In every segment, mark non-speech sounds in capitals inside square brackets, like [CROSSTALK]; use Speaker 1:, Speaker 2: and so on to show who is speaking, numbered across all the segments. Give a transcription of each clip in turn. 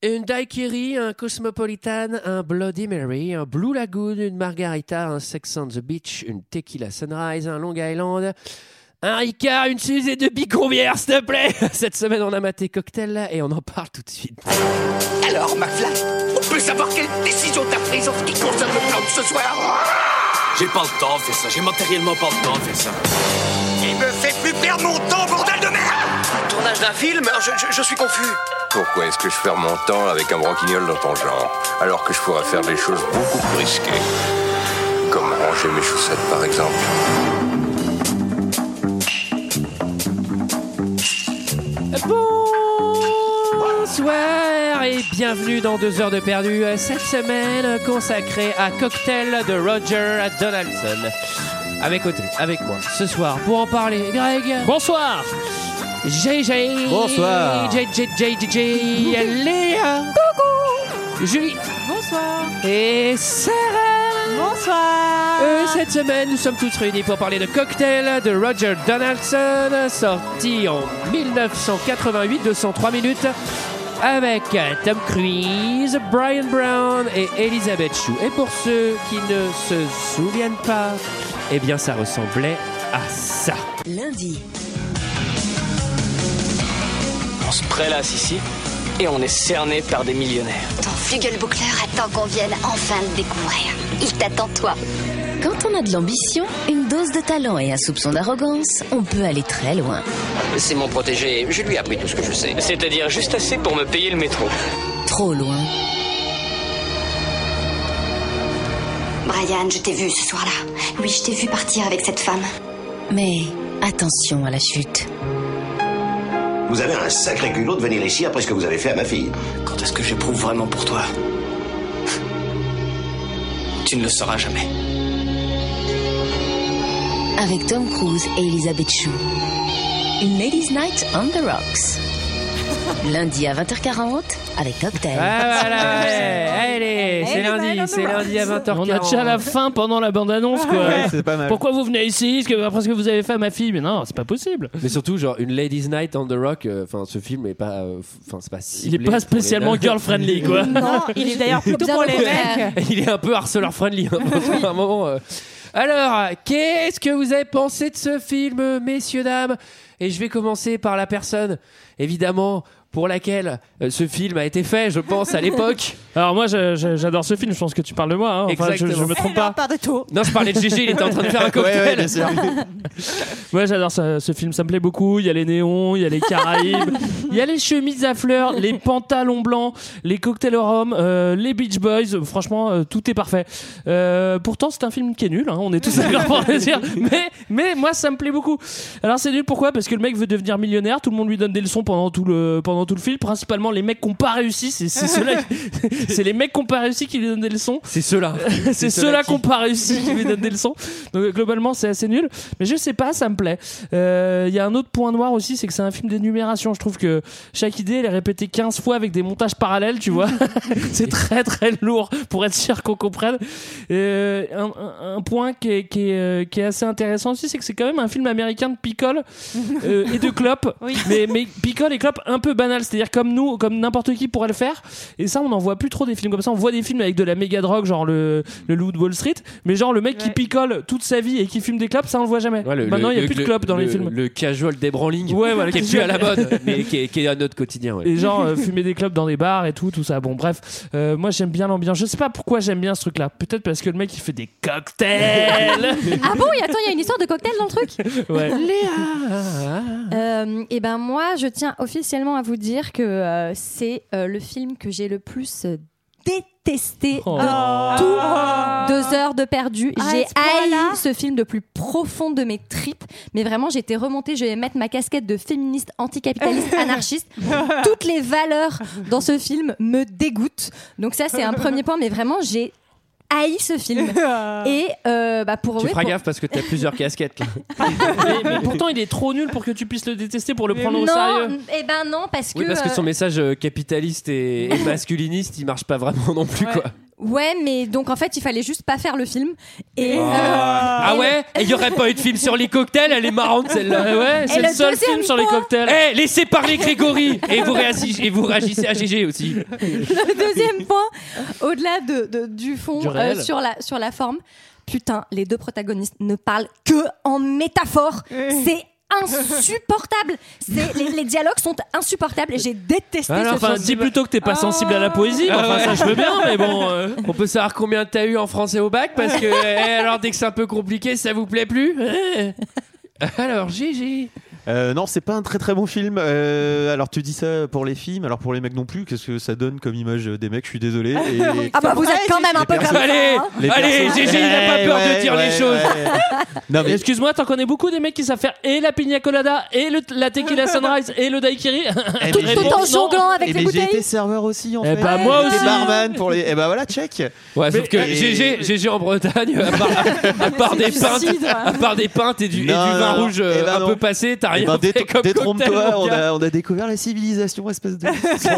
Speaker 1: Une daiquiri, un cosmopolitan, un Bloody Mary, un Blue Lagoon, une margarita, un Sex on the Beach, une tequila sunrise, un Long Island, un Ricard, une Suze et deux biconvières, s'il te plaît [LAUGHS] Cette semaine, on a maté Cocktail et on en parle tout de suite.
Speaker 2: Alors, McFly, on peut savoir quelle décision t'as prise en ce qui concerne le plan de ce soir
Speaker 3: J'ai pas le temps de faire ça, j'ai matériellement pas le temps de faire ça.
Speaker 2: Il me fait plus perdre mon temps, bordel de merde
Speaker 4: Tournage d'un film je, je- je suis confus.
Speaker 5: Pourquoi est-ce que je perds mon temps avec un branquignol dans ton genre Alors que je pourrais faire des choses beaucoup plus risquées. Comme ranger mes chaussettes par exemple.
Speaker 1: Bonsoir et bienvenue dans 2 heures de perdu, euh, cette semaine consacrée à Cocktail de Roger Donaldson. À mes côtés, avec moi, ce soir, pour en parler, Greg. Bonsoir. JJ.
Speaker 6: Bonsoir.
Speaker 1: JJ, JJ, Léa. Coucou. Julie.
Speaker 7: Bonsoir.
Speaker 1: Et Sarah.
Speaker 7: Bonsoir.
Speaker 1: Euh, cette semaine, nous sommes tous réunis pour parler de Cocktail de Roger Donaldson, sorti en 1988, 203 minutes, avec Tom Cruise, Brian Brown et Elizabeth Shue. Et pour ceux qui ne se souviennent pas, eh bien, ça ressemblait à ça.
Speaker 8: Lundi,
Speaker 4: On se prélasse ici et on est cerné par des millionnaires.
Speaker 9: Ton Fugelbuckler attend qu'on vienne enfin le découvrir. Il t'attend toi.
Speaker 8: quand on a de l'ambition, une dose de talent et un soupçon d'arrogance, on peut aller très loin.
Speaker 10: C'est mon protégé, je lui ai appris tout ce que je sais.
Speaker 4: C'est-à-dire juste assez pour me payer le métro.
Speaker 8: Trop loin.
Speaker 9: Brian, je t'ai vu ce soir-là. Oui, je t'ai vu partir avec cette femme.
Speaker 8: Mais attention à la chute.
Speaker 2: Vous avez un sacré culot de venir ici après ce que vous avez fait à ma fille.
Speaker 4: Quand est-ce que j'éprouve vraiment pour toi Tu ne le sauras jamais.
Speaker 8: Avec Tom Cruise et Elisabeth Chou. Une Ladies Night on the Rocks. Lundi à 20h40 avec Cocktail.
Speaker 1: Ah, voilà, ouais. Allez, c'est
Speaker 7: Hey,
Speaker 1: lundi,
Speaker 7: Brian
Speaker 1: c'est lundi à 20h40.
Speaker 6: On a déjà la fin pendant la bande-annonce, quoi.
Speaker 11: Ouais, c'est pas mal.
Speaker 6: Pourquoi vous venez ici Est-ce que- Après ce que vous avez fait à ma fille Mais non, c'est pas possible.
Speaker 1: Mais surtout, genre, une Ladies Night on the Rock, euh, enfin, ce film est pas. euh, Enfin, c'est pas
Speaker 6: Il est pas spécialement girl-friendly, quoi.
Speaker 7: [LAUGHS] Non, il est d'ailleurs plutôt pour les mecs.
Speaker 1: Il est un peu harceleur friendly. hein, parce qu'à un moment. euh. Alors, qu'est-ce que vous avez pensé de ce film, messieurs dames Et je vais commencer par la personne, évidemment, pour laquelle euh, ce film a été fait, je pense, à l'époque.
Speaker 6: [LAUGHS] Alors moi, je- je- j'adore ce film. Je pense que tu parles de moi. hein. Enfin, je, je me trompe pas.
Speaker 7: de tout.
Speaker 1: Non, je parlais de GG, il était en train de
Speaker 6: [LAUGHS]
Speaker 1: faire un
Speaker 11: Ouais, ouais,
Speaker 1: cocktail.
Speaker 11: bien sûr.
Speaker 6: Moi, j'adore ce, ce film. Ça me plaît beaucoup. Il y a les néons, il y a les Caraïbes, il y a les chemises à fleurs, les pantalons blancs, les cocktails au rhum, euh, les Beach Boys. Franchement, euh, tout est parfait. Euh, pourtant, c'est un film qui est nul. hein. On est tous d'accord pour le dire. Mais, mais moi, ça me plaît beaucoup. Alors, c'est nul pourquoi Parce que le mec veut devenir millionnaire. Tout le monde lui donne des leçons pendant tout le pendant tout le film. Principalement, les mecs qui n'ont pas réussi. C'est c'est ceux-là. C'est les mecs qui n'ont pas réussi qui lui donnent des leçons
Speaker 1: [LAUGHS] C'est ceux-là.
Speaker 6: c'est ceux-là qu'on pas réussi qui lui donnent des leçons. Donc euh, globalement, c'est assez nul. Mais je sais pas, ça me plaît. Euh, Il y a un autre point noir aussi, c'est que c'est un film d'énumération. Je trouve que chaque idée, elle est répétée 15 fois avec des montages parallèles, tu vois. [LAUGHS] c'est très très lourd pour être sûr qu'on comprenne. Euh, un, un- un point qui est, qui est, euh, qui est assez intéressant aussi, c'est que c'est quand même un film américain de picole euh, et de clope.
Speaker 7: [LAUGHS] Oui.
Speaker 6: Mais, mais picole et clope un peu banal, c'est-à-dire comme nous, comme n'importe qui pourrait le faire. Et ça, on n'en voit plus trop des films comme ça. On voit des films avec de la méga drogue, genre le, le Loup de Wall Street, mais genre le mec qui
Speaker 7: Ouais.
Speaker 6: picole toute sa vie et qui fume des clopes, ça on le voit jamais.
Speaker 1: Ouais, le-
Speaker 6: Maintenant,
Speaker 1: le-
Speaker 6: il n'y a
Speaker 1: le-
Speaker 6: plus de
Speaker 1: le-
Speaker 6: clopes dans les
Speaker 1: le-
Speaker 6: films.
Speaker 1: Le casual débranling,
Speaker 6: Ouais, voilà,
Speaker 1: qui est
Speaker 6: qu'est-ce
Speaker 1: plus
Speaker 6: que-
Speaker 1: à la
Speaker 6: [LAUGHS]
Speaker 1: mode, mais qui est, qui est à notre quotidien. ouais.
Speaker 6: Et
Speaker 7: [LAUGHS]
Speaker 6: genre euh, fumer des clopes dans des bars et tout, tout ça. Bon, bref, euh, moi j'aime bien l'ambiance. Je sais pas pourquoi j'aime bien ce truc-là. Peut-être parce que le mec il fait des cocktails.
Speaker 7: [LAUGHS] Ah bon, et attends, il y a une histoire de cocktail dans le truc
Speaker 6: ouais.
Speaker 7: Euh, eh ben moi, je tiens officiellement à vous dire que euh, c'est euh, le film que j'ai le plus euh, détesté.
Speaker 6: Oh.
Speaker 7: de tout. Deux heures de perdu. j'ai haï ce film de plus profond de mes tripes. Mais vraiment, j'ai été remontée. Je vais mettre ma casquette de féministe, anticapitaliste, anarchiste. Toutes les valeurs dans ce film me dégoûtent. Donc ça, c'est un premier point. Mais vraiment, j'ai haï ce film. Et euh, bah, pour
Speaker 1: Tu
Speaker 7: oui,
Speaker 1: feras
Speaker 7: pour-
Speaker 1: gaffe parce que t'as plusieurs casquettes là.
Speaker 6: mais, mais pourtant, il est trop nul pour que tu puisses le détester pour le prendre au sérieux.
Speaker 7: non, eh ben non, parce
Speaker 1: Oui,
Speaker 7: que,
Speaker 1: parce que
Speaker 7: euh, [LAUGHS]
Speaker 1: son message euh, capitaliste et, et masculiniste, il marche pas vraiment non plus,
Speaker 7: Ouais.
Speaker 1: quoi.
Speaker 7: Ouais, mais donc en fait, il fallait juste pas faire le film. Et, euh,
Speaker 1: Ah
Speaker 7: et-
Speaker 1: ouais Il y aurait pas eu de film sur les cocktails Elle est marrante celle-là. Ouais,
Speaker 6: Ah C'est
Speaker 7: Et
Speaker 6: le
Speaker 7: le
Speaker 6: seul
Speaker 7: deuxième
Speaker 6: film sur les
Speaker 7: point-
Speaker 6: cocktails.
Speaker 1: Eh, laissez parler Grégory et vous, réagissez, et vous réagissez à GG aussi.
Speaker 7: le deuxième point, au-delà de, de- du fond,
Speaker 6: Du
Speaker 7: euh,
Speaker 6: réel.
Speaker 7: sur, la, sur la forme, putain, les deux protagonistes ne parlent que en métaphore. C'est insupportable. C'est- Les, les dialogues sont insupportables et j'ai détesté
Speaker 6: Alors,
Speaker 7: ce
Speaker 6: enfin,
Speaker 7: film.
Speaker 6: dis plutôt que t'es pas sensible à la poésie. mais
Speaker 1: Ah
Speaker 6: enfin,
Speaker 1: ouais.
Speaker 6: ça, je veux bien, mais bon. euh,
Speaker 1: On peut savoir combien t'as eu en français au bac parce que eh, alors dès que c'est un peu compliqué, ça vous plaît plus Eh. [LAUGHS] Alors GG.
Speaker 11: Euh, non, c'est pas un très très bon film. Euh, alors tu dis ça pour les filles, mais alors pour les mecs non plus, qu'est-ce que ça donne comme image euh, des mecs Je suis désolé. Et-
Speaker 7: [LAUGHS] Ah bah vous êtes quand même un
Speaker 11: Les
Speaker 7: peu comme
Speaker 11: personnes-
Speaker 7: ça.
Speaker 1: Allez,
Speaker 7: hein.
Speaker 11: les
Speaker 1: allez,
Speaker 11: personnes-
Speaker 1: GG, il a pas
Speaker 11: Ouais,
Speaker 1: peur de
Speaker 11: ouais,
Speaker 1: dire les
Speaker 11: ouais,
Speaker 1: choses.
Speaker 11: ouais. Non mais
Speaker 6: Excuse-moi, t'en connais beaucoup des mecs qui savent faire et la pina colada, et le- la tequila sunrise, et le daiquiri. [LAUGHS]
Speaker 11: eh,
Speaker 7: Tout,
Speaker 11: mais-
Speaker 7: tout en
Speaker 6: non.
Speaker 7: jonglant avec
Speaker 11: Eh,
Speaker 7: les
Speaker 11: mais j'ai été
Speaker 7: bouteilles.
Speaker 11: serveur aussi en
Speaker 6: Eh
Speaker 11: fait.
Speaker 6: bah, moi
Speaker 11: J'étais
Speaker 6: aussi.
Speaker 11: barman pour les. Eh bah
Speaker 1: [LAUGHS]
Speaker 11: voilà, check.
Speaker 1: Ouais, sauf que
Speaker 11: Et-
Speaker 1: GG, GG en Bretagne, à part, à part des
Speaker 7: du
Speaker 1: pintes,
Speaker 7: cidre.
Speaker 1: à part des pintes et du, et
Speaker 11: Non,
Speaker 1: du vin
Speaker 11: non,
Speaker 1: rouge euh,
Speaker 11: eh ben
Speaker 1: un
Speaker 11: non.
Speaker 1: peu passé, t'as
Speaker 11: Eh
Speaker 1: rien
Speaker 11: ben,
Speaker 1: fait
Speaker 11: détro-
Speaker 1: comme cocktail,
Speaker 11: Détrompe-toi,
Speaker 1: mon
Speaker 11: on
Speaker 1: gars.
Speaker 11: a, on a découvert la civilisation, espèce
Speaker 1: [LAUGHS]
Speaker 11: de. Sans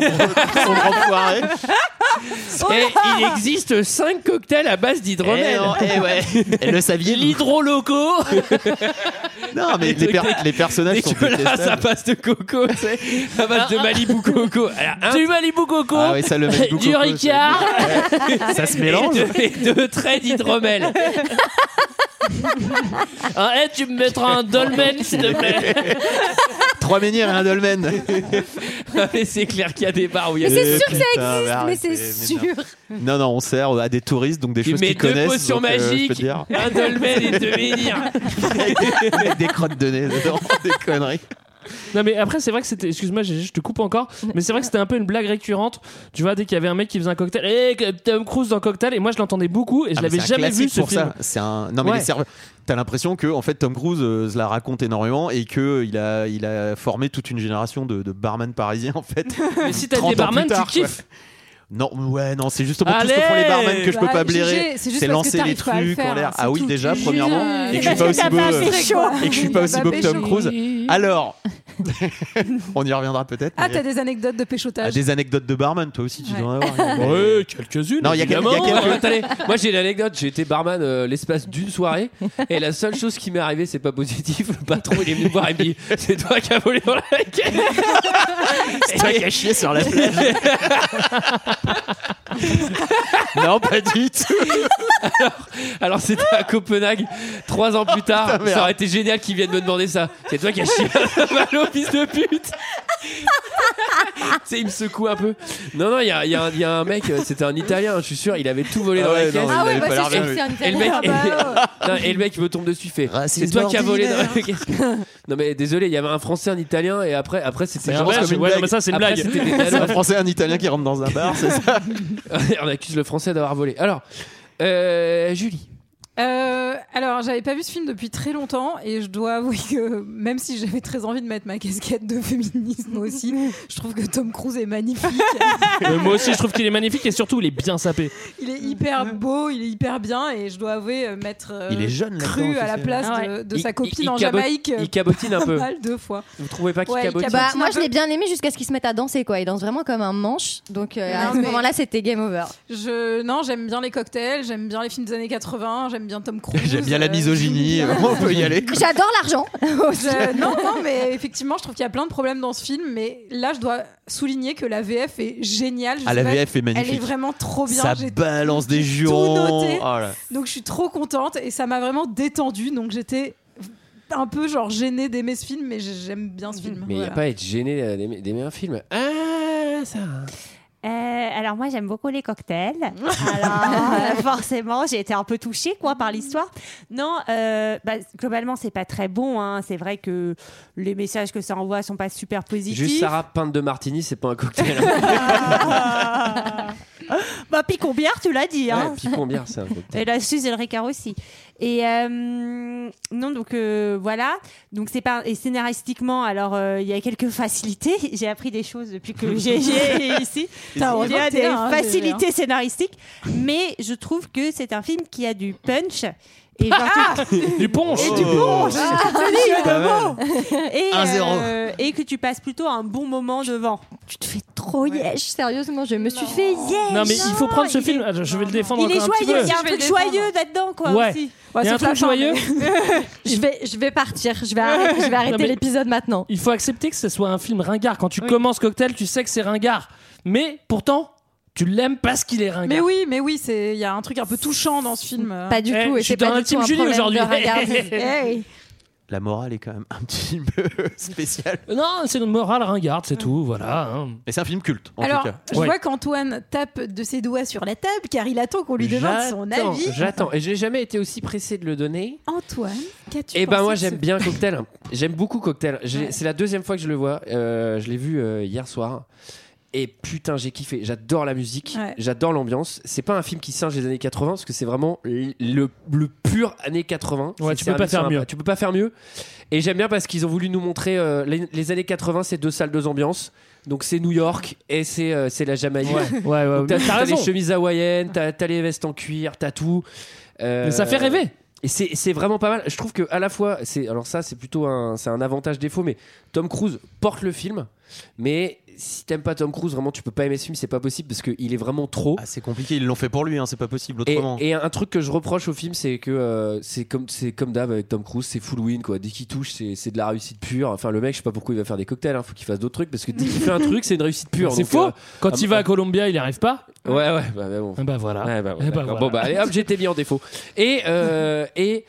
Speaker 11: grand foiré.
Speaker 1: Et Eh, il existe 5 cocktails à base
Speaker 11: Eh
Speaker 1: d'hydromel.
Speaker 11: non, eh
Speaker 1: [LAUGHS]
Speaker 11: ouais. Eh, Le saviez
Speaker 1: L'hydroloco,
Speaker 11: Non, mais les, per- les personnages
Speaker 1: dès
Speaker 11: sont
Speaker 1: que là ça
Speaker 11: détestables.
Speaker 1: passe de coco, tu sais, à base de Malibu coco. Alors, un
Speaker 6: Du Malibu Coco,
Speaker 11: Ah oui, ça le mec
Speaker 6: du Ricard,
Speaker 11: ça se
Speaker 1: et deux, et deux traits
Speaker 6: [LAUGHS]
Speaker 1: d'hydromel.
Speaker 6: Ah, eh, tu me mettras un dolmen s'il te plaît.
Speaker 11: Trois menhirs et un
Speaker 1: [LAUGHS]
Speaker 11: dolmen. [LAUGHS]
Speaker 1: Ah, mais c'est clair qu'il y a des bars où il y a
Speaker 7: Mais
Speaker 1: des-
Speaker 7: c'est sûr que ça
Speaker 11: Putain,
Speaker 7: existe, mais
Speaker 11: arrêtez,
Speaker 7: c'est
Speaker 11: mais non.
Speaker 7: sûr.
Speaker 11: Non, non, on sert à des touristes, donc des
Speaker 1: Tu
Speaker 11: choses
Speaker 1: mets
Speaker 11: qu'ils
Speaker 1: deux
Speaker 11: connaissent.
Speaker 1: potions
Speaker 11: donc, euh, je peux
Speaker 1: magiques,
Speaker 11: te dire.
Speaker 1: un dolmen et deux menhirs.
Speaker 11: Avec [LAUGHS] des crottes de nez dedans, [LAUGHS] des conneries.
Speaker 6: Non mais après c'est vrai que c'était, excuse-moi, je, je te coupe encore, mais c'est vrai que c'était un peu une blague récurrente. Tu vois, dès qu'il y avait un mec qui faisait un cocktail, eh, que- Tom Cruise dans cocktail, et moi je l'entendais beaucoup et je
Speaker 11: Ah, mais
Speaker 6: l'avais
Speaker 11: c'est un
Speaker 6: jamais vu
Speaker 11: classique
Speaker 6: ce
Speaker 11: pour
Speaker 6: film.
Speaker 11: ça. C'est un. Non mais
Speaker 6: Ouais.
Speaker 11: les serveurs. T'as l'impression que en fait Tom Cruise euh, se la raconte énormément et que euh, il a il a formé toute une génération de, de barman parisiens en fait.
Speaker 6: [LAUGHS] Mais
Speaker 11: [LAUGHS]
Speaker 6: si t'as
Speaker 11: 30
Speaker 6: des
Speaker 11: ans plus
Speaker 6: barman, tu
Speaker 11: tard, quoi.
Speaker 6: kiffes.
Speaker 11: Non ouais non c'est justement tout
Speaker 6: Allez
Speaker 11: ce que font les barman que je peux
Speaker 12: Bah,
Speaker 11: pas
Speaker 12: GG,
Speaker 11: blairer.
Speaker 12: c'est juste parce que
Speaker 11: lancer les
Speaker 12: t'arrives pas à le
Speaker 11: trucs
Speaker 12: faire,
Speaker 11: en l'air.
Speaker 12: hein, c'est
Speaker 11: Ah oui
Speaker 12: tout.
Speaker 11: déjà
Speaker 12: Juste,
Speaker 11: premièrement
Speaker 12: euh,
Speaker 11: et que je suis pas aussi beau. euh,
Speaker 12: C'est chaud.
Speaker 11: et que je suis pas aussi beau que Tom
Speaker 12: pécho.
Speaker 11: Cruise.
Speaker 6: [LAUGHS]
Speaker 11: Alors, on y reviendra peut-être.
Speaker 12: Ah,
Speaker 11: mais-
Speaker 12: t'as des anecdotes de
Speaker 11: Ah,
Speaker 12: péchotage.
Speaker 11: des anecdotes de barman, toi aussi, tu
Speaker 12: [LAUGHS] Ouais.
Speaker 11: dois en avoir.
Speaker 6: Ouais, quelques-unes.
Speaker 11: Non, il y a quel- il y a
Speaker 6: évidemment.
Speaker 11: quelques-
Speaker 1: Oh, attendez, moi j'ai l'anecdote, j'ai été barman euh, l'espace d'une soirée et la seule chose qui m'est arrivée, c'est pas positif. Le patron il est venu me voir et me dit C'est toi qui as volé dans la caisse.
Speaker 11: [LAUGHS] C'est toi
Speaker 13: [LAUGHS]
Speaker 11: qui as chié sur la plage. [LAUGHS] non, pas du tout.
Speaker 1: Alors c'était à Copenhague, trois ans plus tard.
Speaker 11: merde.
Speaker 1: ça aurait été génial qu'ils viennent me demander ça. C'est toi qui as chié [LAUGHS] à l'eau, fils de pute. Tu sais, il me secoue un peu. Non, non, il y a, il y a un- il y a un mec, euh, c'était un italien, je suis sûr, il avait tout volé dans la
Speaker 11: ouais,
Speaker 1: caisse.
Speaker 11: non,
Speaker 7: Ah
Speaker 11: Il
Speaker 7: ouais,
Speaker 11: avait
Speaker 7: bah
Speaker 11: pas l'air
Speaker 7: c'est sûr
Speaker 11: bien,
Speaker 7: que
Speaker 11: lui.
Speaker 7: c'est un
Speaker 1: Et le,
Speaker 7: italien.
Speaker 1: mec,
Speaker 7: Ah bah,
Speaker 1: [LAUGHS] Non, et le mec, il me tombe dessus, il fait
Speaker 11: Racisme
Speaker 1: C'est toi qui as volé dans
Speaker 11: ordinaire.
Speaker 1: Non, mais désolé, il y avait un français, un italien, et après, après c'était
Speaker 6: C'est un
Speaker 1: genre-
Speaker 11: belge,
Speaker 6: belge,
Speaker 11: comme une
Speaker 6: ouais, non,
Speaker 11: blague.
Speaker 6: mais ça c'est une
Speaker 1: Après,
Speaker 6: blague. [LAUGHS]
Speaker 1: c'était des
Speaker 11: [LAUGHS] C'est un
Speaker 1: Danois.
Speaker 11: français, un italien qui rentre dans un bar, c'est ça
Speaker 1: [LAUGHS] On accuse le français d'avoir volé. Alors, euh, Julie.
Speaker 12: Euh, alors, j'avais pas vu ce film depuis très longtemps et je dois avouer que même si j'avais très envie de mettre ma casquette de féminisme aussi, je trouve que Tom Cruise est magnifique.
Speaker 6: Euh, moi aussi je trouve qu'il est magnifique et surtout il est bien sapé.
Speaker 12: Il est hyper beau, il est hyper bien et je dois avouer euh, mettre euh,
Speaker 11: Il est jeune, là-dedans, tu
Speaker 12: cru à
Speaker 11: sais.
Speaker 12: la place
Speaker 7: Ah
Speaker 12: de, de
Speaker 1: Il-
Speaker 12: sa
Speaker 1: il-
Speaker 12: copine
Speaker 1: il
Speaker 12: en
Speaker 1: cabote-
Speaker 12: Jamaïque.
Speaker 1: Il cabotine un peu.
Speaker 12: Pas mal deux fois.
Speaker 1: Vous trouvez pas qu'il
Speaker 12: Ouais, il
Speaker 1: cabotine
Speaker 12: cabote.
Speaker 7: Bah, moi,
Speaker 12: un
Speaker 7: je
Speaker 12: peu.
Speaker 7: l'ai bien aimé jusqu'à ce qu'il se mette à danser, quoi. Il danse vraiment comme un manche. Donc, euh,
Speaker 12: Non,
Speaker 7: à ce
Speaker 12: mais-
Speaker 7: moment-là, c'était game over.
Speaker 12: Je non, j'aime bien les cocktails, j'aime bien les films des années 80, j'aime bien Tom Cruise.
Speaker 11: J'aime bien la
Speaker 12: euh,
Speaker 11: misogynie, on peut y aller. quoi.
Speaker 7: J'adore
Speaker 12: [LAUGHS]
Speaker 7: l'argent.
Speaker 12: Je- Euh, non, non, mais effectivement, je trouve qu'il y a plein de problèmes dans ce film. Mais là, je dois souligner que la VF est géniale. Je
Speaker 11: Ah,
Speaker 12: sais
Speaker 11: la
Speaker 12: pas,
Speaker 11: VF est
Speaker 12: Elle est
Speaker 11: magnifique.
Speaker 12: vraiment trop bien.
Speaker 11: Ça
Speaker 12: J'ai-
Speaker 11: balance des jurons.
Speaker 12: noté.
Speaker 11: Oh là.
Speaker 12: Donc, je suis trop contente et ça m'a vraiment détendue. Donc, j'étais un peu genre gênée d'aimer ce film, mais j'ai- j'aime bien ce film.
Speaker 1: Mais il n'y a
Speaker 12: Voilà.
Speaker 1: pas à être gêné euh, d'aimer d'aimer un film. Ah, ça.
Speaker 12: hein.
Speaker 14: Euh, alors moi j'aime beaucoup les cocktails. Alors euh, forcément j'ai été un peu touchée quoi par l'histoire. Non, euh, bah, globalement c'est pas très bon. hein. C'est vrai que les messages que ça envoie sont pas super positifs.
Speaker 1: Juste Sarah, peinte de martini, c'est pas un cocktail.
Speaker 14: Bah Picombière tu l'as dit. Hein.
Speaker 1: Ouais, puis combien c'est un cocktail
Speaker 14: Et Euh, la Suze et le Ricard aussi. Et euh, non, donc euh, voilà. Donc c'est pas et scénaristiquement, alors euh, il y a quelques facilités. [LAUGHS] J'ai appris des choses depuis que j'ai
Speaker 6: [LAUGHS]
Speaker 14: j'ai ici.
Speaker 12: T'as
Speaker 14: Il y a
Speaker 12: remarqué,
Speaker 14: des
Speaker 12: hein,
Speaker 14: facilités scénaristiques, mais je trouve que c'est un film qui a du punch
Speaker 6: [LAUGHS]
Speaker 14: Et genre, tu-
Speaker 6: Ah Du punch.
Speaker 14: Et du
Speaker 7: Oh.
Speaker 14: punch.
Speaker 6: Ah,
Speaker 14: Je te
Speaker 6: c'est
Speaker 14: dis,
Speaker 6: pas
Speaker 14: vraiment. Et,
Speaker 6: Un
Speaker 14: euh,
Speaker 6: zéro.
Speaker 14: et que tu passes plutôt un bon moment devant. Tu te fais
Speaker 7: Trop yesh, sérieusement, je me suis fait yesh.
Speaker 6: Non, mais il faut prendre ce film. Je
Speaker 7: Oh.
Speaker 6: je vais le défendre
Speaker 14: Il est
Speaker 6: encore un petit peu.
Speaker 14: joyeux, il y a un truc joyeux là-dedans, quoi.
Speaker 6: Ouais.
Speaker 14: Aussi.
Speaker 6: Il y a un truc joyeux.
Speaker 7: [LAUGHS] je vais, je vais partir. Je vais arrêter, Ah, je vais
Speaker 6: Non,
Speaker 7: arrêter
Speaker 6: mais [LAUGHS]
Speaker 7: l'épisode maintenant.
Speaker 6: Il faut accepter que ce soit un film ringard. Quand tu commences Cocktail, tu sais que c'est ringard. Mais pourtant, tu l'aimes parce qu'il est ringard.
Speaker 12: Mais oui, mais oui, c'est il y a un truc un peu touchant dans ce film. hein.
Speaker 7: Pas du
Speaker 6: Eh,
Speaker 7: tout.
Speaker 6: je
Speaker 7: Et
Speaker 6: suis
Speaker 7: c'est
Speaker 6: dans
Speaker 7: pas
Speaker 6: la
Speaker 7: du
Speaker 6: team
Speaker 7: tout un
Speaker 6: Julie
Speaker 7: problème de
Speaker 6: aujourd'hui. [LAUGHS]
Speaker 7: regardisme.
Speaker 11: La morale est quand même un petit peu [LAUGHS] spéciale.
Speaker 6: Non, c'est une morale ringarde, c'est tout. Voilà. hein.
Speaker 11: Mais c'est un film culte, en
Speaker 12: Alors,
Speaker 11: tout cas.
Speaker 12: je vois qu'Antoine tape de ses doigts sur la table car il attend qu'on lui demande son
Speaker 1: J'attends,
Speaker 12: avis.
Speaker 1: J'attends, et j'ai jamais été aussi pressé de le donner.
Speaker 12: Antoine, qu'as-tu
Speaker 1: Et ben
Speaker 12: pensé
Speaker 1: moi
Speaker 12: de ce
Speaker 1: j'aime bien Cocktail. J'aime beaucoup Cocktail. J'ai- C'est la deuxième fois que je le vois. Euh, je l'ai vu euh, hier soir. Et putain, j'ai kiffé. J'adore la musique,
Speaker 12: Ouais.
Speaker 1: j'adore l'ambiance. C'est pas un film qui singe les années 80 parce que c'est vraiment l- le, le pur années 80.
Speaker 6: Ouais,
Speaker 1: C'est-
Speaker 6: tu
Speaker 1: c'est
Speaker 6: peux pas
Speaker 1: un- c'est
Speaker 6: faire
Speaker 1: un-
Speaker 6: mieux.
Speaker 1: Tu peux pas faire mieux. Et j'aime bien parce qu'ils ont voulu nous montrer euh, les, les années 80, c'est deux salles, deux ambiances. Donc c'est New York et c'est euh, c'est la Jamaïque.
Speaker 6: Ouais, ouais, ouais.
Speaker 1: Donc T'as
Speaker 6: T'as
Speaker 1: t'as les
Speaker 6: raison.
Speaker 1: chemises hawaïennes, t'as t'as les vestes en cuir, t'as tout. Euh,
Speaker 6: Mais ça fait rêver.
Speaker 1: Et c'est c'est vraiment pas mal. Je trouve que à la fois, c'est alors ça, c'est plutôt un, c'est un avantage défaut, mais Tom Cruise porte le film. Mais si t'aimes pas Tom Cruise, vraiment, tu peux pas aimer ce film, c'est pas possible parce qu'il est vraiment
Speaker 6: Ah,
Speaker 1: trop.
Speaker 11: Ah, C'est compliqué, ils l'ont fait pour lui, hein, c'est pas possible
Speaker 1: Et,
Speaker 11: autrement.
Speaker 1: et un truc que je reproche au film, c'est que euh, c'est comme c'est comme d'hab avec Tom Cruise, c'est full win quoi. Dès qu'il touche, c'est c'est de la réussite pure. Enfin, le mec, je sais pas pourquoi il va faire des cocktails. Hein, faut qu'il fasse d'autres trucs parce que dès qu'il fait un truc, c'est une réussite pure.
Speaker 6: C'est
Speaker 1: Donc,
Speaker 6: faux.
Speaker 1: euh,
Speaker 6: Quand
Speaker 1: ah,
Speaker 6: il va à Columbia, il n'y arrive pas.
Speaker 1: Ouais, ouais, bah, bah, bon.
Speaker 6: Bah voilà.
Speaker 1: Ouais, bah, ouais,
Speaker 6: Eh bah,
Speaker 1: d'accord.
Speaker 6: voilà.
Speaker 1: Bon, bah, allez, hop, j'étais mis en défaut. Et, euh, et,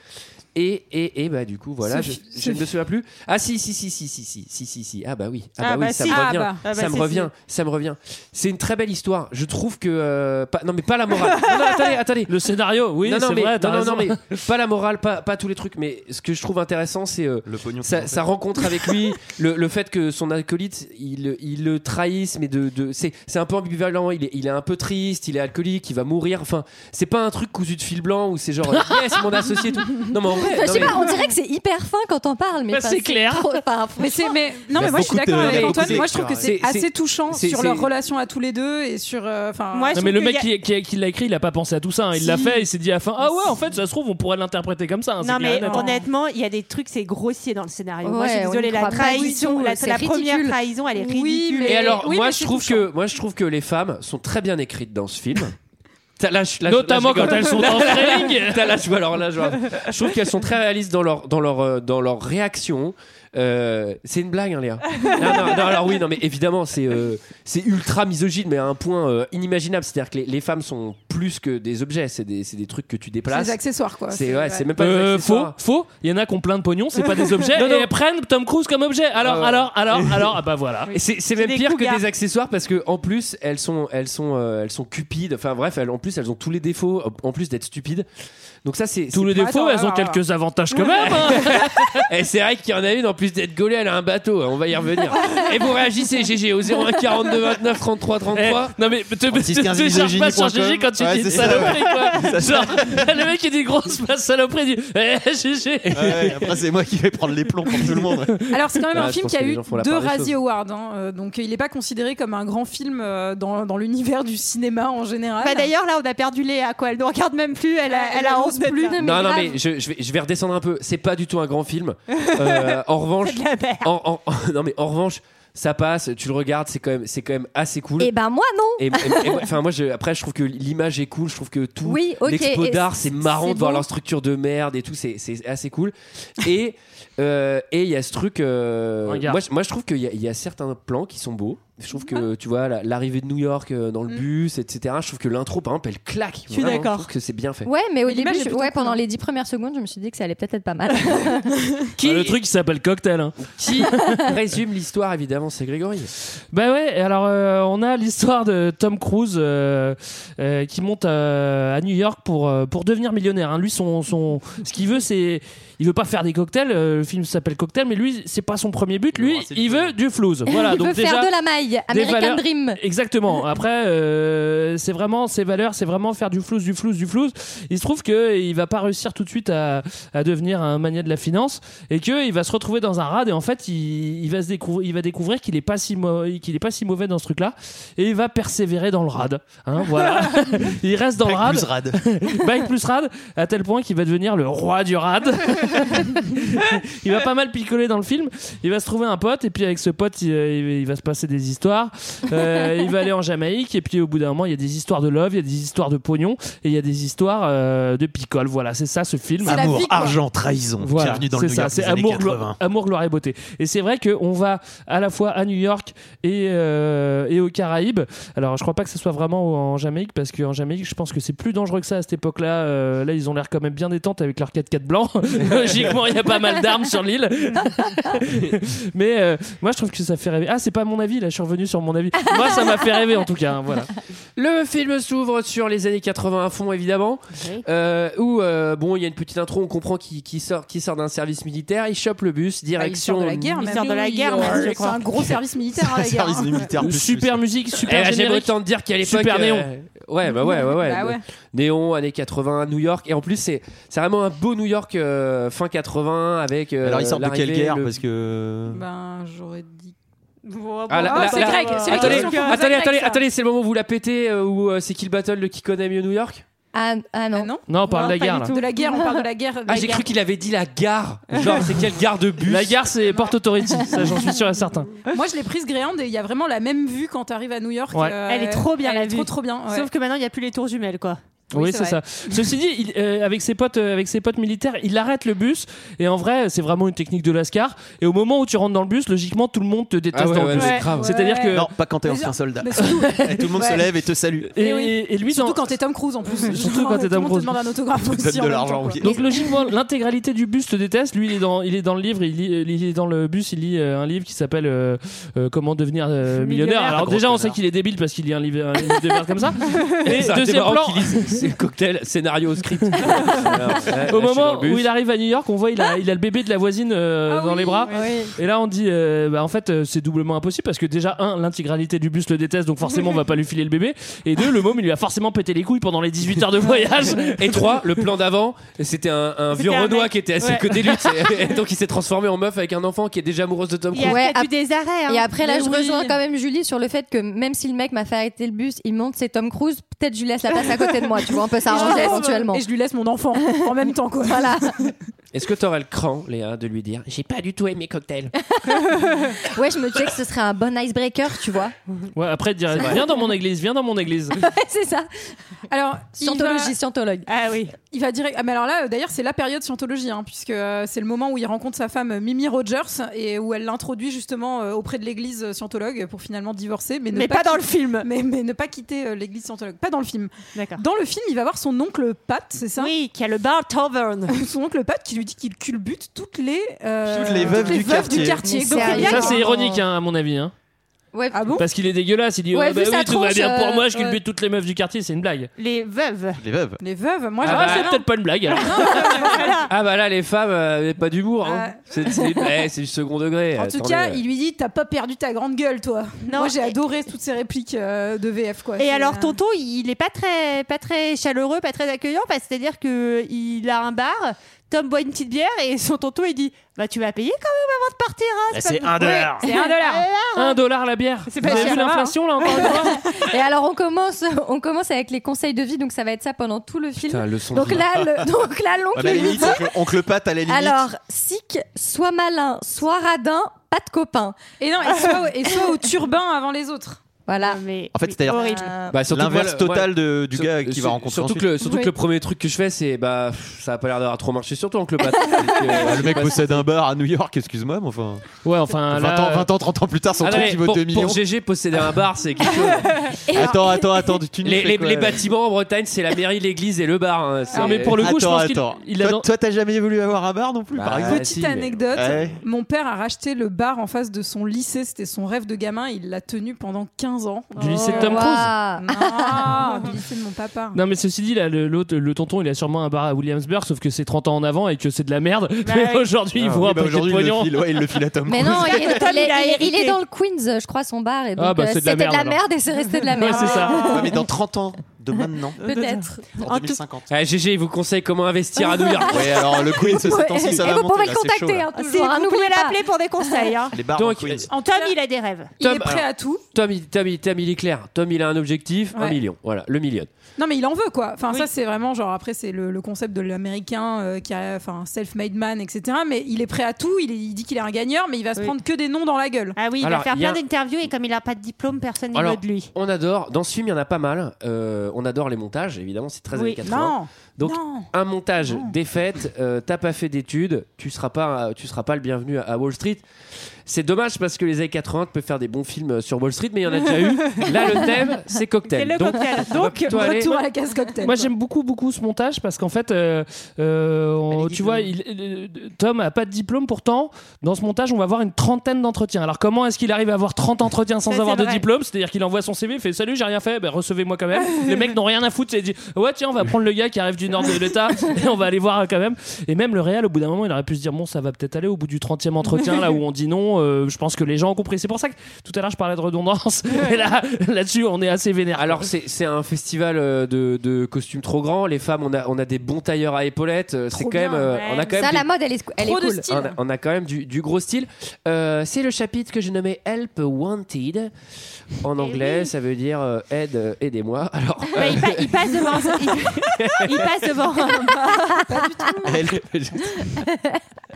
Speaker 1: et, et, et, bah, du coup, voilà,
Speaker 6: Ce
Speaker 1: je,
Speaker 6: fi-
Speaker 1: je
Speaker 6: ce
Speaker 1: ne me souviens plus. Ah, si, si, si, si, si, si, si, si, si. Ah, bah oui, ah, bah,
Speaker 6: Ah, bah,
Speaker 1: oui, ça
Speaker 6: si.
Speaker 1: me
Speaker 6: Ah,
Speaker 1: revient.
Speaker 6: bah. Ah, bah,
Speaker 1: ça, me
Speaker 6: si,
Speaker 1: revient ça me revient. C'est une très belle histoire. Je trouve que. euh, pas, non, mais pas la morale. Non, non, attendez, attendez.
Speaker 6: Le scénario, oui,
Speaker 1: non, non,
Speaker 6: c'est
Speaker 1: mais,
Speaker 6: vrai. t'as
Speaker 1: non, non, non,
Speaker 6: raison.
Speaker 1: mais pas la morale, pas, pas tous les trucs, mais ce que je trouve intéressant, c'est euh, sa, sa rencontre
Speaker 6: [LAUGHS]
Speaker 14: [LAUGHS]
Speaker 1: avec lui, le, le fait que son acolyte, il, il le trahisse, mais de, de- c'est, c'est un peu ambivalent, il est, il est un peu triste, il est alcoolique, il va mourir, enfin, c'est pas un truc cousu de fil blanc où
Speaker 7: [LAUGHS]
Speaker 1: c'est genre, euh, yes, mon associé, et tout. Non, mais en vrai,
Speaker 7: Enfin, je
Speaker 1: non,
Speaker 7: sais
Speaker 1: mais-
Speaker 7: pas, on dirait que c'est hyper fin quand on parle, mais
Speaker 6: Bah,
Speaker 7: enfin,
Speaker 6: c'est clair.
Speaker 7: trop- enfin,
Speaker 12: [LAUGHS] Mais c'est mais non
Speaker 6: Il y
Speaker 12: mais
Speaker 6: a
Speaker 12: moi je suis
Speaker 6: beaucoup de-
Speaker 12: d'accord
Speaker 6: il y a
Speaker 12: avec
Speaker 6: beaucoup
Speaker 12: Antoine. Moi je
Speaker 6: d'écrits,
Speaker 12: trouve que c'est
Speaker 1: ouais.
Speaker 12: assez
Speaker 1: C'est-
Speaker 12: touchant
Speaker 1: c'est-
Speaker 12: sur
Speaker 1: c'est-
Speaker 12: leur relation à tous les deux et sur euh, enfin.
Speaker 6: non, mais le mec qui, qui- qui l'a écrit, il a pas pensé à tout ça. hein. Il
Speaker 14: Si.
Speaker 6: l'a fait, il s'est dit à la fin Ah ouais, en fait, ça se trouve, on pourrait l'interpréter comme ça. hein,
Speaker 14: Non
Speaker 6: c'est
Speaker 14: mais
Speaker 6: clair et net, hein.
Speaker 14: honnêtement, il y a des trucs c'est grossier dans le scénario. Moi je suis
Speaker 7: Ouais, on
Speaker 14: désolée,
Speaker 7: y
Speaker 14: la
Speaker 7: croit pas du
Speaker 14: trahison,
Speaker 7: tout,
Speaker 14: la,
Speaker 7: c'est
Speaker 14: la première
Speaker 7: ridicule.
Speaker 14: trahison, elle est
Speaker 7: Oui,
Speaker 14: ridicule.
Speaker 1: Et alors, moi, je trouve que, moi, je trouve que les femmes sont très bien écrites dans ce
Speaker 6: [LAUGHS]
Speaker 1: film. T'as- là, je- là, je-
Speaker 6: Notamment
Speaker 1: là, je rigole.
Speaker 6: quand elles
Speaker 1: [LAUGHS]
Speaker 6: sont en string.
Speaker 1: T'as- là, je- Bah alors là, je, je trouve qu'elles sont très réalistes dans leur, dans leur, euh, dans leur réaction. Euh, c'est une blague, hein,
Speaker 6: [LAUGHS]
Speaker 1: Léa. Non, non, non, alors oui, non, mais évidemment, c'est euh, c'est ultra misogyne, mais à un point euh, inimaginable. C'est-à-dire que les, les femmes sont plus que des objets, c'est des, c'est des trucs que tu
Speaker 12: C'est
Speaker 1: déplaces.
Speaker 12: des accessoires quoi.
Speaker 1: C'est ouais, c'est même pas des
Speaker 6: Euh, faux,
Speaker 1: accessoires.
Speaker 6: faux. Il y en a qui ont plein de pognon,
Speaker 14: [LAUGHS]
Speaker 1: [LAUGHS]
Speaker 6: c'est pas des objets.
Speaker 1: Non, non.
Speaker 6: Et elles prennent Tom Cruise comme objet. Alors,
Speaker 1: Ah ouais.
Speaker 6: alors, alors,
Speaker 1: [LAUGHS]
Speaker 6: alors, ah bah voilà.
Speaker 1: Et c'est c'est même
Speaker 14: des
Speaker 1: pire
Speaker 14: cougars.
Speaker 1: que des accessoires parce que en plus elles sont elles sont euh, elles sont cupides. Enfin bref, elles, en plus elles ont tous les défauts en plus d'être stupides. Donc ça c'est
Speaker 6: Tous les
Speaker 1: c'est-
Speaker 6: défauts, elles ont quelques avantages quand même. hein.
Speaker 1: [LAUGHS] Et c'est vrai qu'il y en a une en plus d'être gaulée, elle a un bateau. hein, On va y revenir. Et vous réagissez GG au 01 42 29 33
Speaker 6: Eh,
Speaker 1: 33.
Speaker 6: non mais te, te, te,
Speaker 11: 36, 15,
Speaker 6: charge pas sur GG quand tu
Speaker 11: Ouais,
Speaker 6: dis une
Speaker 11: c'est ça.
Speaker 6: saloperie
Speaker 1: [LAUGHS]
Speaker 6: quoi. Genre, [LAUGHS] le mec il dit grosse pas saloperie, il dit eh, GG.
Speaker 11: Ouais, après, c'est moi qui vais prendre les plombs pour tout le monde.
Speaker 12: [LAUGHS] Alors c'est quand même
Speaker 1: Ah,
Speaker 12: un
Speaker 1: je
Speaker 12: film
Speaker 1: pense
Speaker 12: qui a
Speaker 1: que les
Speaker 12: eu
Speaker 1: gens font la
Speaker 12: deux
Speaker 1: part des
Speaker 12: Razzie
Speaker 1: choses.
Speaker 12: Awards, hein, euh, donc il n'est pas considéré comme un grand film euh, dans, dans l'univers du cinéma en général.
Speaker 14: Bah d'ailleurs là on a perdu Léa quoi, elle ne regarde même plus, elle a, elle a honte plus.
Speaker 1: Non, non, mais je, je vais, je vais redescendre un peu. C'est pas du tout un grand film. Euh, en revanche,
Speaker 14: de la merde.
Speaker 1: en- [LAUGHS] en- non, mais en revanche, ça passe. Tu le regardes, c'est quand même, c'est quand même assez cool.
Speaker 7: Et ben moi non.
Speaker 1: Et- et- et- ouais, enfin moi je, après je trouve que l'image est cool je trouve que tout
Speaker 7: Oui, ok,
Speaker 1: l'expo
Speaker 7: et
Speaker 1: d'art
Speaker 7: c-
Speaker 1: c'est marrant
Speaker 7: c'est
Speaker 1: de voir
Speaker 7: beau.
Speaker 1: leur structure de merde et tout c'est c'est assez cool et euh, et il y a ce truc euh,
Speaker 6: Regarde.
Speaker 1: moi, je- moi je trouve qu'il y, a- il y a certains plans qui sont beaux je trouve que tu vois la- l'arrivée de New York euh, dans le bus etc je trouve que l'intro par exemple elle claque
Speaker 14: suis
Speaker 1: Vraiment,
Speaker 14: d'accord.
Speaker 1: je trouve que c'est bien fait
Speaker 7: Ouais, mais au
Speaker 12: Mais l'image est
Speaker 7: début, je-
Speaker 12: plutôt
Speaker 7: ouais,
Speaker 12: cool,
Speaker 7: pendant
Speaker 12: hein.
Speaker 7: les dix premières secondes, je me suis dit que ça allait peut-être être pas mal.
Speaker 1: qui
Speaker 6: Bah, Le truc qui s'appelle cocktail. hein.
Speaker 1: qui résume l'histoire évidemment c'est Grégory
Speaker 6: Bah ouais, et alors euh, on a l'histoire de Tom Cruise euh, euh, qui monte euh, à New York pour, euh, pour devenir millionnaire. hein. Lui, son, son, ce qu'il veut, c'est. Il veut pas faire des cocktails, euh, le film s'appelle Cocktail, mais lui, c'est pas son premier but. Lui,
Speaker 11: Oh, c'est
Speaker 6: il
Speaker 11: le
Speaker 6: veut du flouze. Voilà,
Speaker 7: Il
Speaker 6: donc
Speaker 7: veut
Speaker 6: déjà.
Speaker 7: faire de la maille. Soleil, American
Speaker 6: valeurs-
Speaker 7: Dream.
Speaker 6: Exactement. Après, euh, c'est vraiment ses valeurs, c'est vraiment faire du flouze, du flouze, du flouze. Il se trouve que il va pas réussir tout de suite à, à devenir un mania de la finance et que il va se retrouver dans un rad et en fait, il, il va se découvrir, il va découvrir qu'il est pas si mau- qu'il est pas si mauvais dans ce truc-là et il va persévérer dans le rad. Hein, voilà. il reste dans le rad.
Speaker 11: plus
Speaker 6: [LAUGHS]
Speaker 11: rad.
Speaker 6: Bike plus rad à tel point qu'il va devenir le roi du rad. il va pas mal picoler dans le film. Il va se trouver un pote et puis avec ce pote, il, il- il va se passer des histoires. Euh, il va aller en Jamaïque et puis au bout d'un moment, il y a des histoires de love, il y a des histoires de pognon et il y a des histoires euh, de picole. Voilà, c'est ça ce film.
Speaker 11: C'est la Amour, vie, quoi. argent, trahison.
Speaker 6: Voilà,
Speaker 11: Bienvenue dans
Speaker 6: c'est
Speaker 11: le New
Speaker 6: ça,
Speaker 11: York
Speaker 6: c'est
Speaker 11: des années
Speaker 6: amour,
Speaker 11: 80.
Speaker 6: amour, gloire et beauté. Et c'est vrai qu'on va à la fois à New York et, euh, et aux Caraïbes. Alors, je crois pas que ce soit vraiment en Jamaïque, parce qu'en Jamaïque, je pense que c'est plus dangereux que ça à cette époque-là. Euh, là, ils ont l'air quand même bien détente avec leur 4x4
Speaker 11: [LAUGHS]
Speaker 6: blanc. Logiquement, il y a pas mal d'armes sur l'île. [LAUGHS] Mais euh, moi, je trouve que ça fait rêver. Ah, c'est pas mon avis, là, je suis revenu sur mon avis. Moi, ça m'a fait rêver en tout cas. hein, voilà.
Speaker 1: Le film s'ouvre sur les années 80 à fond, évidemment. Euh, où, euh, bon, il y a une petite intro, on comprend qu'il qu'il sort, qu'il sort d'un service militaire, il chope le bus, direction.
Speaker 12: sort de la guerre,
Speaker 14: Ah, Il
Speaker 12: même.
Speaker 14: sort de la guerre, même, je
Speaker 12: C'est
Speaker 14: crois.
Speaker 12: un gros service militaire, hein, la [LAUGHS] guerre. hein.
Speaker 6: super musique,
Speaker 1: Eh
Speaker 6: super
Speaker 1: ben, J'aime
Speaker 6: générique.
Speaker 1: autant te dire qu'à l'époque. euh,
Speaker 6: Super néon.
Speaker 1: ouais, bah ouais, ouais, ouais.
Speaker 12: Bah ouais.
Speaker 1: Néon, années 80, New York. Et en plus, c'est c'est vraiment un beau New York euh, fin 80 avec. euh,
Speaker 11: Alors, ils sortent de quelle
Speaker 1: l'arrivée,
Speaker 11: guerre
Speaker 1: le-
Speaker 11: Parce que.
Speaker 12: Ben, j'aurais dit.
Speaker 1: Ah, la- la-
Speaker 12: c'est
Speaker 1: la-
Speaker 12: Greg, c'est la
Speaker 1: attendez,
Speaker 12: question qu'on pose à
Speaker 1: attendez,
Speaker 12: Greg,
Speaker 1: attendez,
Speaker 12: ça.
Speaker 1: attendez, c'est le moment où vous la pétez euh, où euh, c'est qui le battle le qui connaît mieux New York
Speaker 12: Oh
Speaker 7: Ah, ah non.
Speaker 12: non.
Speaker 6: Non, on parle de la guerre. là.
Speaker 12: De la guerre, on parle de la guerre.
Speaker 1: Ah, j'ai cru qu'il avait dit la gare. Genre, c'est quelle gare de bus
Speaker 6: La gare, c'est Port Authority, ça, j'en suis sûr et certain.
Speaker 12: [LAUGHS] Moi, je l'ai prise gréande et il y a vraiment la même vue quand t'arrives à New York.
Speaker 6: Ouais.
Speaker 12: euh,
Speaker 14: Elle est trop bien,
Speaker 12: elle
Speaker 14: la
Speaker 12: est
Speaker 14: vue.
Speaker 12: Trop, trop bien. ouais.
Speaker 14: Sauf que maintenant, il n'y a plus les tours jumelles, quoi.
Speaker 6: Oui,
Speaker 12: Oui,
Speaker 6: c'est
Speaker 12: c'est
Speaker 6: ça. Ceci dit, il, euh, avec ses potes, euh, avec ses potes militaires, il arrête le bus. Et en vrai, c'est vraiment une technique de Lascar. Et au moment où tu rentres dans le bus, logiquement, tout le monde te déteste
Speaker 11: Ah ouais,
Speaker 6: dans
Speaker 11: ouais,
Speaker 6: le bus.
Speaker 11: c'est grave.
Speaker 6: C'est-à-dire que
Speaker 11: Non, pas quand t'es ancien soldat.
Speaker 12: mais surtout-
Speaker 11: [LAUGHS] Et tout le monde se
Speaker 12: Ouais.
Speaker 11: lève et te salue.
Speaker 6: Et, et lui,
Speaker 12: Eh Surtout
Speaker 6: dans-
Speaker 12: quand t'es Tom Cruise en
Speaker 6: [LAUGHS]
Speaker 12: plus.
Speaker 6: Surtout quand t'es
Speaker 12: Tout le
Speaker 6: Tom
Speaker 12: monde te
Speaker 6: Cruise.
Speaker 12: demande un autographe aussi. en même temps, quoi.
Speaker 6: Donc logiquement, l'intégralité du bus te déteste. Lui, il est dans, il est dans le livre, il, lit- euh, il est dans le bus, il lit euh, un livre qui s'appelle euh, euh, Comment devenir euh, millionnaire.
Speaker 1: Millionnaire.
Speaker 6: Alors
Speaker 1: Ah, Gros
Speaker 6: déjà, on
Speaker 1: connard.
Speaker 6: sait qu'il est débile parce qu'il lit un livre, un livre de merde
Speaker 1: [LAUGHS]
Speaker 6: comme ça. Et
Speaker 1: Ça, c'est
Speaker 6: deuxième
Speaker 1: marrant
Speaker 6: plan,
Speaker 1: qu'il dise, [LAUGHS] C'est le cocktail, scénario, [LAUGHS] script.
Speaker 6: Au moment où il arrive à New York, on voit il a, il a le bébé de la voisine euh, dans les bras. Et là, on dit, euh, bah, en fait, euh, c'est doublement impossible parce que déjà, un, l'intégralité du bus le déteste, donc forcément, on va pas lui filer le bébé. Et deux, le môme, il lui a forcément pété les couilles pendant les 18 heures de voyage.
Speaker 1: Et trois, le plan d'avant, c'était un, un vieux
Speaker 14: un
Speaker 1: Renoir
Speaker 14: mec.
Speaker 1: qui était à
Speaker 14: Ouais.
Speaker 1: ses côtés de [LAUGHS] lui. tu sais. Donc il s'est transformé en meuf avec un enfant qui est déjà amoureuse de Tom
Speaker 14: Il y a
Speaker 1: Cruise.
Speaker 14: peut-être
Speaker 7: ap-
Speaker 14: eu des arrêts. hein.
Speaker 7: Et après, là,
Speaker 14: Mais
Speaker 7: je
Speaker 14: oui.
Speaker 7: rejoins quand même Julie sur le fait que même si le mec m'a fait arrêter le bus, il monte, c'est Tom Cruise, peut-être je lui laisse la place à côté de moi, tu
Speaker 12: [LAUGHS]
Speaker 7: vois, on peut s'arranger
Speaker 12: Et je-
Speaker 7: éventuellement.
Speaker 12: Et je lui laisse mon enfant en même temps, quoi. [LAUGHS]
Speaker 7: Voilà.
Speaker 1: Est-ce que t'aurais le cran, Léa, de lui dire J'ai pas du tout aimé cocktail
Speaker 7: [LAUGHS] Ouais, je me disais que ce serait un bon icebreaker, tu vois.
Speaker 6: [LAUGHS] Ouais, après, il dirait, viens dans mon église, viens dans mon église.
Speaker 7: c'est ça.
Speaker 12: Alors, il
Speaker 7: Scientologie,
Speaker 12: va-
Speaker 7: scientologue.
Speaker 14: Ah oui.
Speaker 12: Il va direct. Ah, mais alors là, euh, d'ailleurs, c'est la période scientologie, hein, puisque euh, c'est le moment où il rencontre sa femme euh, Mimi Rogers et où elle l'introduit justement euh, auprès de l'église euh, scientologue pour finalement divorcer. Mais, ne
Speaker 14: Mais pas dans le
Speaker 12: film. Mais, mais ne pas quitter euh, l'église scientologue. Pas dans le film.
Speaker 14: D'accord.
Speaker 12: Dans le film, il va voir son oncle Pat, c'est ça
Speaker 14: Oui, qui a le bar tavern.
Speaker 12: [LAUGHS] Son oncle Pat qui lui dit qu'il culbute toutes les. euh,
Speaker 11: Toutes les veuves du quartier.
Speaker 12: quartier.
Speaker 7: Mais
Speaker 12: Donc,
Speaker 7: sérieux
Speaker 12: il y a-
Speaker 6: Ça, c'est ironique, hein, à mon avis. hein.
Speaker 7: Ouais.
Speaker 12: Ah bon
Speaker 6: Parce qu'il est dégueulasse. Il dit,
Speaker 12: Ouais,
Speaker 6: oh, bah
Speaker 12: vu sa
Speaker 6: oui, tout va
Speaker 12: tronche,
Speaker 6: bien pour
Speaker 12: euh,
Speaker 6: moi, je culbute
Speaker 12: ouais.
Speaker 6: toutes les meufs du quartier, c'est une blague.
Speaker 11: Bah,
Speaker 14: Les veuves.
Speaker 11: Les veuves.
Speaker 12: Les veuves, moi,
Speaker 1: Ah,
Speaker 12: j'aurais-
Speaker 1: bah,
Speaker 6: c'est peut-être pas une blague. [LAUGHS] alors.
Speaker 1: Ah bah là, les femmes, euh, avaient pas d'humour. hein. C'est c'est- eh, c'est du second degré.
Speaker 12: En tout
Speaker 1: attendez.
Speaker 12: cas, il lui dit T'as pas perdu ta grande gueule, toi.
Speaker 14: Non,
Speaker 12: Moi, j'ai
Speaker 14: et-
Speaker 12: adoré toutes ces répliques euh, de VF, quoi.
Speaker 14: Et
Speaker 12: C'est,
Speaker 14: alors
Speaker 12: euh,
Speaker 14: tonton, il est pas très, pas très chaleureux, pas très accueillant, parce que c'est-à-dire que il a un bar, Tom boit une petite bière et son tonton il dit bah tu vas payer quand même avant de partir. hein,
Speaker 6: Bah,
Speaker 14: pas
Speaker 6: c'est
Speaker 14: pou-
Speaker 6: un
Speaker 14: Oui, [LAUGHS]
Speaker 6: dollar.
Speaker 14: C'est un dollar.
Speaker 6: [LAUGHS] Un dollar la bière.
Speaker 14: C'est
Speaker 6: Vous
Speaker 14: pas
Speaker 6: avez
Speaker 14: cher,
Speaker 6: vu
Speaker 14: ça va,
Speaker 6: l'inflation là encore une fois
Speaker 7: Et alors on commence, on commence avec les conseils de vie, donc ça va être ça pendant tout le film.
Speaker 11: Putain, leçon de
Speaker 7: donc,
Speaker 11: vie.
Speaker 7: là, le- [LAUGHS] donc là,
Speaker 11: Ah,
Speaker 7: l'oncle
Speaker 11: bah, à la
Speaker 7: lui
Speaker 11: limite,
Speaker 7: dit-
Speaker 11: oncle- oncle Pat à la limite.
Speaker 7: Alors, sick, soit malin, soit radin, pas de copain.
Speaker 12: Et non,
Speaker 14: [LAUGHS]
Speaker 12: et soit, et soit au [LAUGHS] turbin avant les autres.
Speaker 7: Voilà.
Speaker 14: Ah, Mais,
Speaker 11: En fait, c'est-à-dire
Speaker 12: Euh,
Speaker 1: Bah, surtout que
Speaker 11: l'inverse
Speaker 1: moi, le-
Speaker 11: total
Speaker 1: ouais.
Speaker 11: de- du
Speaker 1: Sur-
Speaker 11: gars qui va
Speaker 1: sur-
Speaker 11: rencontrer.
Speaker 1: Surtout,
Speaker 11: ensuite.
Speaker 1: que le, surtout
Speaker 12: Oui.
Speaker 1: que le premier truc que je fais, c'est bah pff, ça a pas l'air d'avoir trop marché sur toi, oncle
Speaker 6: [LAUGHS]
Speaker 1: Pat. euh,
Speaker 11: Ah, le mec possède un bar à New York, excuse-moi, mais enfin.
Speaker 6: Ouais,
Speaker 11: 20
Speaker 6: enfin. là,
Speaker 11: ans, 20 ans, 30 ans plus tard, son
Speaker 1: Ah
Speaker 11: truc
Speaker 1: ouais,
Speaker 11: il vaut
Speaker 1: pour,
Speaker 11: 2 millions.
Speaker 1: pour GG, posséder un bar, c'est quelque chose.
Speaker 11: Attends, attends, attends, tu nous
Speaker 1: Les,
Speaker 11: fais
Speaker 1: les-
Speaker 11: quoi, euh
Speaker 1: les
Speaker 11: là
Speaker 1: bâtiments en Bretagne, c'est la mairie, l'église et le bar. hein, c'est-
Speaker 6: Ah, mais pour le coup, je
Speaker 11: Attends,
Speaker 6: pense qu'il-
Speaker 11: attends.
Speaker 6: il a
Speaker 11: Toi-
Speaker 6: dans-
Speaker 11: Toi, t'as jamais voulu avoir un bar non plus,
Speaker 1: Bah,
Speaker 11: par exemple
Speaker 12: Petite
Speaker 1: si, mais-
Speaker 12: anecdote,
Speaker 11: Ouais.
Speaker 12: mon père a racheté le bar en face de son lycée, c'était son rêve de gamin, il l'a tenu pendant 15 15 ans. Oh.
Speaker 6: Du lycée de Tom Cruise
Speaker 14: [LAUGHS]
Speaker 12: Non, du lycée de mon papa.
Speaker 6: Non, mais ceci dit, là, le, l'autre- le tonton, il a sûrement un bar à Williamsburg, sauf que c'est 30 ans en avant et que c'est de la merde. mais
Speaker 12: ouais.
Speaker 6: aujourd'hui, il
Speaker 11: Ah,
Speaker 6: voit
Speaker 11: oui,
Speaker 6: un
Speaker 11: bah,
Speaker 6: peu de
Speaker 11: aujourd'hui, il le
Speaker 6: pognon.
Speaker 11: file, ouais, il le file à
Speaker 6: [LAUGHS]
Speaker 11: Tom
Speaker 7: Mais non, il est, il, est-
Speaker 14: [LAUGHS] Tom, il a
Speaker 7: il est- il est
Speaker 14: hérité.
Speaker 7: dans le Queens, je crois, son bar. Et donc,
Speaker 11: Ah, bah,
Speaker 7: euh,
Speaker 11: c'est de la
Speaker 7: c'était de la
Speaker 11: merde, alors.
Speaker 7: merde et c'est resté de la merde.
Speaker 11: Ouais, mais dans 30 ans, de maintenant.
Speaker 7: [LAUGHS] Peut-être.
Speaker 11: En
Speaker 13: [LAUGHS]
Speaker 11: 2050.
Speaker 1: Ah, GG, il vous conseille comment investir à New York.
Speaker 11: [LAUGHS] Ouais, alors, le Queen, c'est
Speaker 7: Ouais. temps-ci, ça Et va vous monter, pouvez là, le c'est
Speaker 14: contacter, hein, toujours, hein, Vous pouvez l'appeler pour des conseils. hein.
Speaker 11: Les bars
Speaker 1: Donc,
Speaker 11: en Queens.
Speaker 14: En Tom, il a des rêves.
Speaker 1: Tom, alors,
Speaker 12: tout.
Speaker 1: Tom, il- Tom, il- Tom, il est clair. Tom, il a un objectif, un
Speaker 12: Ouais.
Speaker 1: million. Voilà, le million.
Speaker 12: Non, mais il en veut quoi. Enfin, ça c'est vraiment genre après c'est le, le concept de l'américain euh, qui a enfin self-made man, etc. Mais il est prêt à tout. Il, est- il dit qu'il est un gagneur, mais il va se prendre que des noms dans la gueule.
Speaker 14: Ah oui,
Speaker 1: il va Alors, faire il y a- plein
Speaker 14: d'interviews et comme il a pas de diplôme, personne n'y
Speaker 1: Alors,
Speaker 14: veut de lui.
Speaker 1: on adore. Dans ce film, il y en a pas mal. Euh, on adore les montages, évidemment, c'est très
Speaker 14: Oui.
Speaker 1: années 80.
Speaker 14: Non.
Speaker 1: Donc, un montage défaite, euh, t'as pas fait d'études, tu seras pas, tu seras pas le bienvenu à- à Wall Street. C'est dommage parce que les années 80 peuvent faire des bons films euh, sur Wall Street, mais il y en a déjà
Speaker 6: [LAUGHS]
Speaker 1: eu. Là, le thème, c'est cocktail.
Speaker 6: C'est le cocktail.
Speaker 1: [LAUGHS] on va
Speaker 6: Donc,
Speaker 1: plutôt aller-
Speaker 12: Retour à la casse cocktail.
Speaker 6: Moi j'aime beaucoup beaucoup ce montage parce qu'en fait, euh, euh, on- tu vois, il- il- euh, Tom a pas de diplôme pourtant. Dans ce montage, on va voir une trentaine d'entretiens. Alors comment est-ce qu'il arrive à avoir 30 entretiens sans
Speaker 1: Ça, c'est
Speaker 6: avoir de
Speaker 1: vrai.
Speaker 6: diplôme C'est-à-dire qu'il envoie son CV, il fait salut, j'ai rien fait, ben, recevez-moi quand même. Les mecs n'ont rien à foutre, c'est dit ouais tiens, on va prendre le gars qui arrive du nord de l'État [LAUGHS] et on va aller voir euh, quand même. Et même le Real, au bout d'un moment, il aurait pu se dire bon, ça va peut-être aller au bout du 30e entretien là où on dit non. euh, je pense que les gens ont compris. C'est pour ça que tout à l'heure je parlais de redondance. [LAUGHS] Et là, là-dessus, on est assez vénère.
Speaker 1: Alors c'est c'est un festival euh, de, de costumes trop grand. Les femmes, on a, on a des bons tailleurs à épaulettes. Euh, C'est quand même, euh, on a quand même
Speaker 7: ça,
Speaker 1: des-
Speaker 7: la mode, elle est, elle est cool.
Speaker 1: On a, on a quand même du, du gros style. Euh, c'est le chapitre que j'ai nommé Help Wanted. En anglais, ça veut dire euh, aide, euh, aidez-moi. Alors, euh,
Speaker 14: Bah, il, pa- il passe devant. il, il passe devant. un bar.
Speaker 7: hein.
Speaker 1: [LAUGHS]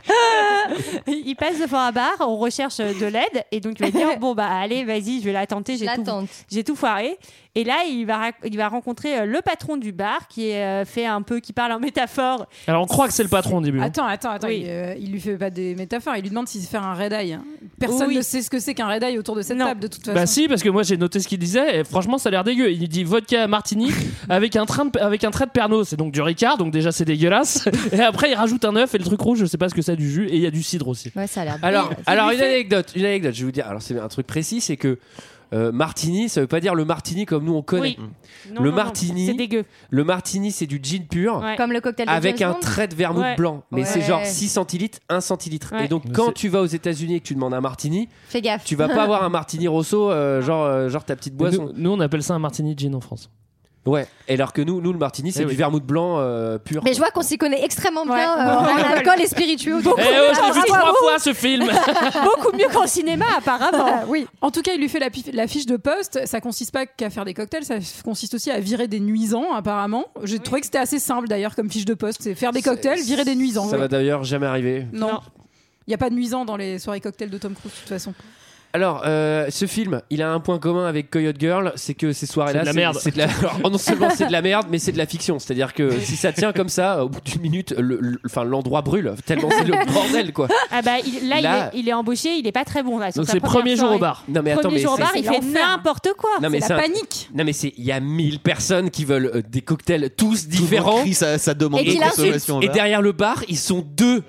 Speaker 14: il passe devant un bar, on recherche de l'aide et donc il va dire bon bah allez vas-y je vais la tenter j'ai tout j'ai tout foiré et là il va rac- il va rencontrer euh, le patron du bar qui est euh, fait un peu qui parle en métaphore
Speaker 6: Alors on croit que c'est le patron au début. hein.
Speaker 12: Attends, attends, attends.
Speaker 14: Oui.
Speaker 12: Il, euh, il lui fait pas des métaphores. Il lui demande s'il sait faire un red eye. Personne
Speaker 14: Oui.
Speaker 12: ne sait ce que c'est qu'un red eye autour de cette table de toute façon.
Speaker 6: Bah si, parce que moi j'ai noté ce qu'il disait et franchement ça a l'air dégueu. Il dit vodka
Speaker 12: [LAUGHS]
Speaker 6: à martini avec un train de- avec un trait de Pernod, c'est donc du Ricard, donc déjà
Speaker 12: [LAUGHS]
Speaker 6: c'est dégueulasse. Et après il rajoute un œuf et le truc rouge, je sais pas ce que c'est du jus et il y a du cidre aussi.
Speaker 7: Ouais, ça a
Speaker 14: Ah
Speaker 7: l'air
Speaker 1: alors,
Speaker 7: bien.
Speaker 1: alors une anecdote, une anecdote. Je vais vous dire. Alors, c'est un truc précis, c'est que euh, martini, ça veut pas dire le martini comme nous on connaît. Mm.
Speaker 14: Non,
Speaker 1: le
Speaker 14: non, non,
Speaker 1: martini,
Speaker 14: c'est dégueu
Speaker 1: le martini, c'est du gin pur.
Speaker 14: Ouais.
Speaker 7: Comme le cocktail de
Speaker 1: avec
Speaker 7: James
Speaker 1: un
Speaker 7: Bond.
Speaker 1: trait de vermouth
Speaker 7: Ouais.
Speaker 1: blanc. Mais
Speaker 7: Ouais.
Speaker 1: c'est genre 6 centilitres, 1 centilitre.
Speaker 7: Ouais.
Speaker 1: Et donc,
Speaker 7: Mais
Speaker 1: quand
Speaker 7: c'est-
Speaker 1: tu vas aux États-Unis et que tu demandes un martini,
Speaker 7: Fais gaffe.
Speaker 1: tu vas pas
Speaker 7: [LAUGHS]
Speaker 1: avoir un martini rosso, euh, genre, euh, genre ta petite boisson.
Speaker 6: Nous, nous, on appelle ça un martini gin en France.
Speaker 1: Ouais. Et alors que nous, nous le martini, c'est
Speaker 6: Eh
Speaker 1: du
Speaker 6: oui.
Speaker 1: vermouth blanc euh, pur.
Speaker 7: Mais je vois qu'on s'y connaît extrêmement bien euh, en alcool et spiritueux.
Speaker 6: Eh oh, je
Speaker 12: Ah,
Speaker 6: l'ai vu trois fois ce
Speaker 14: [LAUGHS]
Speaker 6: film.
Speaker 14: beaucoup mieux qu'en cinéma apparemment
Speaker 12: Bah,
Speaker 14: [LAUGHS]
Speaker 12: oui. En tout cas, il lui fait la, pif- la fiche de poste. Ça consiste pas qu'à faire des cocktails, ça f- consiste aussi à virer des nuisants, apparemment. J'ai trouvé que c'était assez simple d'ailleurs comme fiche de poste. C'est faire des cocktails, virer des nuisants.
Speaker 1: Ça
Speaker 12: ouais.
Speaker 1: va d'ailleurs jamais arriver.
Speaker 12: Non. Il n'y a pas de nuisants dans les soirées cocktails de Tom Cruise, de toute façon.
Speaker 1: Alors, euh, ce film, il a un point commun avec Coyote Girl, c'est que ces soirées-là,
Speaker 6: C'est de la merde.
Speaker 1: c'est de la- alors, non seulement c'est de la merde, mais c'est de la fiction. C'est-à-dire que si ça tient comme ça, au bout d'une minute, le- le- enfin, l'endroit brûle tellement c'est le bordel, quoi.
Speaker 14: ah bah il- là, il
Speaker 1: Là-
Speaker 14: est- il, est, embauché il est pas très bon là sur
Speaker 1: Donc
Speaker 14: sa
Speaker 1: c'est
Speaker 14: première
Speaker 1: premier jour
Speaker 14: soirée.
Speaker 1: au bar. Non, mais attends,
Speaker 14: premier
Speaker 1: mais
Speaker 14: jour au
Speaker 1: c'est-
Speaker 14: bar
Speaker 1: c'est
Speaker 14: il fait
Speaker 12: l'enfer.
Speaker 14: n'importe quoi
Speaker 1: Non, mais
Speaker 14: Ah, c'est
Speaker 1: c'est
Speaker 14: la
Speaker 1: un-
Speaker 14: panique
Speaker 1: [LAUGHS] Non mais c'est il y a 1000 personnes qui veulent euh, des cocktails tous différents.
Speaker 11: crie sa- sa demande
Speaker 1: et,
Speaker 11: de
Speaker 1: qu'il a-
Speaker 11: consommation
Speaker 1: et-
Speaker 11: au
Speaker 1: et
Speaker 11: bar.
Speaker 1: derrière le bar, ils sont deux.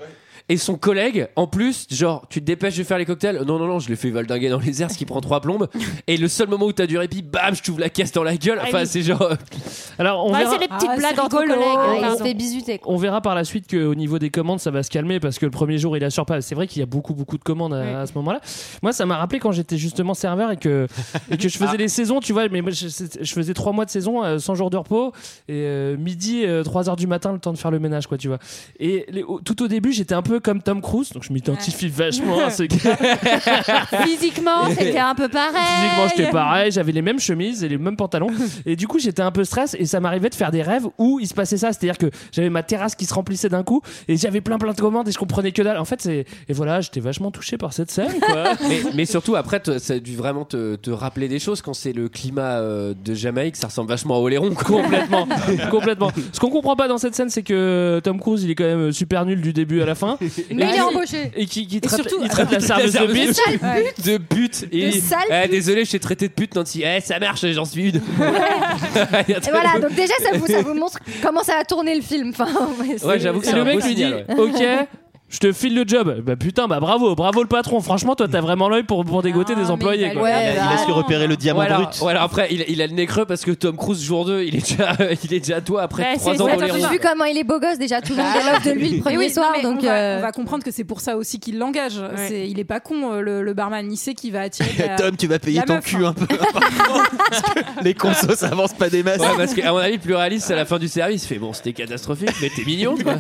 Speaker 1: Et son collègue, en plus, genre, tu te dépêches de faire les cocktails. Non, non, non, je les fais valdinguer dans les airs, ce qui prend trois plombes. Et le seul moment où t'as du répit, bam, je t'ouvre la caisse dans la gueule.
Speaker 6: Ah
Speaker 1: Enfin,
Speaker 6: oui.
Speaker 1: c'est genre.
Speaker 6: [LAUGHS] Alors on
Speaker 14: Ouais,
Speaker 6: verra.
Speaker 14: c'est les
Speaker 7: Ah,
Speaker 14: petites blagues entre collègues
Speaker 7: Il
Speaker 14: pardon.
Speaker 7: se fait bisuter. quoi.
Speaker 6: On verra par la suite qu'au niveau des commandes, ça va se calmer parce que le premier jour, il assure pas. C'est vrai qu'il y a beaucoup, beaucoup de commandes à, à ce moment-là. Moi, ça m'a rappelé quand j'étais justement serveur et que, et que je faisais les saisons, tu vois. Mais moi, je, c'est- je faisais trois mois de saison, euh, 100 jours de repos, et euh, midi, 3 heures du matin, le temps de faire le ménage, quoi, tu vois. Et les- au- tout au début, j'étais un peu comme Tom Cruise, donc je m'identifie vachement à ce gars.
Speaker 14: [LAUGHS] physiquement c'était un peu pareil
Speaker 6: Physiquement, j'étais pareil, j'avais les mêmes chemises et les mêmes pantalons. Et du coup, j'étais un peu stress et ça m'arrivait de faire des rêves où il se passait ça. C'est-à-dire que j'avais ma terrasse qui se remplissait d'un coup et j'avais plein plein de commandes et je comprenais que dalle. En fait, c'est. Et voilà, j'étais vachement touché par cette scène, quoi.
Speaker 1: [LAUGHS] mais, mais surtout, après, te- ça a dû vraiment te, te rappeler des choses quand c'est le climat euh, de Jamaïque, ça ressemble vachement à Oléron, quoi. [LAUGHS]
Speaker 6: complètement. complètement. Ce qu'on comprend pas dans cette scène, c'est que Tom Cruise, il est quand même super nul du début à la fin.
Speaker 7: Mais il
Speaker 6: qui-
Speaker 7: est embauché.
Speaker 6: Et qui, qui
Speaker 1: Et
Speaker 6: traite,
Speaker 1: surtout-
Speaker 6: il
Speaker 7: euh,
Speaker 6: traite la
Speaker 1: La
Speaker 6: serveuse de
Speaker 1: serveuse
Speaker 6: bite.
Speaker 1: de bite. De pute.
Speaker 7: De sale
Speaker 1: eh,
Speaker 7: pute.
Speaker 1: désolé, je t'ai traité de pute, Nancy. Eh, ça marche, j'en suis une. [LAUGHS]
Speaker 7: Et voilà, donc déjà, ça vous, ça vous montre comment ça va tourner le film. Enfin, [LAUGHS] ouais, c'est-
Speaker 1: Ouais, j'avoue que
Speaker 6: Et
Speaker 1: c'est
Speaker 6: le
Speaker 1: un
Speaker 6: mec
Speaker 1: beau
Speaker 6: lui
Speaker 7: [LAUGHS]
Speaker 6: dit
Speaker 1: signal,
Speaker 6: Ok, je te file le job. Bah putain, bah bravo, bravo le patron. Franchement, toi, t'as vraiment l'œil pour, pour dégoter des employés.
Speaker 11: il a-
Speaker 6: quoi.
Speaker 11: ouais, Il a- il a bah, su repérer le diamant
Speaker 6: Ouais, alors-
Speaker 11: brut.
Speaker 1: Ouais, alors après, il, il a le nez creux parce que Tom Cruise, jour 2, il est déjà, [LAUGHS] il est déjà à toi après
Speaker 7: Ouais,
Speaker 1: 3
Speaker 7: c'est
Speaker 1: ans
Speaker 7: ça.
Speaker 1: dans les
Speaker 7: J'ai vu
Speaker 1: roues.
Speaker 7: comment il est beau gosse déjà, tout le monde développe de lui le premier
Speaker 12: [LAUGHS] Mais oui, non,
Speaker 7: soir.
Speaker 12: mais
Speaker 7: Donc,
Speaker 12: on, va,
Speaker 7: euh,
Speaker 12: on va comprendre que c'est pour ça aussi qu'il l'engage. C'est- Il est pas con, euh, le, le barman. Il sait qu'il va attirer. la-
Speaker 11: [LAUGHS] Tom, tu vas payer
Speaker 12: la
Speaker 11: ton
Speaker 12: meuf, hein.
Speaker 11: cul hein. un peu. Les consos, ça avance pas des masses.
Speaker 1: Ouais, parce qu'à mon avis, le plus réaliste, c'est à la fin du service. Il fait bon, c'était catastrophique, mais t'es mignon,
Speaker 11: [LAUGHS]
Speaker 1: quoi.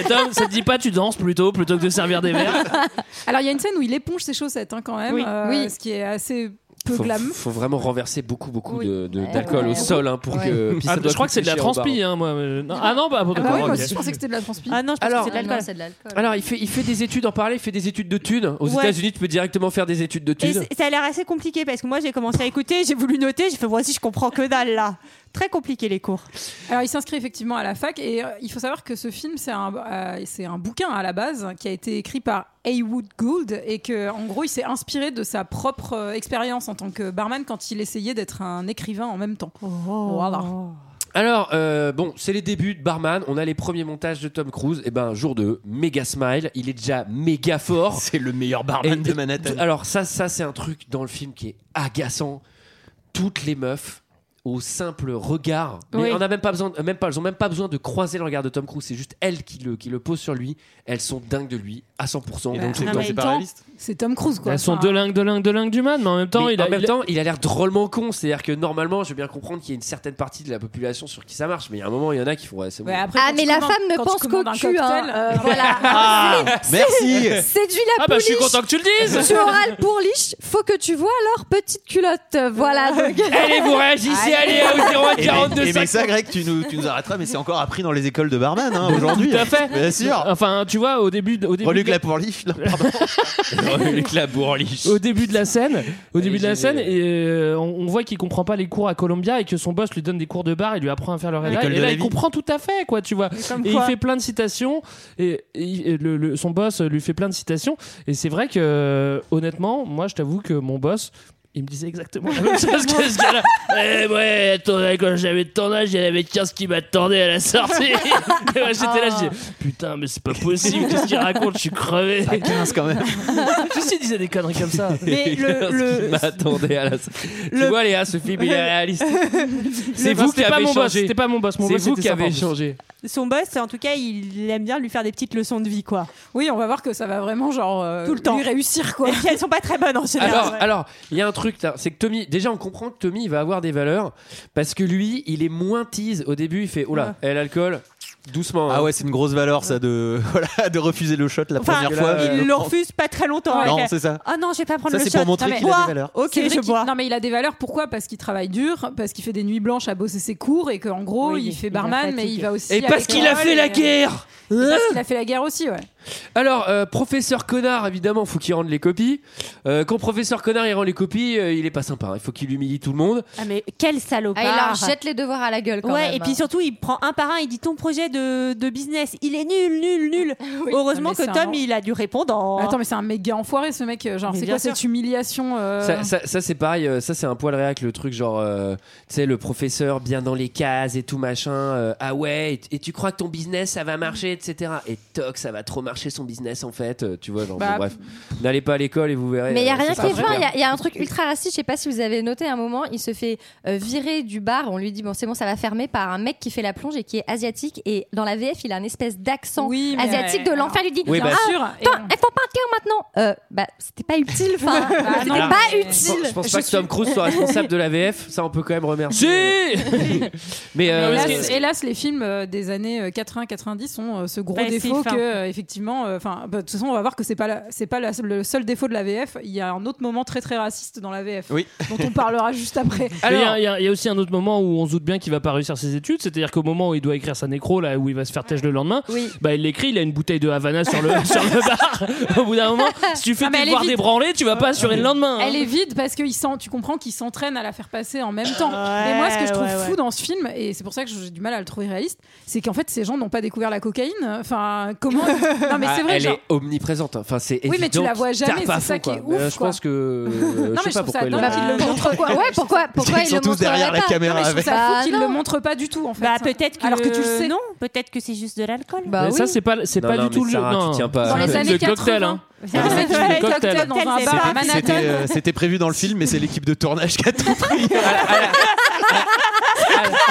Speaker 6: Eh, Tom, ça te dit pas, tu danses plutôt, plutôt que de servir des verres
Speaker 12: [LAUGHS] Alors, il y a une scène où il éponge ses chaussettes hein, quand même,
Speaker 1: Oui.
Speaker 12: euh,
Speaker 1: Oui.
Speaker 12: ce qui est assez peu
Speaker 1: Faut,
Speaker 12: glam.
Speaker 1: faut vraiment renverser beaucoup, beaucoup
Speaker 12: Oui.
Speaker 1: de- de-
Speaker 12: Ouais,
Speaker 1: d'alcool
Speaker 12: ouais.
Speaker 1: au sol hein, pour que. puis ça
Speaker 6: Ah,
Speaker 1: doit
Speaker 6: je crois que c'est de la
Speaker 1: coûter cher au
Speaker 6: transpi.
Speaker 1: bar.
Speaker 6: hein, moi. euh, non. Ah non, bah, pour
Speaker 1: Ah bah oui, moi
Speaker 6: ok.
Speaker 1: aussi, je pensais que
Speaker 12: c'était de la transpi.
Speaker 14: Ah non, je pense
Speaker 1: Alors-
Speaker 14: que c'est de l'alcool.
Speaker 1: Alors, il fait, il fait des études, en parler, il fait des études de thunes. Aux
Speaker 14: Ouais.
Speaker 1: États-Unis, tu peux directement faire des études de
Speaker 14: Et
Speaker 1: thunes.
Speaker 14: c- ça a l'air assez compliqué parce que moi j'ai commencé à écouter, j'ai voulu noter, j'ai fait voici, je comprends que dalle là. Très compliqué les cours.
Speaker 12: Alors, il s'inscrit effectivement à la fac et euh, il faut savoir que ce film, c'est un, euh, c'est un bouquin à la base qui a été écrit par Haywood Gould et que, en gros, il s'est inspiré de sa propre euh, expérience en tant que barman quand il essayait d'être un écrivain en même temps.
Speaker 7: Oh.
Speaker 12: Voilà.
Speaker 1: Alors, euh, bon, c'est les débuts de Barman. On a les premiers montages de Tom Cruise. Et ben, jour 2, méga smile. Il est déjà méga fort.
Speaker 11: C'est le meilleur barman de Manhattan.
Speaker 1: Alors, ça, ça c'est un truc dans le film qui est agaçant. Toutes les meufs au simple regard, mais
Speaker 6: Oui.
Speaker 1: on a même pas besoin, même pas, elles ont même pas besoin de croiser le regard de Tom Cruise. C'est juste elles qui le, qui le posent sur lui. Elles sont dingues de lui à 100%.
Speaker 12: Et donc, c'est En quoi, même c'est pas temps, réaliste C'est Tom Cruise, quoi.
Speaker 6: Elles sont
Speaker 12: Enfin,
Speaker 6: de lingue, de lingue, de lingue du man, mais en même temps,
Speaker 1: Mais
Speaker 6: il a.
Speaker 1: en même
Speaker 6: il a-
Speaker 1: temps, il a l'air drôlement con. C'est-à-dire que normalement, je veux bien comprendre qu'il y a une certaine partie de la population sur qui ça marche, mais il y a un moment, il y en a qui font ouais, c'est bon.
Speaker 12: Ouais, après,
Speaker 7: Ah,
Speaker 12: quand
Speaker 7: mais
Speaker 12: tu
Speaker 7: la
Speaker 12: commandes-
Speaker 7: femme ne
Speaker 12: quand tu
Speaker 7: pense qu'au
Speaker 12: commandes un
Speaker 7: cul, hein.
Speaker 12: cocktail,
Speaker 7: Euh, voilà.
Speaker 1: Ah,
Speaker 11: merci.
Speaker 7: Séduis la
Speaker 6: Ah bah, je suis
Speaker 7: pouliche.
Speaker 6: content que tu le dises.
Speaker 7: Tu auras le pourliche, faut que tu vois leur petite culotte. Voilà. Donc...
Speaker 6: [LAUGHS] Allez, vous réagissez, allez, au 01
Speaker 11: Et Eh, mais-
Speaker 6: 42
Speaker 11: et mais ça,
Speaker 6: 50.
Speaker 11: Greg, tu nous, tu nous arrêteras, mais c'est encore appris dans les écoles de barman hein, aujourd'hui.
Speaker 6: Tout à fait.
Speaker 11: Bien sûr.
Speaker 6: Enfin, tu vois, au début, de- au début,
Speaker 11: Reluc
Speaker 6: de,
Speaker 11: la pourliche, là, pardon.
Speaker 6: [LAUGHS]
Speaker 1: Reluc la bourliche.
Speaker 6: au début de la scène, au début de la
Speaker 1: j'ai-
Speaker 6: scène, et, euh, on, on voit qu'il comprend pas les cours à Columbia et que son boss lui donne des cours de bar et lui apprend à faire le réveil.
Speaker 11: L'école
Speaker 6: Et
Speaker 11: de
Speaker 6: là,
Speaker 11: la
Speaker 6: il
Speaker 11: vie.
Speaker 6: comprend tout à fait, quoi, tu vois.
Speaker 14: comme
Speaker 6: Et il
Speaker 14: quoi.
Speaker 6: fait plein de citations et, et il- et le- le- son boss lui fait plein de citations. Et c'est vrai que, euh, honnêtement, moi, je t'avoue que mon boss. Il me disait exactement la
Speaker 13: [LAUGHS]
Speaker 6: même chose que ce gars-là. Eh ouais, attendez, quand j'avais ton âge, il y en avait 15 qui m'attendaient à la
Speaker 13: [LAUGHS]
Speaker 6: sortie. [LAUGHS] Et moi, j'étais là, je dis,
Speaker 11: Ah.
Speaker 6: putain, mais c'est pas possible, qu'est-ce qu'il raconte, je suis crevé.
Speaker 11: Pas 15 quand
Speaker 6: [LAUGHS]
Speaker 11: même.
Speaker 6: Je sais, il disait des conneries comme [LAUGHS] ça.
Speaker 11: [LAUGHS]
Speaker 14: Mais le- le-
Speaker 1: M'attendez
Speaker 6: [LAUGHS]
Speaker 1: à la. Tu
Speaker 14: Le-
Speaker 1: vois Léa, ce film il
Speaker 14: [LAUGHS]
Speaker 1: est réaliste. C'est
Speaker 6: Non,
Speaker 1: vous qui
Speaker 6: c'était pas
Speaker 1: avez
Speaker 6: mon boss,
Speaker 1: changé.
Speaker 6: C'était pas mon boss. Mon
Speaker 1: C'est
Speaker 6: boss
Speaker 1: vous
Speaker 6: était
Speaker 1: qui
Speaker 6: sympa,
Speaker 1: avez
Speaker 6: en plus.
Speaker 1: changé.
Speaker 14: Son boss, en tout cas, il aime bien lui faire des petites leçons de vie quoi.
Speaker 12: Oui, on va voir que ça va vraiment genre euh,
Speaker 14: Tout le temps.
Speaker 12: lui réussir quoi.
Speaker 14: Et puis elles sont pas très bonnes en général.
Speaker 1: Alors, alors, il y a un truc là, c'est que Tommy. Déjà, on comprend que Tommy il va avoir des valeurs parce que lui, il est moins tease au début. Il fait, oh là, eh, l'alcool, doucement.
Speaker 11: [LAUGHS] Ah ouais, c'est une grosse valeur ça de, [LAUGHS] voilà, de refuser le shot la
Speaker 14: Enfin,
Speaker 11: première fois.
Speaker 14: il le refuse pas très longtemps.
Speaker 11: Non,
Speaker 14: Elle fait,
Speaker 11: c'est ça.
Speaker 14: Ah non, je vais pas prendre
Speaker 11: Ça,
Speaker 14: le
Speaker 11: c'est
Speaker 14: shot.
Speaker 11: pour montrer
Speaker 14: Non, mais
Speaker 11: qu'il a des
Speaker 14: bois.
Speaker 11: valeurs.
Speaker 14: Ok,
Speaker 12: C'est vrai
Speaker 14: je
Speaker 12: qu'il-
Speaker 14: bois.
Speaker 12: Non, mais il a des valeurs. Pourquoi Parce qu'il travaille dur, parce qu'il fait des nuits blanches à bosser ses cours et qu'en gros,
Speaker 14: Oui,
Speaker 12: il
Speaker 14: il
Speaker 12: fait
Speaker 14: est
Speaker 12: barman, mais
Speaker 14: fatigué.
Speaker 12: il va aussi.
Speaker 1: Et
Speaker 12: à
Speaker 1: parce qu'il a
Speaker 12: l'école
Speaker 1: fait
Speaker 12: et-
Speaker 1: la guerre.
Speaker 12: Et Parce qu'il a fait la guerre aussi, ouais.
Speaker 1: Alors, euh, professeur Connard, évidemment, faut qu'il rende les copies. Euh, quand professeur Connard il rend les copies, euh, il est pas sympa. hein. Il faut qu'il humilie tout le monde.
Speaker 14: Ah, mais quel
Speaker 7: Ah,
Speaker 14: salopard.
Speaker 7: il leur jette les devoirs à la gueule quand
Speaker 14: Ouais,
Speaker 7: même.
Speaker 14: et puis surtout, il prend un par un, il dit ton projet de, de business, il est nul,
Speaker 7: [LAUGHS]
Speaker 14: nul, nul. Heureusement
Speaker 12: Non,
Speaker 14: que
Speaker 12: mais c'est
Speaker 14: Tom,
Speaker 12: un-
Speaker 14: il a dû répondre en.
Speaker 12: Attends, mais c'est un méga enfoiré ce mec. Genre,
Speaker 14: Mais
Speaker 12: c'est
Speaker 14: bien
Speaker 12: quoi cette humiliation euh,
Speaker 1: Ça, ça- ça, c'est pareil, euh, ça c'est un poil réac le truc genre, euh, tu sais, le professeur bien dans les cases et tout machin, euh, ah ouais, et, et tu crois que ton business ça va marcher, etc. Et toc, ça va trop marcher son business en fait, euh, tu vois, genre,
Speaker 12: Bah,
Speaker 1: bon, bref, n'allez pas à l'école et vous verrez.
Speaker 7: Mais il y a
Speaker 1: euh,
Speaker 7: rien
Speaker 1: ça
Speaker 7: qui est
Speaker 1: sera
Speaker 7: fin, il y
Speaker 1: super.
Speaker 7: a- il y, a un truc ultra raciste, je sais pas si vous avez noté un moment, il se fait euh, virer du bar, on lui dit bon c'est bon ça va fermer par un mec qui fait la plonge et qui est asiatique et dans la VF il a un espèce d'accent
Speaker 12: Oui, mais
Speaker 7: asiatique de
Speaker 12: ouais,
Speaker 7: l'enfer, il dit
Speaker 1: Oui,
Speaker 7: ah,
Speaker 1: bah,
Speaker 12: Sûr. Et
Speaker 7: attends, il faut partir maintenant Euh, Bah c'était pas utile, enfin
Speaker 12: [LAUGHS]
Speaker 7: c'était
Speaker 12: non,
Speaker 7: pas
Speaker 12: mais-
Speaker 1: Ah, Je pense-
Speaker 7: utile
Speaker 1: Je pense
Speaker 12: Je
Speaker 1: pas que Tom Cruise soit responsable de la VF, ça on peut quand même remercier. [LAUGHS] Mais euh,
Speaker 12: Hélas,
Speaker 1: parce que-
Speaker 12: hélas, les films euh, des années 80-90 ont euh, ce gros
Speaker 14: Passif,
Speaker 12: défaut
Speaker 14: hein.
Speaker 12: que, euh, effectivement, euh, enfin, bah, de toute façon, on va voir que c'est pas la- c'est pas la- le seul défaut de la VF. Il y a un autre moment très très raciste dans la VF,
Speaker 11: Oui.
Speaker 12: dont on parlera [LAUGHS] juste après.
Speaker 6: Mais il y a- il y, a- il y a aussi un autre moment où on se doute bien qu'il va pas réussir ses études, c'est-à-dire qu'au moment où il doit écrire sa nécro, là où il va se faire têche le lendemain,
Speaker 7: Oui.
Speaker 6: bah il l'écrit, il a une bouteille de Havana sur le, [LAUGHS] sur le bar. Au bout d'un moment, si tu fais
Speaker 12: Ah, mais elle
Speaker 6: tes
Speaker 12: est
Speaker 6: devoirs
Speaker 12: vite.
Speaker 6: débranlés, tu vas pas assurer le lendemain. hein.
Speaker 12: Elle est vide parce que il sent- tu comprends qu'il s'entraîne à la faire passer en même temps.
Speaker 14: Ouais,
Speaker 12: Mais moi, ce que je trouve
Speaker 14: ouais,
Speaker 12: fou
Speaker 14: ouais.
Speaker 12: dans ce film, et c'est pour ça que j'ai du mal à le trouver réaliste, c'est qu'en fait, ces gens n'ont pas découvert la cocaïne. Enfin, comment Non, mais
Speaker 1: Ah,
Speaker 12: c'est vrai.
Speaker 1: elle
Speaker 12: genre-
Speaker 1: est omniprésente. hein. Enfin, c'est
Speaker 12: Oui, mais tu
Speaker 1: évident
Speaker 12: la vois
Speaker 1: qu'il
Speaker 12: jamais,
Speaker 1: tape à
Speaker 12: c'est ça
Speaker 1: fond,
Speaker 12: qui est
Speaker 1: quoi. Mais,
Speaker 12: ouf,
Speaker 1: euh, Je pense que. euh,
Speaker 12: Non,
Speaker 1: je
Speaker 12: mais
Speaker 1: sais
Speaker 12: je
Speaker 1: pas
Speaker 12: trouve ça
Speaker 1: pourquoi. elle
Speaker 12: dingue
Speaker 1: l'a-
Speaker 12: qu'il le montre
Speaker 7: Pourquoi- ouais pourquoi pourquoi
Speaker 11: Ils
Speaker 7: il
Speaker 11: sont
Speaker 7: le
Speaker 11: tous
Speaker 7: montre
Speaker 11: derrière la
Speaker 7: pas
Speaker 11: caméra
Speaker 12: Je trouve
Speaker 11: avec.
Speaker 12: ça
Speaker 7: Bah,
Speaker 12: fou qu'il
Speaker 7: non.
Speaker 12: le montre pas du tout en fait.
Speaker 14: Bah peut-être que.
Speaker 12: Alors que tu le sais.
Speaker 14: Non, non, peut-être que c'est juste de l'alcool.
Speaker 7: Bah
Speaker 12: Bah
Speaker 6: Mais ça, c'est pas, c'est
Speaker 1: Non,
Speaker 6: pas
Speaker 1: non,
Speaker 6: du tout
Speaker 1: mais
Speaker 6: le
Speaker 1: Sarah, tu
Speaker 6: non.
Speaker 1: tiens pas. Dans les
Speaker 6: C'est
Speaker 1: années
Speaker 6: le cocktail,
Speaker 1: 80.
Speaker 6: hein.
Speaker 1: Ah,
Speaker 6: C'est
Speaker 1: c'est
Speaker 6: le
Speaker 12: cocktail,
Speaker 6: cocktail.
Speaker 12: dans un bar à
Speaker 11: C'était,
Speaker 12: Manhattan.
Speaker 11: euh, C'était prévu dans le film, mais c'est l'équipe de tournage qui a tout pris.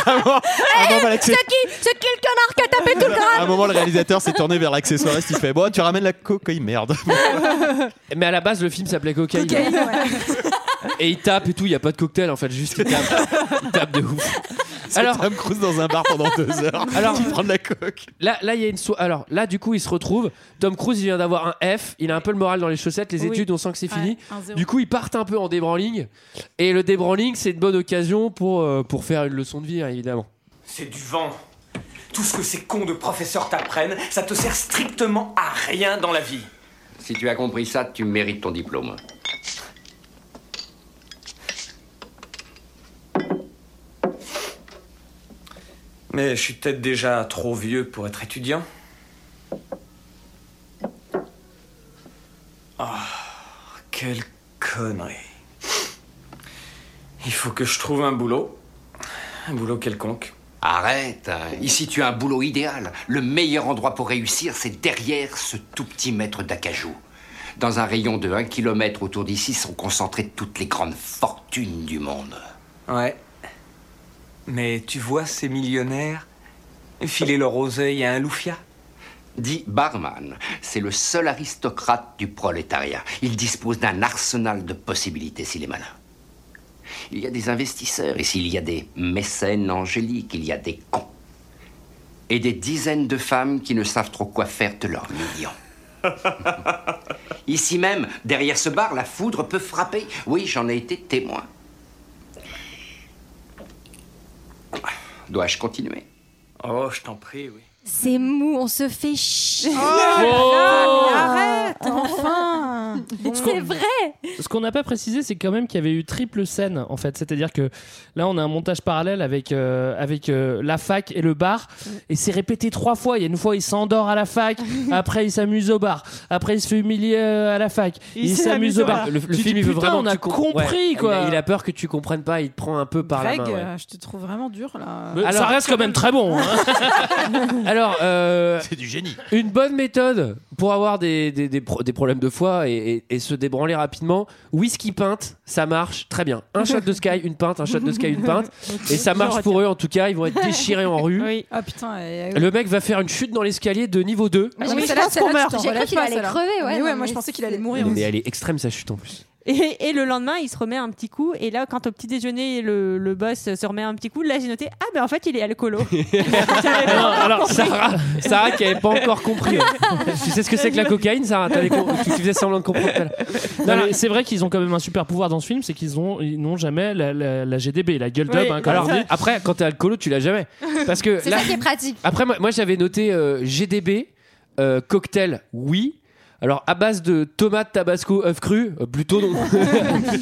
Speaker 11: Avant- avant, voilà,
Speaker 7: C'est
Speaker 11: c'est-
Speaker 7: qui C'est qui le connard qui a tapé
Speaker 13: [LAUGHS]
Speaker 7: tout le
Speaker 11: À un
Speaker 7: grave
Speaker 11: moment, le réalisateur s'est tourné vers l'accessoiriste. Il fait Bon, tu ramènes la cocaïne, merde.
Speaker 1: Mais à la base, le film s'appelait Cocaïne. [LAUGHS] Et il tape et tout, il n'y a pas de cocktail en fait, juste il tape. il tape
Speaker 11: [LAUGHS]
Speaker 1: de ouf.
Speaker 11: Alors, Tom Cruise dans un bar pendant deux heures.
Speaker 1: [LAUGHS] Alors-
Speaker 11: Alors, il prend de la coque.
Speaker 1: Là, là, il y a une so- Alors là, du coup, il se retrouve. Tom Cruise, il vient d'avoir un F. Il a un peu le moral dans les chaussettes. Les
Speaker 12: Oui.
Speaker 1: études, on sent que c'est
Speaker 12: Ouais,
Speaker 1: fini.
Speaker 12: un zéro.
Speaker 1: Du coup, ils partent un peu en débranling. Et le débranling, c'est une bonne occasion pour, euh, pour faire une leçon de vie, hein, évidemment.
Speaker 3: C'est du vent. Tout ce que ces cons de professeurs t'apprennent, ça te sert strictement à Ah, rien dans la vie.
Speaker 5: Si tu as compris ça, tu mérites ton diplôme.
Speaker 3: Mais je suis peut-être déjà trop vieux pour être étudiant. Ah, quelle connerie. Il faut que je trouve un boulot. Un boulot quelconque.
Speaker 5: Arrête. hein. Ici, tu as un boulot idéal. Le meilleur endroit pour réussir, c'est derrière ce tout petit mètre d'acajou. Dans un rayon de 1 km autour d'ici sont concentrées toutes les grandes fortunes du monde.
Speaker 3: Ouais. Mais tu vois ces millionnaires filer leur oseille à un loufia
Speaker 5: Dit Barman, c'est le seul aristocrate du prolétariat. Il dispose d'un arsenal de possibilités s'il est malin. Il y a des investisseurs ici, il y a des mécènes angéliques, il y a des cons. Et des dizaines de femmes qui ne savent trop quoi faire de leurs millions.
Speaker 3: [LAUGHS]
Speaker 5: ici même, derrière ce bar, la foudre peut frapper. Oui, j'en ai été témoin. Dois-je continuer
Speaker 3: Oh, je t'en prie, oui.
Speaker 7: C'est mou, on se fait chier.
Speaker 12: Oh,
Speaker 1: Oh.
Speaker 12: arrête,
Speaker 7: enfin C'est vrai
Speaker 6: Ce qu'on n'a pas précisé, c'est quand même qu'il y avait eu triple scène en fait. C'est-à-dire que là, on a un montage parallèle avec euh, avec euh, la fac et le bar, et c'est répété trois fois. Il y a une fois, il s'endort à la [LAUGHS] fac, après il s'amuse au bar, après il se fait humilier euh, à la fac,
Speaker 1: Il
Speaker 6: s'amuse au
Speaker 12: Ah.
Speaker 6: bar.
Speaker 1: Le, le
Speaker 6: Tu
Speaker 1: film,
Speaker 6: dis,
Speaker 1: il veut
Speaker 6: putain,
Speaker 1: vraiment.
Speaker 6: On
Speaker 1: que
Speaker 6: a
Speaker 1: tu com-
Speaker 6: compris
Speaker 1: Ouais,
Speaker 6: quoi.
Speaker 1: Il a, il a peur que tu comprennes pas. Il te prend un peu par
Speaker 12: Greg,
Speaker 1: la main. ouais.
Speaker 12: euh, je te trouve vraiment dur là.
Speaker 1: Mais ça reste quand même très bon. hein. [LAUGHS] Alors, c'est
Speaker 11: du génie.
Speaker 1: Une bonne méthode pour avoir des, des, des pro- des problèmes de foie et, et- et se débranler rapidement. Whisky pinte, ça marche très bien. Un shot de sky, une pinte, un shot de sky, une [LAUGHS] pinte. Et ça marche pour eux en tout cas.
Speaker 12: [LAUGHS]
Speaker 1: Ils vont être déchirés en rue.
Speaker 12: Ah putain. et-
Speaker 1: Le mec va faire une chute dans l'escalier de niveau 2.
Speaker 12: Ah,
Speaker 7: mais
Speaker 12: oui,
Speaker 7: celle-là,
Speaker 12: je pense
Speaker 7: celle-là,
Speaker 12: qu'on
Speaker 7: tu
Speaker 12: meurt.
Speaker 7: t'en
Speaker 12: J'ai cru
Speaker 7: relèves
Speaker 12: qu'il
Speaker 7: pas,
Speaker 12: allait
Speaker 7: celle-là.
Speaker 12: crever, ouais.
Speaker 7: Mais ouais,
Speaker 12: moi je pensais qu'il allait mourir.
Speaker 1: Non, mais elle est extrême sa chute en [LAUGHS] plus.
Speaker 14: Et, et le lendemain, il se remet un petit coup. Et là, quand au petit déjeuner, le, le boss se remet un petit coup, là, j'ai noté Ah, mais en fait, il est
Speaker 6: [LAUGHS]
Speaker 14: alcoolo.
Speaker 1: Non, alors, Sarah, Sarah qui avait pas encore [LAUGHS] compris. tu sais ce que c'est
Speaker 6: [LAUGHS]
Speaker 1: que la cocaïne, Sarah T'avais com- tu, tu faisais semblant de comprendre. tout à l'heure.
Speaker 6: Non, mais c'est vrai qu'ils ont quand même un super pouvoir dans ce film, c'est qu'ils ont ils n'ont jamais la, la- la GDB, la gueule d'homme. hein, comme
Speaker 1: Alors,
Speaker 6: on dit.
Speaker 1: après, quand t'es alcoolo, tu l'as jamais. Parce que
Speaker 7: C'est
Speaker 1: là-
Speaker 7: ça qui est pratique.
Speaker 1: Après, moi, moi, j'avais noté euh, GDB, euh, cocktail, oui. Alors, à base de tomates, tabasco, œufs crus, euh, plutôt non. [LAUGHS]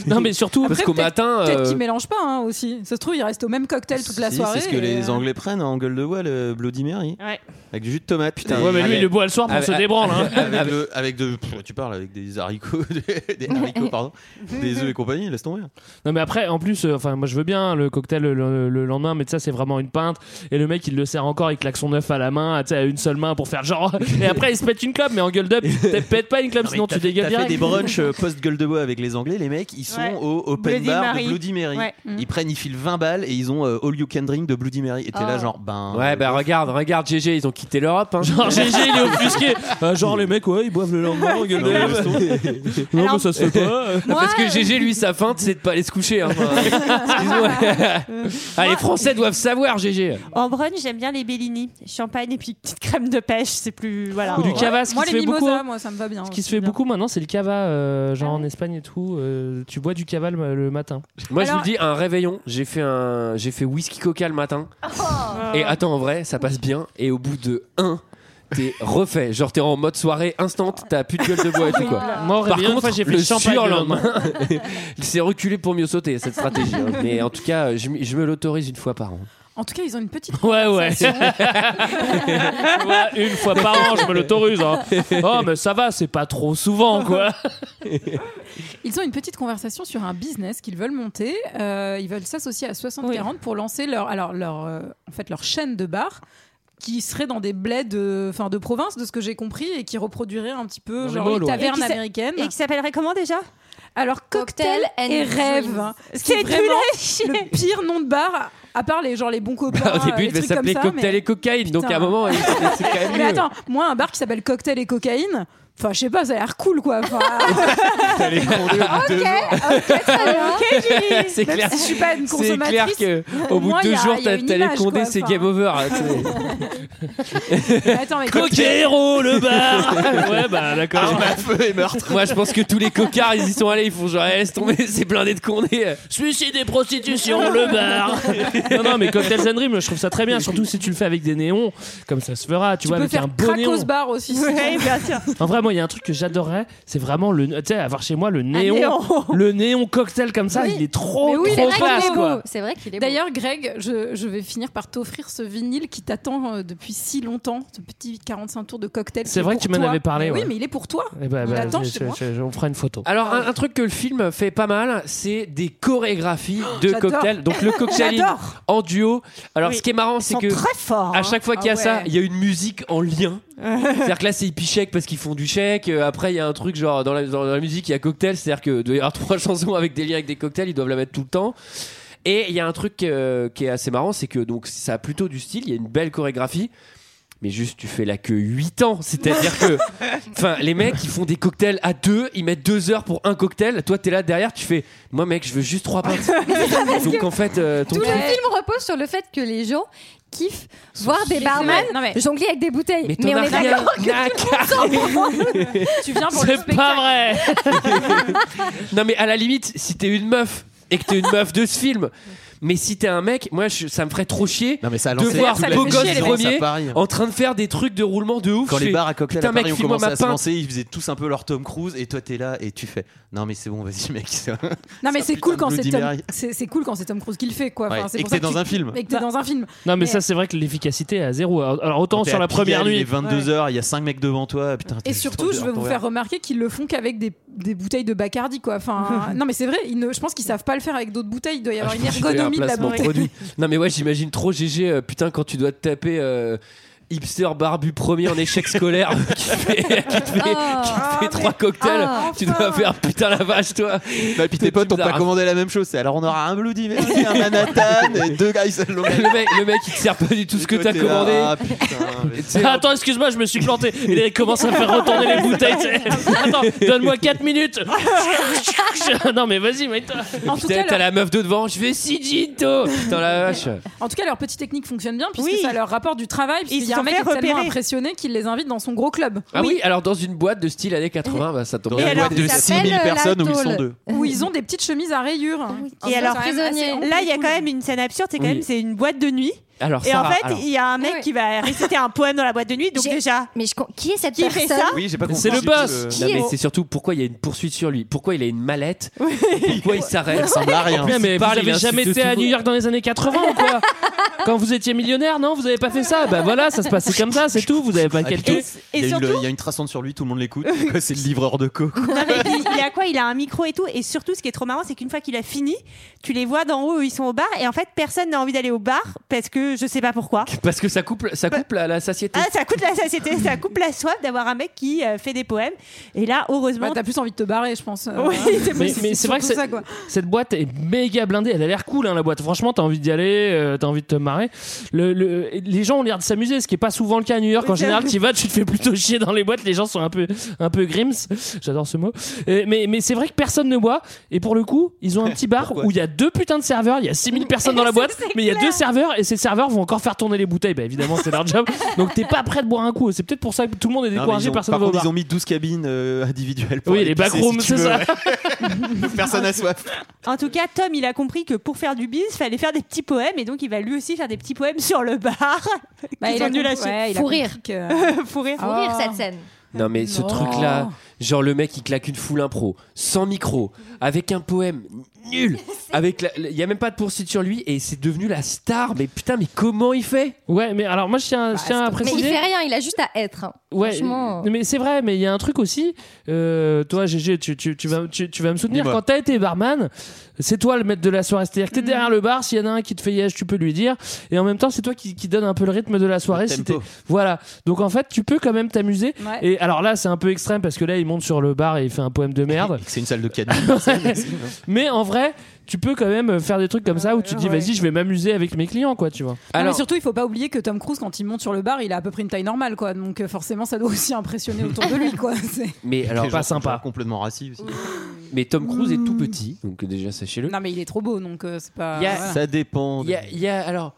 Speaker 6: non, mais surtout,
Speaker 1: parce
Speaker 12: Après,
Speaker 1: qu'au matin.
Speaker 12: Peut-être
Speaker 1: euh,
Speaker 12: qu'il mélange pas hein, aussi. Ça se trouve, il reste au même cocktail toute la
Speaker 11: Si,
Speaker 12: soirée.
Speaker 11: c'est ce que
Speaker 12: et,
Speaker 11: les
Speaker 12: euh,
Speaker 11: Anglais prennent en gueule de voile, euh, Bloody Mary.
Speaker 14: Ouais.
Speaker 11: Avec du jus de tomate, putain.
Speaker 6: Ouais, mais lui,
Speaker 11: Avec-
Speaker 6: il le boit le soir pour
Speaker 11: avec-
Speaker 6: se débranle, hein.
Speaker 11: Avec, le- avec de. pff, tu parles avec des haricots, [LAUGHS] des, des haricots, pardon. Des œufs et compagnie, laisse tomber.
Speaker 6: Non mais après, en plus, euh, enfin moi je veux bien le cocktail le, le- le lendemain, mais ça c'est vraiment une pinte. Et le mec il le sert encore, il claque son œuf à la main, tu sais, à une seule main pour faire genre. [LAUGHS] Et après il se pète une clope, mais en gueule d'up, t'es pète pas une clope sinon tu dégueules
Speaker 11: T'as fait
Speaker 6: direct.
Speaker 11: des brunchs
Speaker 6: [LAUGHS]
Speaker 11: euh, post-gueule de bois avec les Anglais, les mecs, ils sont
Speaker 14: Ouais.
Speaker 11: au open
Speaker 14: Bloody
Speaker 11: bar
Speaker 14: Mary.
Speaker 11: de Bloody Mary.
Speaker 14: Ouais. Mm.
Speaker 11: Ils prennent, ils filent 20 balles et ils ont euh, all you can drink de Bloody Mary. Et t'es là,
Speaker 1: Oh.
Speaker 11: genre, ben.
Speaker 1: Ouais, bah regarde, regarde, GG, ils ont quitté l'Europe. hein.
Speaker 6: Genre GG il est offusqué. Ah, genre les mecs ouais ils boivent le lendemain, en gueule
Speaker 1: [LAUGHS] Non,
Speaker 6: d'up. Non mais ça se fait
Speaker 11: [LAUGHS]
Speaker 6: pas. [LAUGHS]
Speaker 1: Ah, Parce que
Speaker 11: euh,
Speaker 1: GG, lui, sa feinte, c'est de pas aller se coucher. hein. Enfin, Excuse-moi. Ah, les Français doivent savoir, GG.
Speaker 14: En brunch, j'aime bien les Bellini. Champagne et puis petite crème de pêche, c'est plus. Voilà.
Speaker 6: Ou du cava, ce
Speaker 12: Moi,
Speaker 6: qui
Speaker 12: les
Speaker 6: se fait
Speaker 12: mimosas,
Speaker 6: beaucoup.
Speaker 12: moi, ça me va bien.
Speaker 6: Ce qui se fait beaucoup maintenant, c'est le cava, euh,
Speaker 11: Ah
Speaker 6: genre en Espagne et tout. euh, tu bois du cava le, le matin.
Speaker 1: Moi,
Speaker 11: [LAUGHS]
Speaker 1: je vous dis, un réveillon, j'ai fait un, j'ai fait whisky coca le matin.
Speaker 12: Oh.
Speaker 1: Et attends, en vrai, ça passe bien. Et au bout de 1, t'es refait. Genre, t'es en mode soirée instant, t'as plus de gueule de bois et tout quoi.
Speaker 6: Moi, au
Speaker 1: Par
Speaker 6: réveillon, une fois,
Speaker 1: contre,
Speaker 6: j'ai fait
Speaker 1: le
Speaker 6: le champagne le
Speaker 1: surlendemain, [LAUGHS] c'est reculé pour mieux sauter cette stratégie. hein. Mais en tout cas, je, m- je me l'autorise une fois par an.
Speaker 12: euh, En tout cas, ils ont une
Speaker 1: [LAUGHS]
Speaker 12: petite.
Speaker 6: Ouais, ouais.
Speaker 12: sensation. [LAUGHS]
Speaker 6: Ouais, une fois par an, je me
Speaker 11: [LAUGHS]
Speaker 6: l'autorise. hein. Oh, mais ça va, c'est pas trop souvent, quoi.
Speaker 12: Ils ont une petite conversation sur un business qu'ils veulent monter. Euh, ils veulent s'associer à 60-40 pour lancer leur, alors leur, euh, en fait, leur chaîne de bar qui serait dans des bleds de, enfin, de province, de ce que j'ai compris, et qui reproduirait un petit peu
Speaker 14: Dans les
Speaker 12: genre
Speaker 14: malls,
Speaker 12: les
Speaker 14: ouais.
Speaker 12: tavernes
Speaker 14: Et qui s'a-
Speaker 12: américaines.
Speaker 14: et qui s'appellerait comment déjà
Speaker 12: Alors, cocktail,
Speaker 14: and
Speaker 12: et
Speaker 14: Dreams.
Speaker 12: rêve. Ce qui
Speaker 14: C'est
Speaker 12: est
Speaker 14: du
Speaker 12: vraiment
Speaker 14: lâcher. [LAUGHS]
Speaker 12: le pire nom de bar, à part les, genre, les bons copains.
Speaker 1: Bah, Au
Speaker 12: euh,
Speaker 1: début,
Speaker 12: les
Speaker 1: il devait
Speaker 12: trucs comme
Speaker 1: s'appeler
Speaker 12: ça,
Speaker 1: Cocktail
Speaker 12: mais-
Speaker 1: et Cocaïne. Donc, à un
Speaker 12: Putain.
Speaker 1: moment, il- c'est quand même
Speaker 12: mais
Speaker 1: mieux.
Speaker 12: attends, moi, un bar qui s'appelle Cocktail et Cocaïne, enfin, je sais pas, ça a l'air cool, quoi. Enfin,
Speaker 1: [LAUGHS]
Speaker 12: Ah,
Speaker 1: c'est
Speaker 12: Même
Speaker 1: clair.
Speaker 12: si je suis pas une
Speaker 1: c'est clair
Speaker 12: consommatrice,
Speaker 1: que au bout
Speaker 12: moi,
Speaker 1: de
Speaker 12: il y
Speaker 1: deux
Speaker 12: a-
Speaker 1: jours,
Speaker 12: il y a
Speaker 1: t'as-
Speaker 12: une
Speaker 1: t'allais
Speaker 12: image,
Speaker 1: condé,
Speaker 12: quoi,
Speaker 1: c'est
Speaker 12: enfin.
Speaker 1: game over. hein, tu sais.
Speaker 12: Attends, mais
Speaker 1: Coquero
Speaker 12: [LAUGHS]
Speaker 1: le bar [LAUGHS] Ouais bah d'accord.
Speaker 11: feu et meurtre.
Speaker 1: Moi je pense que tous les cocards ils y sont allés, ils font genre eh, laisse tomber, [LAUGHS] c'est blindé de condé. Suicide et prostitution le
Speaker 14: [LAUGHS]
Speaker 1: bar
Speaker 6: non, non, mais Cocktails and Dreams, je trouve ça très bien, surtout si tu le fais avec des néons, comme ça se fera, tu,
Speaker 12: tu
Speaker 6: vois,
Speaker 12: peux
Speaker 6: avec
Speaker 12: faire
Speaker 6: un beau néon.
Speaker 12: Krakos Bar aussi.
Speaker 14: Ouais, bien
Speaker 12: sûr.
Speaker 6: En vrai, moi, il y a un truc que j'adorerais, c'est vraiment le, tu sais, avoir chez moi le néon,
Speaker 12: néon.
Speaker 6: le néon cocktail comme ça, il est trop,
Speaker 12: Mais oui,
Speaker 6: trop
Speaker 12: c'est vrai
Speaker 6: classe,
Speaker 12: qu'il est
Speaker 6: quoi.
Speaker 12: beau. D'ailleurs, Greg, je, je vais finir par t'offrir ce vinyle qui t'attend euh, depuis si longtemps, ce petit 45 tours de cocktail.
Speaker 6: C'est
Speaker 12: qui est
Speaker 6: vrai que
Speaker 12: pour
Speaker 6: tu m'en
Speaker 12: toi.
Speaker 6: avais parlé,
Speaker 12: Mais
Speaker 6: ouais.
Speaker 12: Oui, mais il est pour toi.
Speaker 6: Eh ben,
Speaker 12: Il
Speaker 6: bah,
Speaker 12: attend
Speaker 6: je-
Speaker 12: chez
Speaker 6: je-
Speaker 12: moi.
Speaker 6: je- on fera une photo.
Speaker 1: [LAUGHS] Alors un, un truc que le film fait pas mal, c'est des chorégraphies
Speaker 6: [GASPS]
Speaker 1: de
Speaker 6: j'adore.
Speaker 1: cocktails. Donc
Speaker 6: [LAUGHS]
Speaker 1: le cocktail
Speaker 6: J'adore.
Speaker 1: en duo. Alors
Speaker 6: Oui.
Speaker 1: ce qui est marrant, c'est
Speaker 6: sont
Speaker 1: que
Speaker 6: très forts,
Speaker 1: à
Speaker 6: hein.
Speaker 1: chaque fois qu'il y a
Speaker 6: Ah
Speaker 1: ça,
Speaker 6: ouais.
Speaker 1: il y a une musique en
Speaker 6: [LAUGHS]
Speaker 1: lien. C'est-à-dire que là c'est hippie chèque parce qu'ils font du chèque. Euh, Après il y a un truc genre dans la, dans la musique il y a cocktail, c'est-à-dire que doit y avoir [LAUGHS] trois chansons avec des liens avec des cocktails, ils doivent la mettre tout le temps. Et il y a un truc euh, qui est assez marrant, c'est que donc ça a plutôt du style, il y a une belle chorégraphie. Mais juste, tu fais là que 8 ans. C'est-à-dire que, enfin, les mecs, ils font des cocktails à deux, ils mettent deux heures pour un cocktail. Toi, t'es là derrière, tu fais, moi, mec, je veux juste trois
Speaker 7: [LAUGHS]
Speaker 1: pintes.
Speaker 7: Parce
Speaker 1: Donc,
Speaker 7: que
Speaker 1: en fait, euh, ton
Speaker 7: Tout le
Speaker 1: truc-
Speaker 7: film repose sur le fait que les gens kiffent voir des barman
Speaker 12: Non, mais-
Speaker 7: jongler avec des bouteilles.
Speaker 1: Mais
Speaker 7: Mais,
Speaker 1: t'en
Speaker 7: on
Speaker 1: as
Speaker 7: est
Speaker 1: rien
Speaker 7: d'accord que
Speaker 1: à
Speaker 7: tout le monde s'en branle.
Speaker 1: [LAUGHS]
Speaker 12: tu viens pour le
Speaker 6: C'est pas vrai.
Speaker 1: Non, mais à la limite, si t'es une meuf et que t'es une meuf de ce film. Mais si t'es un mec, moi je- ça me ferait trop chier
Speaker 11: mais ça a
Speaker 1: de
Speaker 11: lancé
Speaker 1: voir
Speaker 11: toute la
Speaker 1: beau
Speaker 11: vie,
Speaker 1: gosse
Speaker 11: les mecs. Ça,
Speaker 1: premier
Speaker 11: pareil.
Speaker 1: en train de faire des trucs de roulement de ouf.
Speaker 11: Quand
Speaker 1: je
Speaker 11: les
Speaker 1: fais,
Speaker 11: bars à cocktail
Speaker 1: putain,
Speaker 11: à Paris
Speaker 1: mec,
Speaker 11: ont
Speaker 1: file-moi
Speaker 11: commencé
Speaker 1: ma
Speaker 11: à se
Speaker 1: pinte.
Speaker 11: lancer, ils faisaient tous un peu leur Tom Cruise et toi t'es là et tu fais non mais c'est bon vas-y mec. c'est un-
Speaker 12: Non mais c'est
Speaker 11: putain
Speaker 12: cool
Speaker 11: de
Speaker 12: quand c'est
Speaker 11: Bloody
Speaker 12: Tom,
Speaker 11: Mary.
Speaker 12: c'est c'est cool quand c'est Tom Cruise qui le fait quoi. Enfin,
Speaker 11: Ouais,
Speaker 12: c'est
Speaker 11: et
Speaker 12: pour
Speaker 11: que
Speaker 12: ça
Speaker 11: t'es dans
Speaker 12: tu-
Speaker 11: un film.
Speaker 12: Et que t'es dans un film.
Speaker 6: Non, mais, ça, c'est vrai que l'efficacité est à zéro. Alors autant
Speaker 11: T'es
Speaker 6: sur
Speaker 11: à
Speaker 6: la première
Speaker 11: Pigalle, Il
Speaker 6: nuit.
Speaker 11: est 22h, il y a 5 mecs devant toi. Putain, Ah, t'es
Speaker 12: Et
Speaker 11: juste
Speaker 12: surtout, je veux vous
Speaker 11: tombé.
Speaker 12: faire remarquer qu'ils le font qu'avec des, des bouteilles de Bacardi, quoi.
Speaker 6: [LAUGHS]
Speaker 12: Enfin, non, mais c'est vrai, ils ne, je pense qu'ils savent pas le faire avec d'autres bouteilles. Il doit y avoir
Speaker 1: Ah,
Speaker 12: une
Speaker 1: je pense que j'ai
Speaker 12: ergonomie de
Speaker 1: un
Speaker 12: la
Speaker 1: placement
Speaker 12: bouteille.
Speaker 1: produit. [LAUGHS] Non mais ouais, j'imagine trop GG euh, putain quand tu dois te taper euh, hipster barbu premier en échec scolaire [LAUGHS] qui te fait, qui te fait- qui
Speaker 14: Ah.
Speaker 1: te fait trois cocktails,
Speaker 11: Ah,
Speaker 1: tu dois faire putain la vache toi.
Speaker 11: Et puis tes potes t'ont pas commandé la même chose. c'est Alors on aura un Bloody
Speaker 6: [LAUGHS]
Speaker 11: Mary, un Manhattan et deux guys le
Speaker 1: Le mec, le mec il te sert pas du tout ce que t'as commandé.
Speaker 11: Ah putain.
Speaker 1: Et tu sais,
Speaker 6: [LAUGHS] Attends, excuse-moi, je me suis planté. Il est- commence à faire retourner les bouteilles.
Speaker 11: [LAUGHS]
Speaker 6: tu sais. Attends, donne-moi 4
Speaker 1: [LAUGHS]
Speaker 6: minutes. non, mais vas-y, mets toi
Speaker 12: En tout cas,
Speaker 1: putain, t'as
Speaker 12: leur-
Speaker 1: la meuf de devant, je vais Sigito. Putain la vache.
Speaker 12: En tout cas, leur petite technique fonctionne bien puisque
Speaker 14: Oui.
Speaker 12: ça leur rapporte du travail. Puisqu'il
Speaker 14: Ils
Speaker 12: y a
Speaker 14: se
Speaker 12: un mec qui est
Speaker 14: sont fait
Speaker 12: tellement
Speaker 14: repérer.
Speaker 12: impressionné qu'il les invite dans son gros club.
Speaker 1: Ah oui, alors dans une boîte de style années 80, bah, ça tombe
Speaker 11: Dans une
Speaker 1: bien.
Speaker 11: boîte de Ça s'appelle
Speaker 14: euh,
Speaker 12: euh,
Speaker 11: 6000 personnes où ils sont deux.
Speaker 12: Où ils ont des petites chemises à rayures.
Speaker 14: Et alors, là, il y a quand même une scène absurde. C'est quand
Speaker 1: Oui.
Speaker 14: même c'est une boîte de nuit.
Speaker 1: Alors,
Speaker 14: et
Speaker 1: Sarah,
Speaker 14: en fait,
Speaker 1: alors.
Speaker 14: il y a un mec qui va réciter un poème dans la boîte de nuit. Donc déjà,
Speaker 7: mais qui est cette
Speaker 14: qui fait ça
Speaker 11: Oui, j'ai pas compris.
Speaker 1: C'est le
Speaker 11: du
Speaker 1: boss.
Speaker 11: tout,
Speaker 1: Non, mais
Speaker 11: le-
Speaker 1: c'est surtout pourquoi il y a une poursuite sur lui, pourquoi il a une mallette, pourquoi il s'arrête.
Speaker 6: [LAUGHS]
Speaker 11: Il ressemble à rien.
Speaker 6: Bien,
Speaker 1: Il
Speaker 6: mais vous
Speaker 1: parle, il
Speaker 6: avez
Speaker 1: insulte
Speaker 6: jamais
Speaker 1: tout
Speaker 6: été
Speaker 1: le
Speaker 6: à
Speaker 1: monde.
Speaker 6: New York dans les années 80 ou quoi Quand vous étiez millionnaire, non Vous avez pas fait ça Bah voilà, ça
Speaker 11: [LAUGHS]
Speaker 6: se passait comme ça, c'est tout. Vous avez pas
Speaker 11: Ah,
Speaker 6: quelqu'un.
Speaker 11: putain, Il y a eu le- il y a une traçante sur lui, tout le monde
Speaker 6: [LAUGHS]
Speaker 11: l'écoute. C'est le livreur de
Speaker 14: [LAUGHS]
Speaker 11: coke.
Speaker 14: Non, mais il, il a quoi Il a un micro et tout. Et surtout, ce qui est trop marrant, c'est qu'une fois qu'il a fini, tu les vois d'en haut où ils sont au bar. Et en fait, personne n'a envie d'aller au bar parce que je sais pas pourquoi.
Speaker 1: Parce que ça coupe, ça coupe la, la satiété.
Speaker 14: Ah, ça coûte la satiété, ça coupe la soif d'avoir un mec qui euh, fait des poèmes. Et là, heureusement.
Speaker 12: Bah, T'as plus envie de te barrer, je pense. Euh,
Speaker 14: Oui,
Speaker 12: [LAUGHS]
Speaker 14: c'est
Speaker 6: Euh, Mais,
Speaker 14: possible.
Speaker 6: mais c'est vrai que
Speaker 12: surtout
Speaker 6: c'est-
Speaker 12: ça, quoi.
Speaker 6: cette boîte est méga blindée. Elle a l'air cool, hein, la boîte. Franchement, t'as envie d'y aller, euh, t'as envie de te marrer. Le- le- les gens ont l'air de s'amuser, ce qui est pas souvent le cas à New York. En
Speaker 14: Oui, c'est
Speaker 6: général,
Speaker 14: vrai.
Speaker 6: tu vas, tu te fais plutôt chier dans les boîtes. Les gens sont un peu, un peu grims. J'adore ce mot. Euh, mais mais c'est vrai que personne ne boit. Et pour le coup, ils ont un petit bar où il y a deux putains de serveurs. Il y a 6000 personnes dans la boîte, mais il y a deux serveurs et ces serveurs vont encore faire tourner les bouteilles. Bah évidemment, c'est leur job. Donc t'es pas prêt de boire un coup. C'est peut-être pour ça que tout le monde est
Speaker 11: Non, mais
Speaker 6: découragé.
Speaker 11: ils ont-
Speaker 6: personne
Speaker 11: par
Speaker 6: ne va au
Speaker 11: contre,
Speaker 6: bar.
Speaker 11: ils ont mis 12 cabines euh, individuelles. pour
Speaker 6: Oui,
Speaker 11: aller
Speaker 6: les
Speaker 11: pisser,
Speaker 6: backrooms,
Speaker 11: si tu
Speaker 6: c'est
Speaker 11: veux,
Speaker 6: ça. [LAUGHS]
Speaker 11: ouais. Personne à soif.
Speaker 14: En tout cas, Tom, il a compris que pour faire du biz, fallait faire des petits poèmes. Et donc, il va lui aussi faire des petits poèmes sur le bar. [LAUGHS]
Speaker 12: Bah,
Speaker 14: qu'ils
Speaker 12: il a
Speaker 14: ont dû
Speaker 12: compris-
Speaker 14: lâcher.
Speaker 12: ouais, il a
Speaker 14: Faut
Speaker 12: compris
Speaker 14: rire. [LAUGHS]
Speaker 12: que-
Speaker 14: Faut rire. Oh.
Speaker 7: Faut rire cette scène.
Speaker 1: Non mais ce
Speaker 12: Non.
Speaker 1: truc là, genre le mec il claque une foule impro, sans micro, avec un poème nul. Avec, la- la- il y a même pas de poursuite sur lui et c'est devenu la star. Mais putain, mais comment il fait
Speaker 6: Ouais, mais alors moi je tiens, je tiens à
Speaker 7: Mais il
Speaker 6: préciser.
Speaker 7: fait rien, il a juste à être. hein.
Speaker 6: Ouais,
Speaker 7: Franchement.
Speaker 6: euh, mais c'est vrai, mais il y a un truc aussi. euh, toi, GG, tu, tu, tu vas, tu, tu vas me soutenir.
Speaker 1: Dis-moi.
Speaker 6: Quand t'as été barman, c'est toi le maître de la soirée. C'est-à-dire que t'es
Speaker 12: Mm.
Speaker 6: derrière le bar, s'il y en a un qui te fait yège, tu peux lui dire. Et en même temps, c'est toi qui, qui donne un peu le rythme de la soirée. si
Speaker 1: tempo.
Speaker 6: t'es- voilà. Donc en fait, tu peux quand même t'amuser.
Speaker 1: Ouais.
Speaker 6: Et alors là, c'est un peu extrême parce que là, il monte sur le bar et il fait un poème de merde.
Speaker 11: [LAUGHS] C'est une salle de
Speaker 6: [LAUGHS]
Speaker 11: caddie.
Speaker 6: mais en vrai, tu peux quand même faire des trucs comme ça où tu te dis,
Speaker 12: Ouais.
Speaker 6: vas-y, je vais m'amuser avec mes clients, quoi, tu vois.
Speaker 12: Non, mais surtout, il faut pas oublier que Tom Cruise, quand il monte sur le bar, il a à peu près une taille normale, quoi. Donc euh, forcément, ça doit aussi [LAUGHS] impressionner autour de lui,
Speaker 1: [LAUGHS]
Speaker 12: quoi. C'est-
Speaker 1: Mais alors
Speaker 11: Les gens
Speaker 1: pas
Speaker 11: sont
Speaker 1: sympa.
Speaker 11: Complètement raciste aussi.
Speaker 1: Mais Tom Cruise est tout petit, donc déjà sachez-le.
Speaker 12: Non, mais il est trop beau, donc euh, c'est pas.
Speaker 1: Il y a-
Speaker 12: voilà.
Speaker 11: Ça dépend.
Speaker 1: Il y a, il y a- alors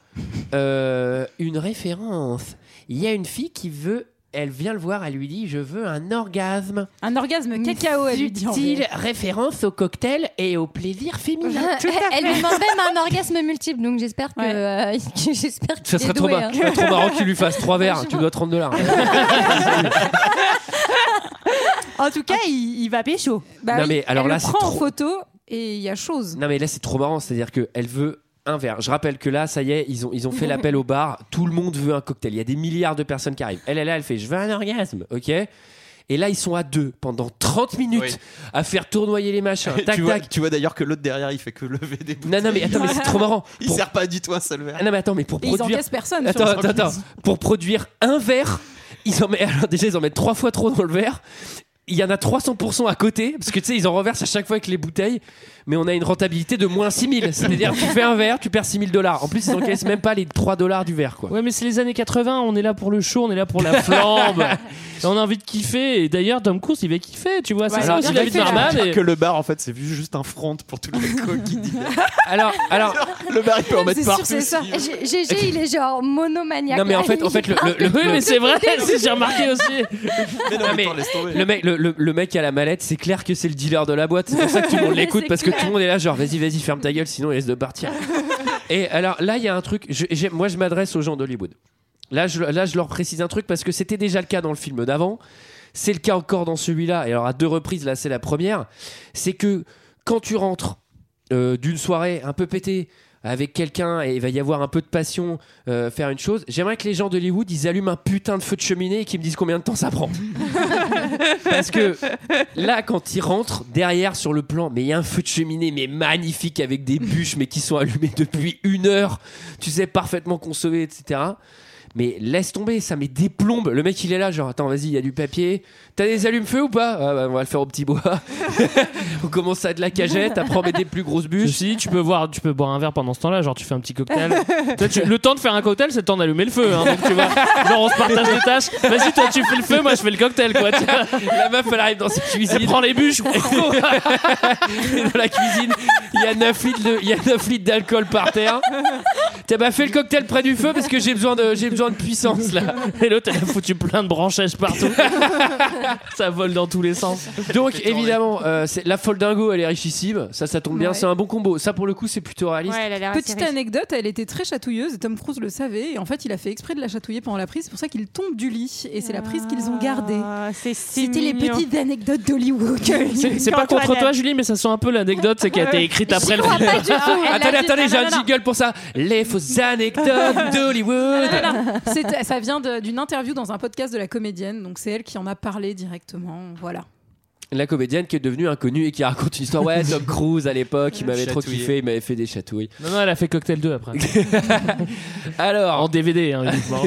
Speaker 1: euh, une référence. Il y a une fille qui veut, elle vient le voir, elle lui dit je veux un orgasme.
Speaker 12: Un orgasme cacao, elle lui dit. en
Speaker 1: Subtile
Speaker 12: vrai.
Speaker 1: référence au cocktail et au plaisir féminin.
Speaker 7: [LAUGHS]
Speaker 12: Tout à
Speaker 7: Elle
Speaker 12: fait.
Speaker 7: lui demande même un orgasme multiple, donc j'espère que, euh, [LAUGHS] que- j'espère qu'il
Speaker 1: Ça
Speaker 7: est
Speaker 1: serait trop,
Speaker 7: doué,
Speaker 1: mar-
Speaker 7: hein.
Speaker 1: ça serait trop marrant qu'il lui fasse 3 verres. tu dois 30 dollars.
Speaker 14: En tout cas, il, il va pécho.
Speaker 1: Non, oui, mais alors
Speaker 12: Bah elle
Speaker 1: là,
Speaker 12: le
Speaker 1: c'est
Speaker 12: prend en
Speaker 1: trop-
Speaker 12: photo et il y a chose.
Speaker 1: Non mais là c'est trop marrant, c'est-à-dire qu'elle veut un verre. Je rappelle que là, ça y est, ils ont, ils ont fait l'appel au bar, tout le monde veut un cocktail, il y a des milliards de personnes qui arrivent. Elle, elle, elle fait, je veux un orgasme, ok et là, ils sont à deux pendant 30 minutes à faire tournoyer les machins.
Speaker 11: tu,
Speaker 1: Tac,
Speaker 11: vois,
Speaker 1: tac.
Speaker 11: tu vois d'ailleurs que l'autre derrière il fait que lever des bouts.
Speaker 1: Non, non, mais attends, mais c'est trop marrant.
Speaker 11: [LAUGHS] Il sert pas du tout un seul verre.
Speaker 1: Ah non, mais attends, mais pour
Speaker 12: Et ils
Speaker 1: produire.
Speaker 12: encaissent personne.
Speaker 1: Attends,
Speaker 12: sur-
Speaker 1: attends, attends. Pour produire un verre, ils en mettent. Alors déjà, ils en mettent trois fois trop dans le verre. Il y en a 300% à côté, parce que tu sais, ils en renversent à chaque fois avec les bouteilles, mais on a une rentabilité de
Speaker 12: [LAUGHS]
Speaker 1: moins 6000. C'est-à-dire, tu fais un verre, tu perds 6000 dollars. En plus, ils encaissent même pas les 3 dollars du verre, quoi.
Speaker 6: Ouais, mais c'est les années 80, on est là pour le show, on est là pour [LAUGHS] la flambe. Et on a envie de kiffer. Et d'ailleurs, Tom Cruise, il va kiffer, tu vois. C'est ça aussi la vie de barman. et-
Speaker 11: que le bar en fait c'est juste un front pour tout le coq qui dit.
Speaker 1: [LAUGHS] Alors, alors.
Speaker 11: Le bar il peut en
Speaker 7: C'est
Speaker 11: mettre
Speaker 7: sûr,
Speaker 11: partout.
Speaker 7: c'est ça. G- GG, il est genre monomaniaque.
Speaker 1: Non mais en
Speaker 7: là,
Speaker 1: fait, en
Speaker 7: il
Speaker 1: fait, le,
Speaker 7: parle
Speaker 1: le- le-
Speaker 7: de-
Speaker 1: le-
Speaker 6: [LAUGHS] mais c'est vrai, c'est- j'ai remarqué aussi.
Speaker 11: Mais non,
Speaker 1: Non,
Speaker 11: mais
Speaker 1: mais
Speaker 11: attends, laisse tomber.
Speaker 1: le mec, le, le- le mec à la mallette, c'est clair que c'est le dealer de la boîte. C'est pour ça que
Speaker 6: [LAUGHS]
Speaker 1: tout le monde l'écoute
Speaker 6: C'est
Speaker 1: parce que
Speaker 6: clair.
Speaker 1: tout le monde est là, genre vas-y, vas-y, ferme ta gueule, sinon il laisse de
Speaker 6: [LAUGHS]
Speaker 1: partir. Et alors là, il y a un truc. je- j'ai- moi, je m'adresse aux gens d'Hollywood. Là je, là, je leur précise un truc parce que c'était déjà le cas dans le film d'avant. C'est le cas encore dans celui-là. Et alors à deux reprises, là, c'est la première. C'est que quand tu rentres euh, d'une soirée un peu pétée avec quelqu'un et il va y avoir un peu de passion, euh, faire une chose. J'aimerais que les gens d'Hollywood ils allument un putain de feu de cheminée et qu'ils me disent combien de temps ça prend. Parce que là, quand ils rentrent derrière sur le plan, mais il y a un feu de cheminée, mais magnifique avec des bûches, mais qui sont allumées depuis une heure. Tu sais parfaitement consommé, etc. Mais laisse tomber, ça met des plombes. Le mec, il est là, genre, attends, vas-y, il y a du papier. T'as des allumes-feu ou pas Ah bah, On va le faire au petit bois. [LAUGHS] on commence à de la cagette, après on met des plus grosses bûches.
Speaker 6: Si tu peux voir, tu peux boire un verre pendant ce temps-là, genre tu fais un
Speaker 14: [LAUGHS]
Speaker 6: petit cocktail. Toi, tu- le temps de faire un cocktail, c'est le temps d'allumer le feu. hein, donc, tu vois, genre on se partage les tâches. Vas-y, toi tu fais le feu, moi je fais le cocktail quoi. tu vois.
Speaker 1: La meuf, elle arrive dans sa cuisine.
Speaker 6: Elle prend les bûches.
Speaker 1: Et [LAUGHS] dans la cuisine, il y a 9 litres de- il y a 9 litres d'alcool par terre. T'as bah fait le cocktail près du feu parce que j'ai besoin de j'ai besoin de puissance là.
Speaker 6: Et l'autre, elle a foutu plein de branchages partout. ça vole dans tous les sens.
Speaker 1: Donc évidemment, euh, c'est la foldingo, elle est richissime. Ça, ça tombe bien. C'est un bon combo. Ça pour le coup, c'est plutôt réaliste.
Speaker 12: Petite anecdote, elle était très chatouilleuse et Tom Cruise le savait et en fait il a fait exprès de la chatouiller pendant la prise, c'est pour ça qu'il tombe du lit et c'est la prise qu'ils ont gardée. C'était les
Speaker 14: mignon.
Speaker 12: petites anecdotes d'Hollywood.
Speaker 1: [LAUGHS]
Speaker 6: C'est c'est pas contre toi, Julie, mais ça sent un peu l'anecdote, c'est qu'elle a été écrite après le
Speaker 12: crois
Speaker 6: film.
Speaker 12: pas
Speaker 6: [LAUGHS]
Speaker 12: du tout. Elle
Speaker 1: Attendez,
Speaker 12: l'a dit-
Speaker 1: attendez,
Speaker 12: non,
Speaker 1: j'ai un
Speaker 12: non, non.
Speaker 1: jingle pour ça. Les
Speaker 12: [LAUGHS]
Speaker 1: fausses anecdotes d'Hollywood.
Speaker 12: Non, non, non. C'est- Ça vient de- d'une interview dans un podcast de la comédienne, donc c'est elle qui en a parlé directement. Voilà.
Speaker 1: La comédienne qui est devenue inconnue et qui raconte une histoire. Ouais, Tom Cruise à l'époque, il m'avait trop
Speaker 6: Chatouillé.
Speaker 1: kiffé, il m'avait fait des chatouilles.
Speaker 6: Non, non, elle a fait Cocktail 2 après.
Speaker 1: Alors,
Speaker 6: en
Speaker 1: [LAUGHS]
Speaker 6: DVD, hein, uniquement.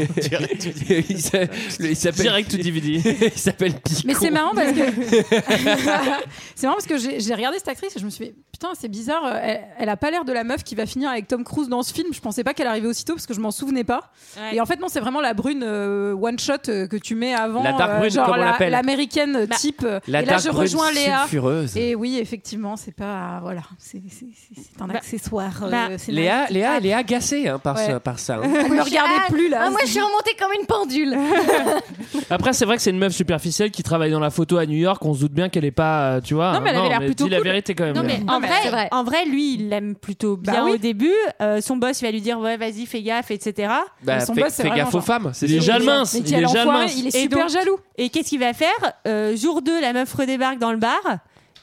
Speaker 1: il s'a- il s'appelle
Speaker 6: Direct ou DVD.
Speaker 1: [LAUGHS] il s'appelle Pico.
Speaker 12: Mais c'est marrant parce que
Speaker 7: [LAUGHS]
Speaker 12: c'est marrant parce que j'ai j'ai regardé cette actrice et je me suis fait putain c'est bizarre euh, elle, elle a pas l'air de la meuf qui va finir avec Tom Cruise dans ce film je pensais pas qu'elle arrivait aussitôt parce que je m'en souvenais pas
Speaker 14: Ouais.
Speaker 12: et en fait non c'est vraiment la brune euh, one shot euh, que tu mets avant euh,
Speaker 1: La dark brune,
Speaker 12: genre
Speaker 1: comme on
Speaker 12: la-
Speaker 1: l'appelle.
Speaker 12: l'américaine
Speaker 7: Bah,
Speaker 12: euh, type euh,
Speaker 1: la
Speaker 12: et là
Speaker 1: dark
Speaker 12: je
Speaker 1: brune
Speaker 12: rejoins Léa
Speaker 1: sulfureuse.
Speaker 12: et oui effectivement c'est pas voilà c'est c'est- c'est- c'est un accessoire euh,
Speaker 14: bah,
Speaker 12: scénaristique.
Speaker 1: Léa, Léa, elle est agacée hein, par,
Speaker 12: Ouais.
Speaker 1: ça, par ça.
Speaker 12: [LAUGHS]
Speaker 1: hein.
Speaker 12: Elle me regardait plus là
Speaker 7: Ah, moi, je suis remontée comme une pendule.
Speaker 6: [LAUGHS] Après, c'est vrai que c'est une meuf superficielle qui travaille dans la photo à New York. On se doute bien qu'elle est pas, euh, tu vois.
Speaker 14: Non, mais elle avait l'air plutôt
Speaker 6: Dis la
Speaker 14: cool.
Speaker 6: vérité quand même.
Speaker 14: Non, mais,
Speaker 6: Léa.
Speaker 14: en,
Speaker 7: mais
Speaker 14: vrai,
Speaker 7: c'est vrai.
Speaker 14: en vrai, lui, il l'aime plutôt bien
Speaker 12: Bah oui.
Speaker 14: au début. Euh, son boss, il va lui dire Ouais, vas-y, fais gaffe, etc.
Speaker 1: Bah,
Speaker 12: son
Speaker 1: fais,
Speaker 12: boss, c'est
Speaker 1: fais
Speaker 12: vraiment
Speaker 1: gaffe aux
Speaker 12: genre-
Speaker 1: femmes. C'est
Speaker 6: Il est
Speaker 1: sûr.
Speaker 6: jalmin.
Speaker 12: Mais
Speaker 6: Il est
Speaker 12: quel enfoiré,
Speaker 6: jalmin.
Speaker 12: il est
Speaker 14: Et
Speaker 12: super
Speaker 14: donc-
Speaker 12: jaloux
Speaker 14: Et qu'est-ce qu'il va faire Euh, Jour 2, la meuf redébarque dans le bar.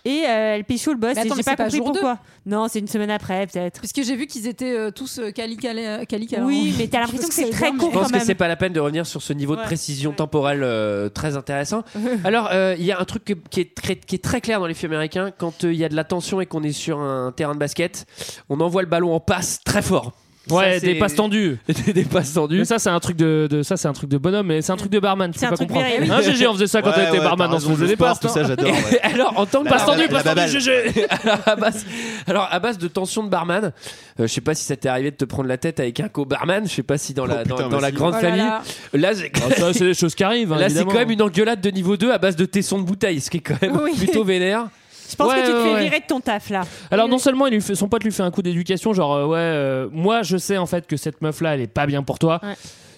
Speaker 14: Et euh, elle pécho le boss.
Speaker 12: Mais
Speaker 14: et
Speaker 12: attends, mais
Speaker 14: j'ai pas
Speaker 12: c'est pas
Speaker 14: compris
Speaker 12: jour deux
Speaker 14: pourquoi. Non, c'est une semaine après, peut-être.
Speaker 12: Parce que j'ai vu qu'ils étaient euh, tous euh, cali cali cali cali-
Speaker 14: Oui,
Speaker 12: cali-
Speaker 14: mais t'as l'impression
Speaker 12: Je
Speaker 14: que
Speaker 12: sais
Speaker 14: c'est
Speaker 12: pas,
Speaker 14: très
Speaker 12: mais-
Speaker 1: Je pense
Speaker 14: [LAUGHS]
Speaker 1: que c'est pas la peine de revenir sur ce niveau
Speaker 14: Ouais.
Speaker 1: de précision temporelle euh, très
Speaker 14: [LAUGHS]
Speaker 1: intéressant. Alors, euh, il y a un truc que- qui est, très, qui est très clair dans les films américains. Quand euh, il y a de la tension et qu'on est sur un terrain de basket, on envoie le ballon en passe très fort.
Speaker 6: Ouais,
Speaker 1: Ça, c'est-
Speaker 6: des passes tendues.
Speaker 1: [LAUGHS] des, des passes tendues.
Speaker 6: Mais ça, c'est un truc de, de- ça, c'est un truc de bonhomme, mais c'est un truc de barman. Tu peux
Speaker 1: un
Speaker 6: pas
Speaker 1: truc
Speaker 6: comprendre.
Speaker 1: viril.
Speaker 6: Hein, GG, on faisait ça quand
Speaker 1: Ouais,
Speaker 6: on était
Speaker 1: ouais,
Speaker 6: barman
Speaker 1: t'as
Speaker 6: dans
Speaker 1: raison,
Speaker 6: son
Speaker 1: le
Speaker 6: jeu des hein.
Speaker 1: sport,
Speaker 6: passes.
Speaker 1: tout ça, j'adore,
Speaker 6: [LAUGHS]
Speaker 1: ouais. hein. [LAUGHS] Alors, en tant que
Speaker 6: passe
Speaker 1: barman-
Speaker 6: tendue, passe
Speaker 1: la
Speaker 6: tendue,
Speaker 1: babale.
Speaker 6: GG.
Speaker 1: [LAUGHS] à base, alors à base de tension de barman, euh, je sais pas si ça t'est arrivé de te prendre la tête avec un co-barman, je sais pas si dans la,
Speaker 6: Oh, putain,
Speaker 1: dans, dans
Speaker 6: mais
Speaker 1: la
Speaker 6: si.
Speaker 1: grande
Speaker 6: Oh là
Speaker 1: famille.
Speaker 6: là.
Speaker 1: Là, c'est...
Speaker 6: Ah, ça, c'est des choses qui arrivent, hein,
Speaker 1: Là, c'est
Speaker 6: évidemment.
Speaker 1: quand même une engueulade de niveau 2 à base de tessons de bouteille, ce qui est quand même
Speaker 14: Oui.
Speaker 1: plutôt
Speaker 6: [LAUGHS]
Speaker 1: vénère.
Speaker 14: Je pense
Speaker 6: Ouais,
Speaker 14: que tu te
Speaker 6: ouais,
Speaker 14: fais
Speaker 6: ouais.
Speaker 14: virer de ton taf là.
Speaker 6: Alors non seulement il lui fait- son pote lui fait un coup d'éducation, genre euh, ouais, euh, moi je sais en fait que cette meuf là elle est pas bien pour toi.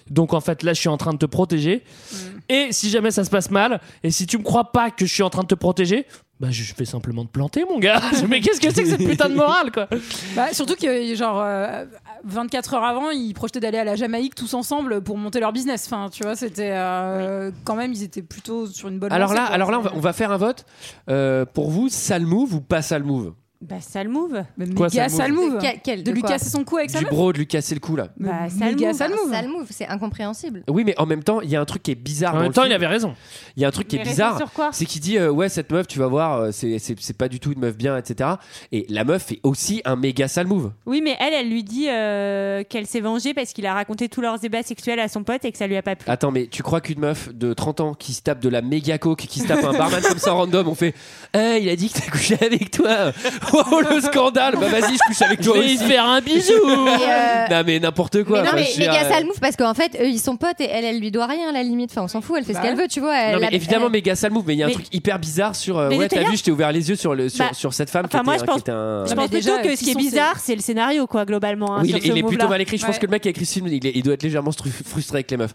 Speaker 6: Donc en fait là je suis en train de te protéger.
Speaker 14: Mm.
Speaker 6: Et si jamais ça se passe mal, et si tu me crois pas que je suis en train de te protéger, bah je je vais simplement te planter mon gars. [LAUGHS] Mais qu'est-ce que c'est que cette putain de morale quoi
Speaker 12: Bah, surtout que genre euh, 24 heures avant, ils projetaient d'aller à la Jamaïque tous ensemble pour monter leur business. Enfin, tu vois, c'était euh, quand même ils étaient plutôt sur une bonne.
Speaker 1: Alors
Speaker 12: lancée,
Speaker 1: là,
Speaker 12: quoi.
Speaker 1: alors là, on va, on va faire un vote. Euh, pour vous, sale move ou pas sale move
Speaker 14: Bah, sale move.
Speaker 12: Mais
Speaker 1: Quoi,
Speaker 12: méga
Speaker 1: sale
Speaker 12: sale
Speaker 1: move
Speaker 12: move.
Speaker 7: De quel- quel-
Speaker 12: de
Speaker 7: de
Speaker 12: lui
Speaker 7: quoi
Speaker 12: casser son cou avec sa
Speaker 1: Du
Speaker 12: meuf.
Speaker 1: bro de lui casser le cou là.
Speaker 7: Bah,
Speaker 12: sale méga move. sale move.
Speaker 7: Sale move, c'est incompréhensible.
Speaker 1: Oui, mais en même temps, il y a un truc qui est bizarre.
Speaker 6: En
Speaker 1: dans
Speaker 6: même
Speaker 1: le
Speaker 6: temps,
Speaker 1: film.
Speaker 6: il avait raison.
Speaker 1: Il y a un truc qui est
Speaker 6: Mais raison
Speaker 1: bizarre.
Speaker 6: sur quoi
Speaker 1: C'est qu'il dit euh, Ouais, cette meuf, tu vas voir, euh, c'est- c'est c'est pas du tout une meuf bien, etc. Et la meuf fait aussi un méga sale move.
Speaker 14: Oui, mais elle, elle lui dit euh, qu'elle s'est vengée parce qu'il a raconté tous leurs débats sexuels à son pote et que ça lui a pas plu.
Speaker 1: Attends, mais tu crois qu'une meuf de 30 ans qui se tape de la méga coke, qui se tape un barman comme ça random, on fait Eh, il a dit que t'as couché avec toi [LAUGHS] Oh le scandale Bah vas-y, je couche avec toi
Speaker 6: Je vais
Speaker 1: aussi
Speaker 6: y faire un bisou.
Speaker 7: Et, euh,
Speaker 1: [LAUGHS] Non mais n'importe quoi
Speaker 7: mais non,
Speaker 1: Enfin,
Speaker 7: mais
Speaker 1: je suis,
Speaker 7: méga
Speaker 1: euh,
Speaker 7: sale move parce qu'en fait, eux, ils sont potes et elle, elle lui doit rien à la limite. Enfin, on s'en fout, elle fait ce qu'elle veut, tu vois.
Speaker 14: Euh,
Speaker 7: Elle,
Speaker 1: Bah non, mais
Speaker 7: la-
Speaker 1: évidemment,
Speaker 7: elle-
Speaker 1: méga sale move, mais il y a un
Speaker 7: Mais-
Speaker 1: truc hyper bizarre sur. euh,
Speaker 14: Mais de
Speaker 1: ouais, t'as
Speaker 14: d'ailleurs-
Speaker 1: vu, je t'ai ouvert les yeux sur, le, sur,
Speaker 14: Bah,
Speaker 1: sur cette femme qui
Speaker 14: enfin,
Speaker 1: était,
Speaker 14: moi, je pense-
Speaker 1: qui était un.
Speaker 14: Je pense plutôt
Speaker 12: déjà,
Speaker 14: que ce qui est
Speaker 12: qui sont ces-
Speaker 14: bizarre, c'est le scénario, quoi, globalement. hein,
Speaker 1: Ah. euh, Oui, il,
Speaker 14: sur
Speaker 1: est-
Speaker 14: ce
Speaker 1: il est
Speaker 14: move-là.
Speaker 1: plutôt mal écrit. Je pense
Speaker 14: Ouais.
Speaker 1: que le mec qui a écrit ce film, il, est- il doit être légèrement stru- frustré avec les [LAUGHS] meufs.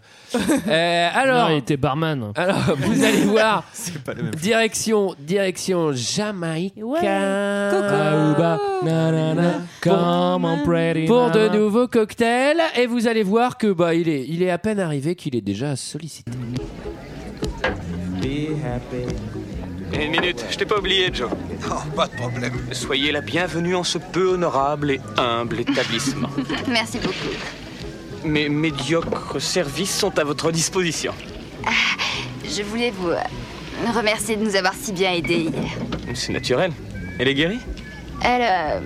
Speaker 1: Euh, alors,
Speaker 6: Non, il était barman.
Speaker 1: alors, vous allez [LAUGHS] voir. Direction, direction Jamaïque.
Speaker 6: Aouba, nanana, come on, pretty
Speaker 1: Pour de
Speaker 6: nana.
Speaker 1: nouveaux cocktails et vous allez voir que bah il est il est à peine arrivé qu'il est déjà sollicité.
Speaker 3: Eh, Une minute, je t'ai pas oublié, Joe. pas de problème. Soyez la bienvenue en ce peu honorable et humble établissement.
Speaker 9: Merci beaucoup.
Speaker 3: [LAUGHS] Mes médiocres services sont à votre disposition.
Speaker 9: Je voulais vous euh, remercier de nous avoir si bien aidés hier.
Speaker 3: C'est naturel. Elle est guérie
Speaker 9: Elle, euh,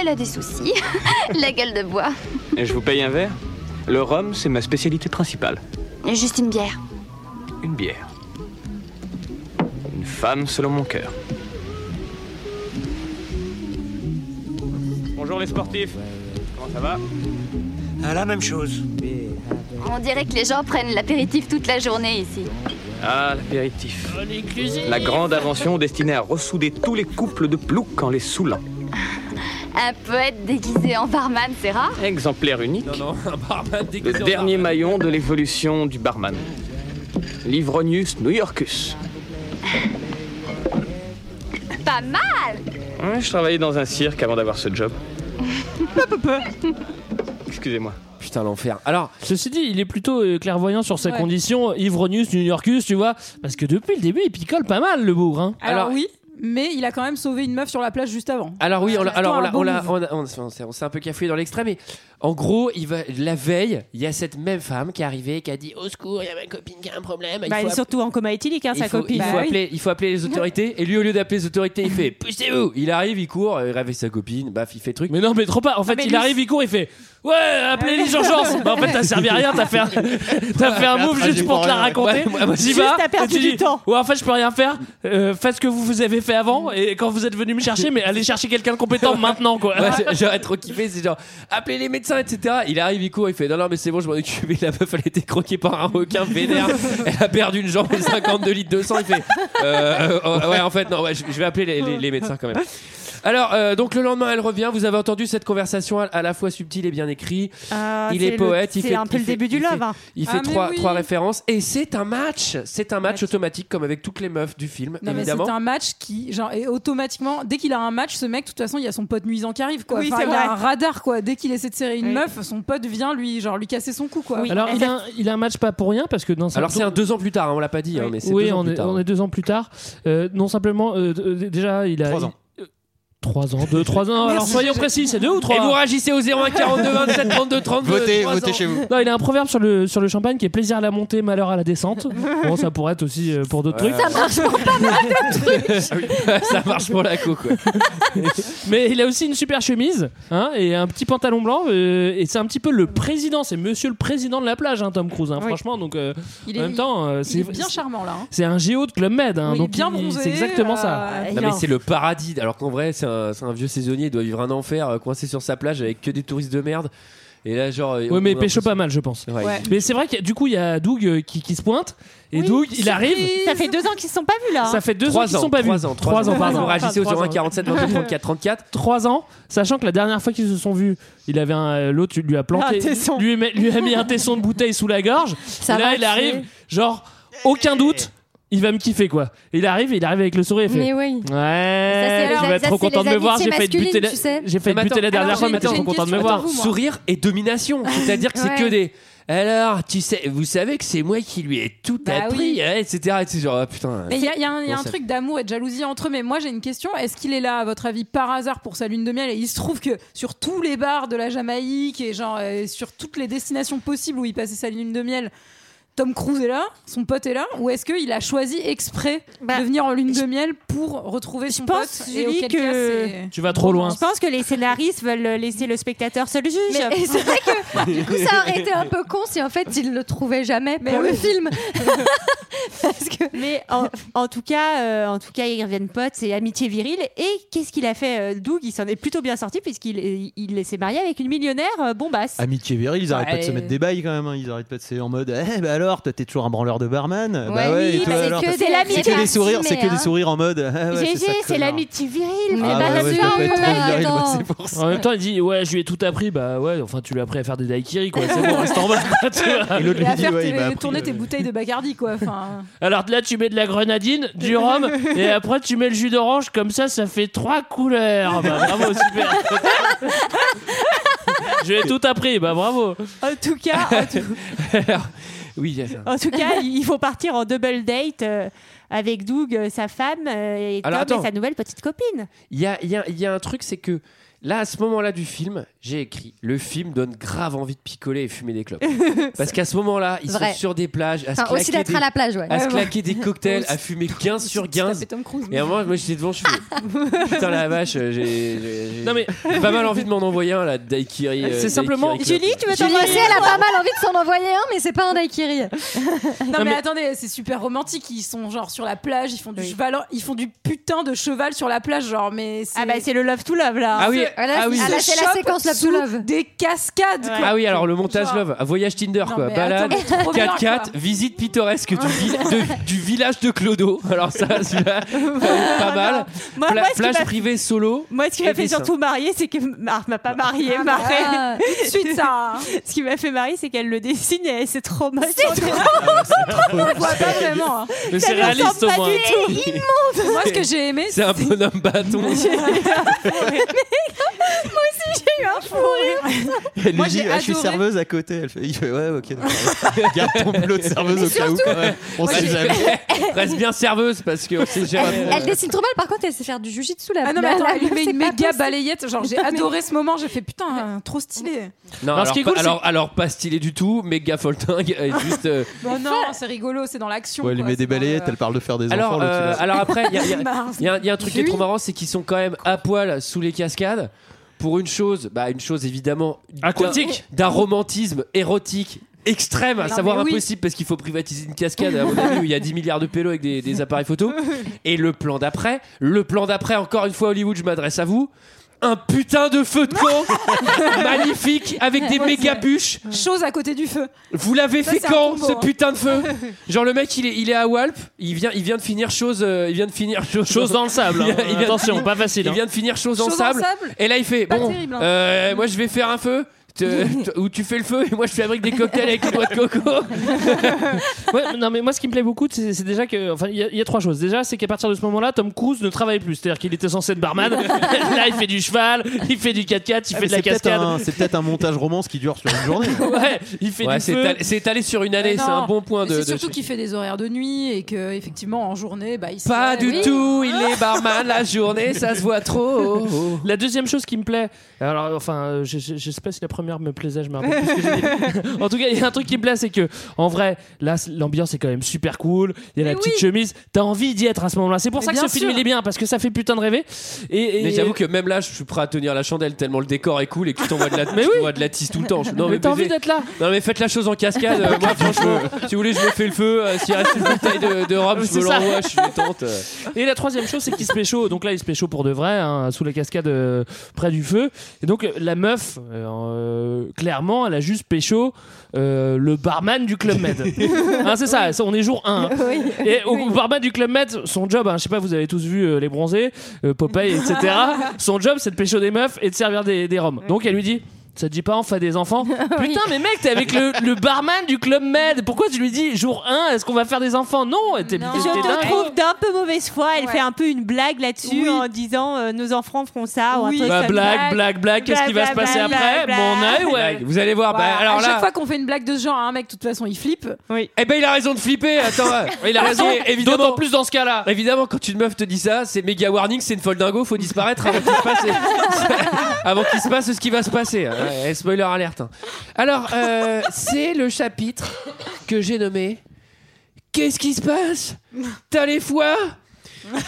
Speaker 9: elle a des soucis. [LAUGHS] La gueule de bois.
Speaker 3: Et Je vous paye un verre. Le rhum, c'est ma spécialité principale.
Speaker 9: Juste une bière.
Speaker 3: Une bière. Une femme selon mon cœur. Bonjour les sportifs. Comment ça va
Speaker 15: Ah, La même chose.
Speaker 9: On dirait que les gens prennent l'apéritif toute la journée ici.
Speaker 3: Ah, l'apéritif. La grande invention destinée à ressouder tous les couples de ploucs en les saoulant.
Speaker 9: Un poète déguisé en barman, c'est rare.
Speaker 3: Exemplaire unique. [LAUGHS] bah, Le
Speaker 1: en
Speaker 3: dernier maillon de l'évolution du barman. L'Ivronius Newyorkus.
Speaker 9: Pas mal
Speaker 3: Ouais, je travaillais dans un cirque avant d'avoir ce job. Excusez-moi.
Speaker 1: Putain l'enfer. Alors,
Speaker 6: ceci dit, il est plutôt euh, clairvoyant sur sa
Speaker 12: Ouais.
Speaker 6: condition, Ivronius, New Yorkus, tu vois, parce que depuis le début, il picole pas mal le bourre. hein.
Speaker 12: Alors, oui, mais il a quand même sauvé une meuf sur la plage juste avant.
Speaker 1: Alors oui, on, l'a-
Speaker 12: Restons
Speaker 1: alors on,
Speaker 12: un
Speaker 1: l'a-
Speaker 12: bon
Speaker 1: on l'a-
Speaker 12: move.
Speaker 1: on a- on s'est- on s'est- on s'est un peu cafouillé dans l'extrait, mais en gros, il va, la veille, il y a cette même femme qui est arrivée, qui a dit au secours, il y a ma copine qui a un problème. il
Speaker 14: Bah, elle
Speaker 1: faut
Speaker 14: est surtout en coma éthylique, hein,
Speaker 1: il
Speaker 14: sa
Speaker 1: faut,
Speaker 14: copine.
Speaker 1: il
Speaker 12: Bah
Speaker 1: faut appeler, il faut appeler les autorités. Et lui, au lieu d'appeler les autorités, il fait poussez-vous. Il arrive, il court, il rêve sa copine, baf, il fait truc.
Speaker 6: Mais non, mais trop pas. En fait, il arrive, il court, il fait Ouais,
Speaker 1: Ah
Speaker 6: appelez les urgences. Bah, en fait, t'as servi à rien,
Speaker 1: [LAUGHS]
Speaker 6: t'as fait un, t'as fait un
Speaker 1: Ouais,
Speaker 6: move
Speaker 1: après,
Speaker 6: juste
Speaker 1: j'ai
Speaker 6: pour
Speaker 1: pas
Speaker 6: te la
Speaker 1: rien.
Speaker 6: raconter.
Speaker 1: Ouais, moi,
Speaker 6: J'y
Speaker 1: juste,
Speaker 6: vas,
Speaker 1: t'as
Speaker 6: et
Speaker 1: perdu
Speaker 6: tu
Speaker 1: du
Speaker 6: dis,
Speaker 1: temps.
Speaker 6: Ouais, en fait, je peux rien faire. Euh, faites ce que vous vous avez fait avant. Et quand vous êtes venu me chercher, mais allez chercher quelqu'un de compétent maintenant, quoi.
Speaker 1: Ouais, j'a- J'aurais trop kiffé, c'est genre appelez les médecins, etc. Il arrive, il court, il fait non, non, mais c'est bon, je m'en occupe. Et La meuf, elle a été croquée par un requin vénère. Elle a perdu une jambe, 52 litres de sang. Il fait euh, euh, ouais, en fait, non, ouais, je je vais appeler les, les- les médecins quand même. Alors, euh, donc le lendemain, elle revient. Vous avez entendu cette conversation à, à la fois subtile et bien écrite.
Speaker 14: Ah,
Speaker 1: il
Speaker 14: c'est
Speaker 1: est
Speaker 14: le-
Speaker 1: poète. il
Speaker 14: c'est
Speaker 1: fait-
Speaker 14: un peu
Speaker 1: il
Speaker 14: le
Speaker 1: fait-
Speaker 14: début du
Speaker 1: il
Speaker 14: love,
Speaker 1: fait-
Speaker 14: hein.
Speaker 1: Il
Speaker 14: Ah,
Speaker 1: fait
Speaker 14: mais
Speaker 1: trois,
Speaker 14: oui.
Speaker 1: trois références. Et c'est un match. C'est un match automatique, comme avec toutes les meufs du film,
Speaker 12: Non, mais c'est
Speaker 1: évidemment.
Speaker 12: un match qui, genre, et automatiquement, dès qu'il a un match, ce mec, de toute façon, il y a son pote nuisant qui arrive, quoi.
Speaker 14: Oui,
Speaker 12: Enfin,
Speaker 14: c'est
Speaker 12: il a
Speaker 14: vrai.
Speaker 12: un radar, quoi. Dès qu'il essaie de serrer une meuf, son pote vient lui, genre, lui casser son cou, quoi.
Speaker 6: Alors, il a, un, il a un match pas pour rien parce que dans sa
Speaker 1: Alors, c'est un deux ans plus tard, hein, on l'a pas dit, hein, mais c'est
Speaker 6: oui,
Speaker 1: deux ans
Speaker 6: on,
Speaker 1: plus
Speaker 6: est,
Speaker 1: tard.
Speaker 6: on est deux ans plus tard. Euh, non simplement, euh, d- euh, déjà, il a. Trois ans. Trois ans, deux, trois [LAUGHS] ans. Alors
Speaker 1: Merci.
Speaker 6: soyons précis, c'est deux ou trois
Speaker 1: Et vous réagissez au 01 42 27 32 32.
Speaker 6: Votez,
Speaker 1: trois
Speaker 6: votez
Speaker 1: ans.
Speaker 6: chez vous. Non, il a un proverbe sur le, sur le champagne qui est plaisir à la montée, malheur à la descente. Bon, ça pourrait être aussi euh, pour d'autres
Speaker 1: Ouais.
Speaker 6: trucs.
Speaker 1: Ça marche
Speaker 12: pour
Speaker 1: pas mal [LAUGHS] Ah ça marche pour la coco.
Speaker 6: Mais il a aussi une super chemise hein, et un petit pantalon blanc. euh, et c'est un petit peu le président, c'est monsieur le président de la plage, hein, Tom Cruise, hein, franchement. Donc, euh,
Speaker 12: Il
Speaker 6: en
Speaker 12: est-
Speaker 6: même temps, euh,
Speaker 12: Il
Speaker 6: c'est
Speaker 12: est bien charmant, là. hein.
Speaker 6: c'est un géo de Club Med. hein,
Speaker 12: Oui, il est
Speaker 6: donc
Speaker 12: bien
Speaker 6: il-
Speaker 12: bronzé,
Speaker 6: C'est exactement ça.
Speaker 12: euh,
Speaker 1: Non mais c'est le paradis alors qu'en vrai c'est un, c'est un vieux saisonnier il doit vivre un enfer euh, coincé sur sa plage avec que des touristes de merde et là genre euh,
Speaker 6: Ouais, mais il pêche pas mal, je pense.
Speaker 1: Ouais.
Speaker 6: Mais c'est vrai que du coup, il y a Doug euh, qui, qui se pointe. Et Doug, il arrive.
Speaker 14: Ça fait deux ans qu'ils se sont pas vus là. hein.
Speaker 6: Ça fait deux ans
Speaker 1: Trois
Speaker 6: qu'ils ne sont pas vus.
Speaker 1: trois ans, trois ans.
Speaker 6: pardon.
Speaker 1: Vous réagissez au
Speaker 6: Trois
Speaker 1: 01
Speaker 6: ans.
Speaker 1: 47 22 34 34.
Speaker 6: [LAUGHS] Trois ans, sachant que la dernière fois qu'ils se sont vus, il avait un, euh, l'autre lui a
Speaker 12: Ah,
Speaker 6: planté,
Speaker 1: Un tesson.
Speaker 6: lui, met- lui a mis un tesson de bouteille sous la gorge.
Speaker 1: Ça
Speaker 6: et là,
Speaker 1: va,
Speaker 6: il
Speaker 1: c'est-
Speaker 6: arrive, genre aucun doute. Il va me kiffer quoi. Et Il arrive, il arrive avec le sourire. il fait,
Speaker 7: Mais oui.
Speaker 6: Ouais.
Speaker 7: Ça, c'est-
Speaker 6: Euh, je vais être
Speaker 7: ça,
Speaker 6: trop
Speaker 7: c'est
Speaker 6: content de
Speaker 7: les
Speaker 6: me voir. J'ai
Speaker 7: amitiés
Speaker 6: failli te buter,
Speaker 7: masculines,
Speaker 6: la...
Speaker 7: tu sais.
Speaker 6: j'ai failli te
Speaker 1: Mais
Speaker 6: buter la
Speaker 1: attends,
Speaker 6: dernière
Speaker 1: alors,
Speaker 6: fois,
Speaker 1: j'ai-
Speaker 6: mais t'es
Speaker 1: j'ai
Speaker 6: trop
Speaker 1: une
Speaker 6: content de me
Speaker 1: question
Speaker 6: voir.
Speaker 1: pour vous, moi. Sourire et domination. C'est-à-dire que c'est
Speaker 6: Ouais.
Speaker 1: que des. Alors, tu sais, vous savez que c'est moi qui lui ai tout
Speaker 12: Bah
Speaker 1: appris,
Speaker 12: oui.
Speaker 1: hein, etc. Et c'est genre, ah, putain.
Speaker 12: Mais il y a, il y a un, il y a un
Speaker 1: Non, ça-
Speaker 12: truc d'amour et de jalousie entre eux. Mais moi, j'ai une question. Est-ce qu'il est là, à votre avis, par hasard pour sa lune de miel Et il se trouve que sur tous les bars de la Jamaïque et genre euh, sur toutes les destinations possibles où il passait sa lune de miel. Tom Cruise est là, son pote est là, ou est-ce qu'il a choisi exprès de venir en lune de miel pour retrouver son pote
Speaker 14: pense,
Speaker 12: et
Speaker 14: Julie,
Speaker 12: auquel cas,
Speaker 14: que-
Speaker 12: c'est-
Speaker 6: Tu vas trop loin.
Speaker 14: Je pense que les scénaristes veulent laisser le spectateur seul juge.
Speaker 7: Mais- et c'est vrai que du coup, ça
Speaker 14: [LAUGHS]
Speaker 7: aurait été un peu con si en fait il le trouvait jamais pour le film.
Speaker 14: Mais en, en tout cas, euh, en tout cas, ils reviennent potes, c'est amitié virile. Et qu'est-ce qu'il a fait, euh, Doug Il s'en est plutôt bien sorti puisqu'il il, il s'est marié avec une millionnaire euh, bombasse.
Speaker 11: Amitié virile, ils arrêtent pas de
Speaker 14: Ouais.
Speaker 11: se mettre des bails quand même. hein. Ils arrêtent pas de se en mode, eh bah alors, toi t'es toujours un branleur de barman. bah
Speaker 14: Ouais,
Speaker 11: ouais,
Speaker 14: oui,
Speaker 11: et toi,
Speaker 14: mais c'est
Speaker 11: alors,
Speaker 14: que
Speaker 11: t'as-
Speaker 14: des
Speaker 11: c'est
Speaker 14: l'amitié
Speaker 11: que des sourires,
Speaker 14: assumée,
Speaker 11: c'est que
Speaker 14: hein.
Speaker 11: des sourires en mode. [LAUGHS] Ah ouais,
Speaker 14: GG,
Speaker 11: ça,
Speaker 14: c'est
Speaker 11: connard.
Speaker 14: l'amitié virile.
Speaker 11: Ah bah ouais, je peux pas être trop virile, moi,
Speaker 13: bah,
Speaker 11: c'est pour ça.
Speaker 14: [LAUGHS]
Speaker 6: En même temps, il dit Ouais, je lui ai tout appris. Bah ouais, enfin, tu lui as appris à faire des daiquiris, quoi. C'est
Speaker 12: [LAUGHS]
Speaker 6: bon, reste en bas. quoi, tu vois.
Speaker 11: Et l'autre
Speaker 12: Et à faire tes- tourner tes bouteilles de Bacardi, quoi. [LAUGHS] Enfin,
Speaker 6: Alors là, tu mets de la grenadine,
Speaker 1: [LAUGHS]
Speaker 6: du rhum, et après, tu mets le jus d'orange. Comme ça, ça fait trois couleurs. Bah bravo, super.
Speaker 1: [LAUGHS]
Speaker 6: je l'ai tout appris. Bah bravo.
Speaker 14: En tout cas, en tout,
Speaker 6: [LAUGHS]
Speaker 1: Oui,
Speaker 14: en tout cas, il il faut partir en double date euh, avec Doug, euh, sa femme, euh, et
Speaker 1: Alors,
Speaker 14: Tom
Speaker 1: attends.
Speaker 14: et sa nouvelle petite copine.
Speaker 1: Il y a, il y a- il y a un truc, c'est que là, à ce moment-là du film, j'ai écrit le film donne grave envie de picoler et fumer
Speaker 7: [LAUGHS]
Speaker 1: des clopes. Parce qu'à ce moment-là, ils
Speaker 7: Vrai.
Speaker 1: sont sur des plages. À se
Speaker 7: Enfin, aussi
Speaker 1: claquer
Speaker 7: d'être
Speaker 1: des-
Speaker 7: à la plage, ouais.
Speaker 1: À se
Speaker 7: Ouais,
Speaker 1: claquer
Speaker 7: ouais. [LAUGHS]
Speaker 1: des cocktails, à fumer 15 sur 15.
Speaker 12: Tom Cruise.
Speaker 1: Et à un moment, moi j'étais devant,
Speaker 7: [LAUGHS]
Speaker 1: je fais Putain la vache, euh, j'ai- j'ai j'ai
Speaker 6: Non, mais-
Speaker 1: pas mal envie de m'en envoyer un là, de Daiquiri. euh,
Speaker 6: C'est simplement-
Speaker 1: Daiquiri Club.
Speaker 7: tu veux Julie aussi, elle a pas mal envie de s'en envoyer un, mais c'est pas un daiquiri.
Speaker 12: [LAUGHS] Non, mais, attendez, c'est super romantique. Ils sont genre sur la plage, ils font du cheval, ils font du putain de cheval sur la plage, genre. Mais ah bah
Speaker 14: c'est le love to love là.
Speaker 1: Ah oui, ah oui. Ah là,
Speaker 7: bah, c'est la séquence love to love.
Speaker 12: Des cascades. Quoi.
Speaker 1: Ah oui, alors le montage
Speaker 12: Genre-
Speaker 1: love, à voyage Tinder
Speaker 12: Non,
Speaker 1: quoi,
Speaker 12: mais
Speaker 1: balade,
Speaker 12: attends, mais trop bien,
Speaker 1: 4x4,
Speaker 12: quoi.
Speaker 1: visite pittoresque
Speaker 14: [LAUGHS]
Speaker 1: du, vi- de- du village de Clodo. Alors ça, celui-là, euh, pas mal.
Speaker 14: Moi,
Speaker 1: Pla-
Speaker 14: moi, ce qui
Speaker 1: plage
Speaker 14: m'a-
Speaker 1: privée solo.
Speaker 14: Moi, ce qui m'a
Speaker 1: et
Speaker 14: fait
Speaker 1: dessin.
Speaker 14: surtout marier, c'est que ah, m'a pas marié,
Speaker 12: Ah,
Speaker 14: marrer.
Speaker 12: bah, tout de suite, ça, hein.
Speaker 14: [LAUGHS] ce qui m'a fait marier, c'est qu'elle le dessine et c'est trop moche. [LAUGHS] C'est trop.
Speaker 12: On voit pas vraiment. hein.
Speaker 1: Mais c'est réaliste au moins.
Speaker 12: immonde. Moi, ce que j'ai aimé,
Speaker 1: C'est un bonhomme bâton.
Speaker 13: [LAUGHS]
Speaker 14: Moi aussi, j'ai eu un fou rire.
Speaker 11: Elle
Speaker 14: Moi,
Speaker 11: lui dit,
Speaker 14: j'ai
Speaker 11: Ah, je suis
Speaker 14: adoré.
Speaker 11: serveuse à côté. Elle fait, il fait, ouais, ok. d'accord. [LAUGHS] Garde ton boulot de serveuse au cas où. quand même. On
Speaker 1: Moi,
Speaker 11: sait
Speaker 1: j'ai-
Speaker 11: jamais.
Speaker 1: Reste bien serveuse parce que on sait jamais.
Speaker 7: Elle, elle dessine trop mal, par contre, elle sait faire du jujitsu là.
Speaker 12: Ah non, mais
Speaker 7: La-
Speaker 12: attends,
Speaker 7: la-
Speaker 12: elle lui met
Speaker 7: c'est
Speaker 12: une
Speaker 7: pas
Speaker 12: méga
Speaker 7: possible.
Speaker 12: balayette. Genre, j'ai
Speaker 7: Non, mais-
Speaker 12: adoré ce moment. J'ai fait putain, euh, trop stylé.
Speaker 1: Non,
Speaker 6: Non, ce
Speaker 1: alors,
Speaker 6: qui est
Speaker 1: pas-
Speaker 6: cool, c'est-
Speaker 1: alors, alors pas stylé du tout, méga folting, euh, juste. euh,
Speaker 12: Bon, Bah, non, c'est rigolo, c'est dans l'action.
Speaker 11: Ouais, elle lui
Speaker 12: quoi,
Speaker 11: met des
Speaker 12: c'est euh, dans
Speaker 11: balayettes,
Speaker 12: le-
Speaker 11: elle parle de faire des
Speaker 1: alors,
Speaker 11: enfants. l'autre, il
Speaker 1: euh,
Speaker 11: a-
Speaker 1: alors après, il y, a- il y a-
Speaker 12: Mince.
Speaker 1: il y a un- il y a un truc qui est
Speaker 12: Oui.
Speaker 1: trop marrant, c'est qu'ils sont quand même à poil sous les cascades. Pour une chose, bah une chose évidemment d'un-
Speaker 6: Aquatique.
Speaker 1: d'un romantisme érotique extrême, à
Speaker 6: Non,
Speaker 1: savoir
Speaker 6: mais oui.
Speaker 1: impossible parce qu'il faut privatiser une cascade à mon avis où il y a 10 milliards de pélos avec des, des appareils photo. Et le plan d'après, le plan d'après encore une fois Hollywood, je m'adresse à vous. un putain de feu de camp [LAUGHS]
Speaker 12: [LAUGHS]
Speaker 1: magnifique avec des
Speaker 12: Ouais,
Speaker 1: méga
Speaker 12: c'est-
Speaker 1: bûches.
Speaker 12: Chose à côté du feu.
Speaker 1: Vous l'avez
Speaker 12: Ça,
Speaker 1: fait
Speaker 12: c'est un
Speaker 1: quand
Speaker 12: combo,
Speaker 1: ce
Speaker 12: hein.
Speaker 1: putain de feu Genre le mec il est il est à Walp, il vient il vient de finir chose euh, il vient de finir [LAUGHS] chose,
Speaker 6: Chose dans le sable, hein.
Speaker 1: Il vient de
Speaker 6: Attention,
Speaker 1: finir-
Speaker 6: pas facile,
Speaker 1: Il
Speaker 6: hein.
Speaker 1: vient de finir chose, en
Speaker 6: Chose en
Speaker 1: sable,
Speaker 6: sable,
Speaker 1: et là il fait
Speaker 6: pas
Speaker 1: bon
Speaker 6: terrible, hein.
Speaker 1: euh, moi je vais faire un feu te- où tu fais le feu et moi je fabrique des cocktails avec les noix de coco.
Speaker 6: [LAUGHS] Ouais, mais non mais moi ce qui me plaît beaucoup c'est c'est déjà que enfin il y, a- il y a trois choses déjà c'est qu'à partir de ce moment-là Tom Cruise ne travaille plus c'est-à-dire qu'il était censé
Speaker 11: [LAUGHS]
Speaker 6: être barman là il fait du cheval il fait du 4x4 il fait de la
Speaker 11: Ah, C'est peut-être
Speaker 6: cascade
Speaker 11: un- C'est peut-être un montage romance qui dure sur une journée. hein.
Speaker 6: ouais il
Speaker 1: [LAUGHS]
Speaker 6: fait
Speaker 1: Ouais,
Speaker 6: du
Speaker 1: c'est
Speaker 6: feu
Speaker 1: étalé- c'est étalé sur une année
Speaker 12: Mais
Speaker 1: c'est un
Speaker 12: non,
Speaker 1: bon point de,
Speaker 12: C'est
Speaker 1: de-
Speaker 12: surtout qu'il fait des horaires de nuit et que effectivement en journée, bah, il se
Speaker 1: Pas
Speaker 12: lève.
Speaker 1: du
Speaker 12: Oui.
Speaker 1: tout, il est barman la journée, ça se voit trop.
Speaker 6: La deuxième chose qui me plaît, alors enfin, euh, je, je- je sais pas si la première me plaisait, je me rappelle plus ce que j'ai
Speaker 1: [LAUGHS]
Speaker 6: dit. En tout cas, il y a un truc qui me plaît, c'est que en vrai, là, c- l'ambiance est quand même super cool. Il y a la petite chemise, t'as envie d'y être à ce moment-là. C'est pour
Speaker 1: Mais
Speaker 6: ça que
Speaker 1: bien
Speaker 6: ce film
Speaker 1: sûr.
Speaker 6: il est bien parce que ça fait putain de rêver. Et, et-
Speaker 1: Mais j'avoue que même là, je suis prêt à tenir la chandelle tellement le décor est cool et que tu [LAUGHS] t'envoies de la, tu t'envoies de la tisse tout le temps. Je- Non,
Speaker 6: Mais t'as
Speaker 1: baiser.
Speaker 6: envie d'être là.
Speaker 1: Non, mais faites la chose en cascade. euh, moi, franchement, si vous voulez, je me fais le feu. euh, S'il reste une bouteille de, de rhum, je
Speaker 6: C'est
Speaker 1: me
Speaker 6: ça.
Speaker 1: l'envoie, je suis détente. euh.
Speaker 6: Et la troisième chose, c'est qu'il se pécho. Donc là, il se pécho pour de vrai, hein, sous la cascade euh, près du feu. Et donc, euh, la meuf, euh, euh, clairement, elle a juste pécho euh, le barman du
Speaker 1: [LAUGHS]
Speaker 6: Club Med. Hein, c'est ça, ça, on est jour 1.
Speaker 1: Oui.
Speaker 6: Et au barman du Club Med, son job, hein, je sais pas, vous avez tous vu euh, Les Bronzés, euh, Popeye, etc.
Speaker 1: [LAUGHS]
Speaker 6: son job, c'est de pécho des meufs et de servir des, des roms. Donc elle lui dit. Ça te dit pas, on fait
Speaker 1: [LAUGHS]
Speaker 6: des enfants Putain, mais mec, t'es avec le, le barman du Club Med. Pourquoi tu lui dis jour 1, est-ce qu'on va faire des enfants Non, t'es
Speaker 14: Je
Speaker 6: t'es- t'es dingue.
Speaker 14: te trouve d'un peu mauvaise foi. Elle
Speaker 12: Ouais.
Speaker 14: fait un peu une blague là-dessus en disant euh, nos enfants feront ça. Ou un truc
Speaker 6: Bah,
Speaker 14: comme
Speaker 6: blague,
Speaker 14: ça.
Speaker 6: blague, blague, qu'est-ce qui va se passer
Speaker 14: blague,
Speaker 6: après
Speaker 14: blague,
Speaker 6: Mon
Speaker 14: blague.
Speaker 6: œil, ouais.
Speaker 1: Vous allez voir. bah,
Speaker 12: Voilà,
Speaker 1: alors
Speaker 12: à chaque
Speaker 1: là.
Speaker 12: fois qu'on fait une blague de ce genre à un mec, de toute façon, il flippe.
Speaker 14: Oui.
Speaker 1: Eh ben il a raison de flipper, [LAUGHS] attends, euh, il a raison, évidemment. D'autant
Speaker 6: plus dans ce cas-là.
Speaker 1: Évidemment, quand une meuf te dit ça, c'est méga warning, c'est une folle dingo, faut disparaître avant qu'il se passe, [LAUGHS] avant qu'il se passe ce qui va se passer. Ouais, spoiler alerte. hein. Alors, euh, c'est le chapitre que j'ai nommé Qu'est-ce qui se passe T'as les foies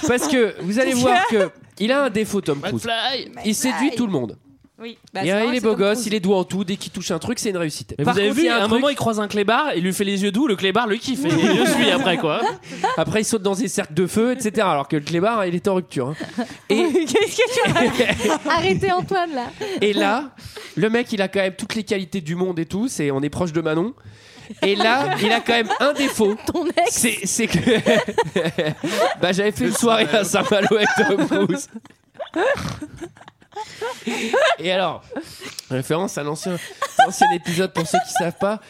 Speaker 1: Parce que vous allez voir que il a un défaut, Tom Cruise.
Speaker 6: McFly.
Speaker 1: Il séduit tout le monde.
Speaker 14: Oui.
Speaker 7: Bah,
Speaker 14: bah,
Speaker 1: il, a- il est beau gosse, il est doux en tout, dès qu'il touche un truc, c'est une réussite.
Speaker 6: Mais
Speaker 1: Par
Speaker 6: vous avez
Speaker 1: contre, il
Speaker 6: vu,
Speaker 1: y a
Speaker 6: à un
Speaker 1: truc-
Speaker 6: moment, il croise un clébard, il lui fait les yeux doux, le clébard le kiffe. Et il le suit après, quoi.
Speaker 1: [LAUGHS] Après, il saute dans des cercles de feu, etc. Alors que le clébard, il est en rupture.
Speaker 7: [LAUGHS]
Speaker 1: hein. Et,
Speaker 7: Qu'est-ce
Speaker 12: hein.
Speaker 7: que tu racontes [LAUGHS] Arrêtez Antoine là.
Speaker 1: [LAUGHS] et là, le mec, il a quand même toutes les qualités du monde et tout. C'est, on est proche de Manon.
Speaker 7: [LAUGHS]
Speaker 1: Et là, il a quand même un défaut.
Speaker 7: Ton ex.
Speaker 1: C'est, c'est que. [LAUGHS] bah, j'avais fait une soirée à Saint-Malo avec
Speaker 14: [LAUGHS]
Speaker 1: Tom Cruise. Et alors, référence à l'ancien, l'ancien épisode pour ceux qui savent pas.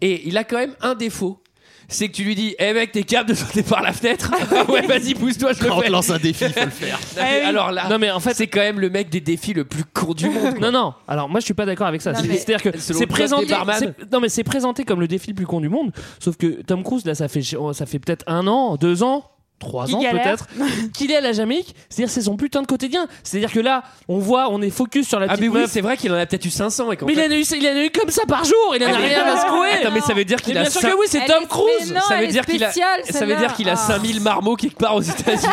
Speaker 1: Et il a quand même un défaut. C'est que tu lui dis, eh mec, t'es capable de sauter par
Speaker 11: [LAUGHS]
Speaker 1: la fenêtre Ah Ouais, vas-y, pousse-toi, je le fais.
Speaker 11: Quand on te lance un défi, faut le
Speaker 6: Ah
Speaker 1: faire. Alors là,
Speaker 6: Non, mais en fait,
Speaker 1: c'est quand même le mec des défis le plus court du monde.
Speaker 6: Non, non. Alors, moi, je suis pas d'accord avec ça.
Speaker 1: Non,
Speaker 6: C'est-
Speaker 1: mais-
Speaker 6: C'est-à-dire que
Speaker 1: Selon le code
Speaker 6: c'est
Speaker 1: des
Speaker 6: présenté.
Speaker 1: barman. Ah,
Speaker 6: c'est- Non, mais c'est présenté comme le défi le plus con du monde. Sauf que Tom Cruise, là, ça fait, ça fait peut-être un an, deux ans. Trois
Speaker 14: Qu'il
Speaker 6: ans
Speaker 14: galère.
Speaker 6: [LAUGHS] peut-être qu'il est à la Jamaïque, c'est-à-dire c'est son putain de quotidien. C'est-à-dire que là, on voit, on est focus sur la
Speaker 1: Ah,
Speaker 6: petite
Speaker 1: mais oui,
Speaker 6: meuf.
Speaker 1: c'est vrai qu'il en a peut-être eu 500 et qu'en
Speaker 6: Mais il
Speaker 1: fait-
Speaker 6: en a eu, il en a eu comme ça par jour. Il en a
Speaker 1: Ah, mais-
Speaker 6: rien à secouer.
Speaker 1: Attends, mais ça veut dire qu'il
Speaker 6: Mais
Speaker 1: a
Speaker 6: bien sûr
Speaker 1: cinq-
Speaker 6: que oui, c'est
Speaker 1: Elle
Speaker 6: Tom
Speaker 1: est-
Speaker 6: Cruise.
Speaker 1: mais non, Ça veut elle est dire qu'il a- spéciale, ça veut celle-là. dire
Speaker 12: Oh.
Speaker 1: qu'il a Ah. 5000 marmots quelque part aux [LAUGHS] États-Unis.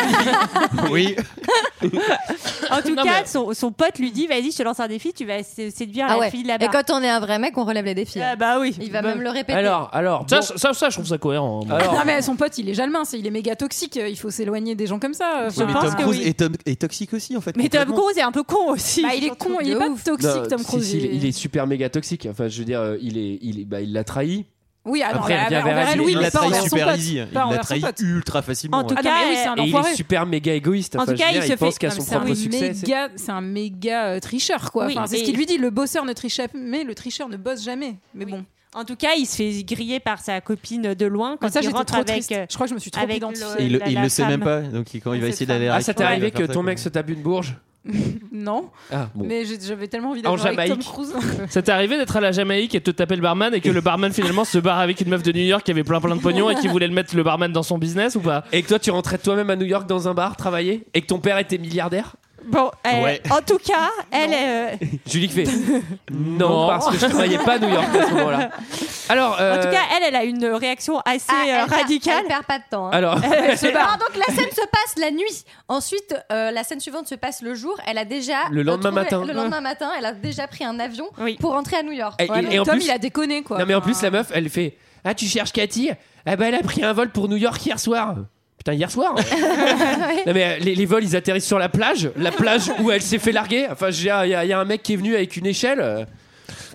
Speaker 11: oui.
Speaker 14: En tout
Speaker 7: Non,
Speaker 14: cas,
Speaker 7: mais-
Speaker 14: son, son pote lui dit vas-y, je te lance un défi, tu vas sé- séduire
Speaker 7: Ah
Speaker 14: la
Speaker 7: ouais.
Speaker 14: fille là-bas.
Speaker 7: Et quand on est un vrai mec, on relève les défis. Ah
Speaker 14: bah oui.
Speaker 7: Il va même le répéter.
Speaker 1: Alors, alors.
Speaker 6: Ça, ça, ça, je trouve ça cohérent. moi.
Speaker 12: non mais son pote il est jalmin, c'est- il est méga toxique, il faut s'éloigner des gens comme ça.
Speaker 11: Ouais, mais Tom Cruise est, tom- est toxique aussi en fait. complètement.
Speaker 12: est un peu con aussi. Bah, il est con, il est pas toxique
Speaker 1: Non,
Speaker 12: Tom
Speaker 1: si,
Speaker 12: Cruise.
Speaker 1: si, il, est, il est super méga toxique. Enfin, je veux dire, euh, il est, il est- bah, il l'a trahi.
Speaker 12: Oui, alors,
Speaker 1: Après, il
Speaker 12: envers-
Speaker 1: revient vers
Speaker 12: envers
Speaker 1: elle,
Speaker 12: elle, oui,
Speaker 1: il
Speaker 12: mais
Speaker 1: l'a
Speaker 12: pas
Speaker 1: trahi
Speaker 12: envers son
Speaker 1: super
Speaker 12: pote.
Speaker 1: easy. hein.
Speaker 12: Pas
Speaker 1: Il l'a
Speaker 12: envers son
Speaker 1: trahi
Speaker 12: pote.
Speaker 1: ultra facilement.
Speaker 12: En tout
Speaker 1: hein.
Speaker 12: cas, Ah, mais oui, c'est un
Speaker 1: et il
Speaker 12: enfoiré.
Speaker 1: est super méga égoïste. Enfin,
Speaker 12: en tout
Speaker 1: je veux
Speaker 12: cas,
Speaker 1: dire,
Speaker 12: il se
Speaker 1: pense
Speaker 12: fait-
Speaker 1: qu'à
Speaker 12: non,
Speaker 1: son
Speaker 12: mais c'est un
Speaker 1: propre succès. c'est-
Speaker 12: méga- C'est un méga euh, tricheur, quoi.
Speaker 14: Oui,
Speaker 12: Enfin, c'est
Speaker 14: et-
Speaker 12: ce qu'il lui dit. Le bosseur ne triche jamais, mais le tricheur ne bosse jamais. Mais bon.
Speaker 14: En tout cas, il se fait griller par sa copine de loin quand
Speaker 12: ça,
Speaker 14: il
Speaker 12: j'étais
Speaker 14: rentre
Speaker 12: trop
Speaker 14: avec. euh,
Speaker 12: triste. Je crois que je me suis trop
Speaker 14: avec
Speaker 12: identifiée.
Speaker 14: le-
Speaker 11: Et il, le-
Speaker 14: euh, la-
Speaker 11: il
Speaker 14: la
Speaker 11: le sait même
Speaker 14: femme.
Speaker 11: pas, donc il- quand il va essayer d'aller.
Speaker 1: Ah,
Speaker 11: avec
Speaker 1: ça t'est
Speaker 11: toi, il va
Speaker 1: arrivé que
Speaker 11: faire ça,
Speaker 1: ton
Speaker 11: quoi.
Speaker 1: mec se tape une bourge
Speaker 12: Non.
Speaker 1: Ah, bon.
Speaker 12: Mais j'ai- j'avais tellement envie
Speaker 6: En
Speaker 12: d'aller avec Tom
Speaker 6: Jamaïque.
Speaker 12: Cruise. [LAUGHS]
Speaker 6: [LAUGHS] Ça t'est arrivé d'être à la Jamaïque et de te taper le barman et que le barman finalement se barre avec une meuf de New York qui avait plein plein de pognon et qui voulait le mettre le barman dans son business ou pas
Speaker 1: Et que toi, tu rentrais toi-même à New York dans un bar travailler et que ton père était milliardaire
Speaker 14: Bon, euh,
Speaker 1: Ouais.
Speaker 14: en tout cas, elle. euh,
Speaker 1: Julie qui fait non, parce que je travaillais pas à New York à ce moment-là. Alors,
Speaker 14: En tout
Speaker 1: euh,
Speaker 14: cas, elle, elle a une réaction assez
Speaker 7: Ah, elle
Speaker 14: euh,
Speaker 7: perd-
Speaker 14: radicale.
Speaker 7: elle perd pas de temps. hein.
Speaker 1: Alors-
Speaker 7: [LAUGHS]
Speaker 1: Elle se barre.
Speaker 7: Alors, donc la scène se passe la nuit. Ensuite, euh, la scène suivante se passe le jour. Elle a déjà
Speaker 1: Le lendemain
Speaker 7: retrouvé-
Speaker 1: matin.
Speaker 7: Le lendemain matin, elle a déjà pris un avion pour rentrer à New York.
Speaker 1: Et- et- et en Tom, plus- il a
Speaker 12: déconné quoi.
Speaker 1: Eh ben, Non mais en plus la meuf elle fait Ah tu cherches Cathy Ah bah elle a pris un vol pour New York hier soir Putain, hier soir
Speaker 14: [LAUGHS]
Speaker 1: Non, mais euh, les, les vols, ils atterrissent sur la plage, la plage où elle s'est fait larguer. Enfin, il y, a- y a y a un mec qui est venu avec une échelle. euh,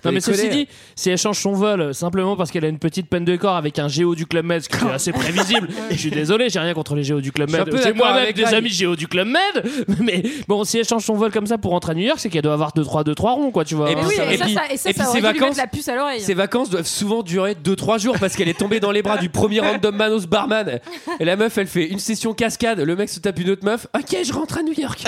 Speaker 6: Non mais
Speaker 1: déconner.
Speaker 6: ceci dit, si elle change son vol euh, simplement parce qu'elle a une petite peine de corps avec un géo du club Med, ce qui
Speaker 1: [LAUGHS]
Speaker 6: est assez prévisible, je suis désolé, j'ai rien contre les géos du club
Speaker 1: Je suis un
Speaker 6: Med,
Speaker 1: peu
Speaker 6: j'ai
Speaker 1: d'accord
Speaker 6: moi-même
Speaker 1: avec
Speaker 6: des
Speaker 1: Ray.
Speaker 6: amis géos du club Med, [LAUGHS] mais bon, si elle change son vol comme ça pour rentrer à New York, c'est qu'elle doit avoir 2-3 2 trois ronds quoi, tu vois.
Speaker 1: Et
Speaker 12: Mais oui,
Speaker 1: puis-
Speaker 12: et
Speaker 1: et
Speaker 12: ça,
Speaker 1: puis-
Speaker 12: ça, et ça,
Speaker 1: et puis
Speaker 12: ça aurait
Speaker 1: ces
Speaker 12: dû lui
Speaker 1: vacances-
Speaker 12: mettre la puce à l'oreille.
Speaker 1: Ses vacances doivent souvent durer 2-3 jours parce qu'elle est tombée dans les bras
Speaker 12: [LAUGHS]
Speaker 1: du premier random man aux barman. Et la meuf, elle fait une session cascade, le mec se tape une autre meuf. Ok, je rentre à New
Speaker 12: [LAUGHS]
Speaker 1: York.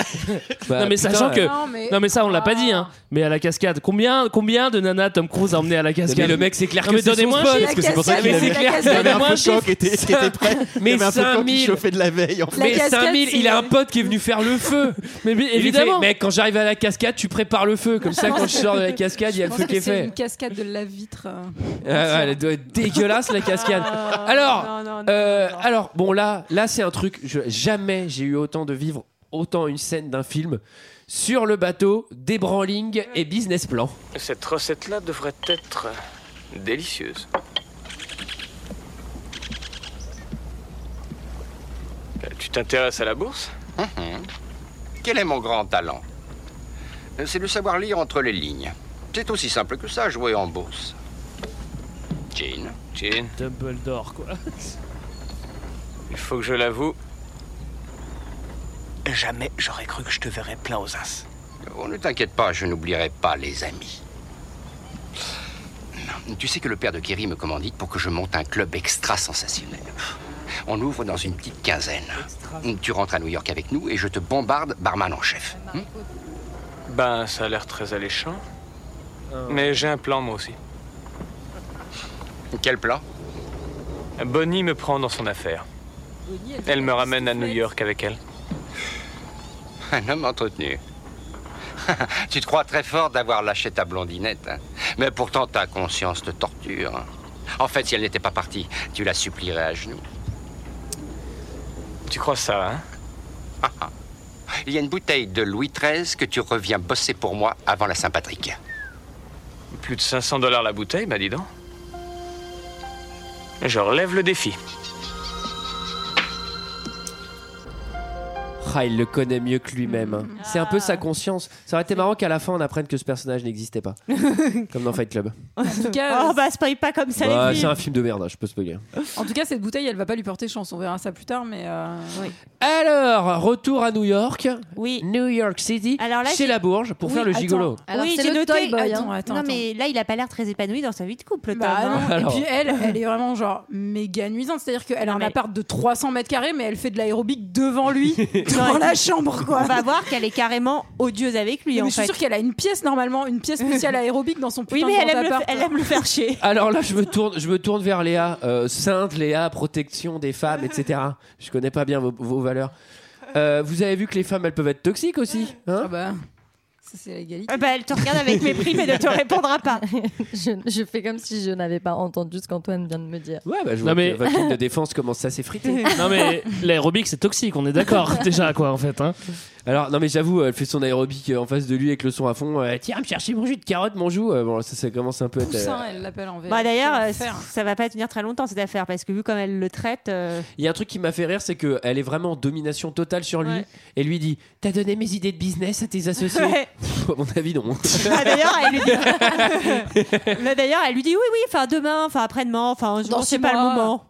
Speaker 1: Bah,
Speaker 6: non mais
Speaker 1: putain,
Speaker 6: sachant que
Speaker 1: euh,
Speaker 6: non mais... ça on l'a pas dit hein mais à la cascade combien combien de nanas Tom Cruise a emmené à la cascade
Speaker 1: Mais le mec, c'est clair
Speaker 6: Non,
Speaker 1: que
Speaker 6: mais
Speaker 1: c'est son
Speaker 6: donnez-moi un
Speaker 1: spot,
Speaker 6: chiffre.
Speaker 1: parce que c'est pour ça qu'il
Speaker 6: Mais
Speaker 1: avait-
Speaker 6: c'est clair,
Speaker 1: Il y avait un
Speaker 6: donnez-moi
Speaker 1: faux coq
Speaker 6: chiffre.
Speaker 1: qui était- qui était prêt.
Speaker 11: Il
Speaker 1: Mais
Speaker 11: y avait un peu de temps qui
Speaker 1: 5000.
Speaker 11: chauffait de la veille. en fait.
Speaker 1: mais 5000, il a un pote qui est venu faire le feu. mais
Speaker 6: évidemment.
Speaker 1: mec, quand j'arrive à la cascade, tu prépares le feu. Comme
Speaker 12: [LAUGHS]
Speaker 1: ça, quand je sors de la cascade, il y a
Speaker 12: Je
Speaker 1: le
Speaker 12: pense
Speaker 1: feu
Speaker 12: que
Speaker 1: qui est
Speaker 12: C'est
Speaker 1: fait.
Speaker 12: une cascade de la vitre. euh.
Speaker 1: Ah ouais, elle doit être dégueulasse la cascade.
Speaker 14: Ah,
Speaker 1: alors, euh, alors bon là, là c'est un truc. je- jamais j'ai eu autant de vivre autant une scène d'un film sur le bateau, débranling et business plan.
Speaker 3: Cette recette-là devrait être délicieuse. Euh, Tu t'intéresses à la bourse
Speaker 5: Mhm. Quel est mon grand talent Euh, C'est de savoir lire entre les lignes. C'est aussi simple que ça, jouer en bourse. Jean.
Speaker 3: Jean,
Speaker 6: Dumbledore quoi
Speaker 3: il faut que je l'avoue.
Speaker 5: Jamais j'aurais cru que je te verrais plein aux as. Oh, ne t'inquiète pas, je n'oublierai pas les amis. Tu sais que le père de Kerry me commandite pour que je monte un club extra sensationnel. On ouvre dans une petite quinzaine. Tu rentres à New York avec nous et je te bombarde barman en chef. Hmm
Speaker 3: Ben, ça a l'air très alléchant. Mais j'ai un plan, moi aussi.
Speaker 5: Quel plan
Speaker 3: Bonnie me prend dans son affaire.
Speaker 6: Oh.
Speaker 3: Elle me ramène à New York avec elle.
Speaker 5: Un homme entretenu. [LAUGHS] tu te crois très fort d'avoir lâché ta blondinette. hein. Mais pourtant, ta conscience te torture. En fait, si elle n'était pas partie, tu la supplierais à genoux.
Speaker 3: Tu crois ça, hein
Speaker 5: [LAUGHS] Il y a une bouteille de Louis XIII que tu reviens bosser pour moi avant la Saint-Patrick.
Speaker 3: Plus de 500 dollars la bouteille, bah dis donc. Je relève le défi.
Speaker 1: Ah, il le connaît mieux que lui-même.
Speaker 14: Mm.
Speaker 1: hein. C'est un peu
Speaker 14: Ah.
Speaker 1: sa conscience. Ça aurait été marrant qu'à la fin on apprenne que ce personnage n'existait
Speaker 14: [LAUGHS]
Speaker 1: pas, comme dans Fight Club.
Speaker 12: En tout cas,
Speaker 14: oh bah spoil pas comme ça
Speaker 1: Bah,
Speaker 14: les
Speaker 1: c'est
Speaker 14: filles.
Speaker 1: un film de merde, hein, je peux spoiler.
Speaker 12: en tout cas, cette bouteille, elle va pas lui porter chance. On verra ça plus tard, mais. euh,
Speaker 1: Alors, retour à New York.
Speaker 14: Oui.
Speaker 1: New York City.
Speaker 14: Alors là,
Speaker 1: chez
Speaker 14: j'ai-
Speaker 1: la Bourge pour faire le gigolo.
Speaker 14: oui,
Speaker 12: c'est
Speaker 14: j'ai
Speaker 12: le
Speaker 14: noté.
Speaker 12: Toy Boy, hein.
Speaker 14: Attends,
Speaker 12: Attends,
Speaker 14: non
Speaker 12: attends.
Speaker 14: mais là il a pas l'air très épanoui dans sa vie de couple.
Speaker 12: Bah
Speaker 14: Tom, hein.
Speaker 12: non.
Speaker 1: Alors.
Speaker 12: Et puis elle,
Speaker 14: [LAUGHS]
Speaker 12: elle est vraiment genre méga nuisante. C'est-à-dire qu'elle a un appart de 300 mètres carrés, mais elle fait de l'aérobic devant lui,
Speaker 1: [LAUGHS]
Speaker 12: devant
Speaker 14: Non,
Speaker 12: la
Speaker 14: elle-
Speaker 12: chambre, quoi.
Speaker 14: On va voir qu'elle est carrément odieuse avec lui
Speaker 12: Mais
Speaker 14: en
Speaker 12: je suis
Speaker 14: fait.
Speaker 12: sûre qu'elle a une pièce normalement, une pièce spéciale aérobique dans son putain
Speaker 14: Oui mais
Speaker 12: de
Speaker 14: elle
Speaker 12: grand
Speaker 14: aime, le,
Speaker 12: appart.
Speaker 14: elle aime le faire chier.
Speaker 1: [LAUGHS] Alors là, je me tourne, je me tourne vers Léa. Euh, sainte Léa, protection des femmes, etc. Je connais pas bien vos, vos valeurs. Euh, vous avez vu que les femmes, elles peuvent être toxiques aussi. Hein
Speaker 12: Ah bah, ça c'est l'égalité.
Speaker 14: Ah bah, elle te regarde avec mépris mais
Speaker 7: [LAUGHS]
Speaker 14: ne te répondra pas.
Speaker 7: je, je fais comme si je n'avais pas entendu ce qu'Antoine vient de me dire.
Speaker 1: Ouais, bah, je
Speaker 6: Non,
Speaker 1: vois
Speaker 6: mais-
Speaker 1: que votre ligne de défense commence
Speaker 12: [LAUGHS]
Speaker 1: à s'effriter.
Speaker 6: non mais l'aérobic c'est toxique on est d'accord [LAUGHS] déjà quoi en fait hein.
Speaker 1: Alors, non, mais j'avoue, elle fait son aérobic euh, en face de lui avec le son à fond. Euh, Tiens, me chercher mon jus de carotte, mon joue. Euh, bon, ça, ça commence un peu à être. euh,
Speaker 12: Poussin, elle l'appelle en VF.
Speaker 14: Bah d'ailleurs
Speaker 12: Quelle
Speaker 14: euh,
Speaker 12: affaire.
Speaker 14: ça va pas tenir très longtemps cette affaire parce que vu comme elle le traite. euh,
Speaker 1: Il y a un truc qui m'a fait rire, c'est qu'elle est vraiment en domination totale sur lui. Et lui dit T'as donné mes idées de business à tes associés
Speaker 14: Ouais.
Speaker 1: Pff, À mon avis, non.
Speaker 14: bah, d'ailleurs, elle lui dit. [LAUGHS] Bah, d'ailleurs, elle lui dit oui, oui, enfin demain, enfin après-demain, enfin je
Speaker 12: Dans
Speaker 14: ne sais
Speaker 12: six
Speaker 14: pas le
Speaker 12: mois.
Speaker 14: moment.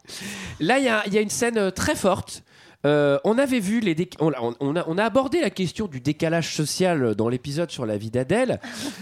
Speaker 1: Là, il y a, il y a une scène euh, très forte. Euh, on avait vu les déc- on, on- on a, on a abordé la question du décalage social dans l'épisode sur la
Speaker 14: [LAUGHS]
Speaker 1: vie d'Adèle.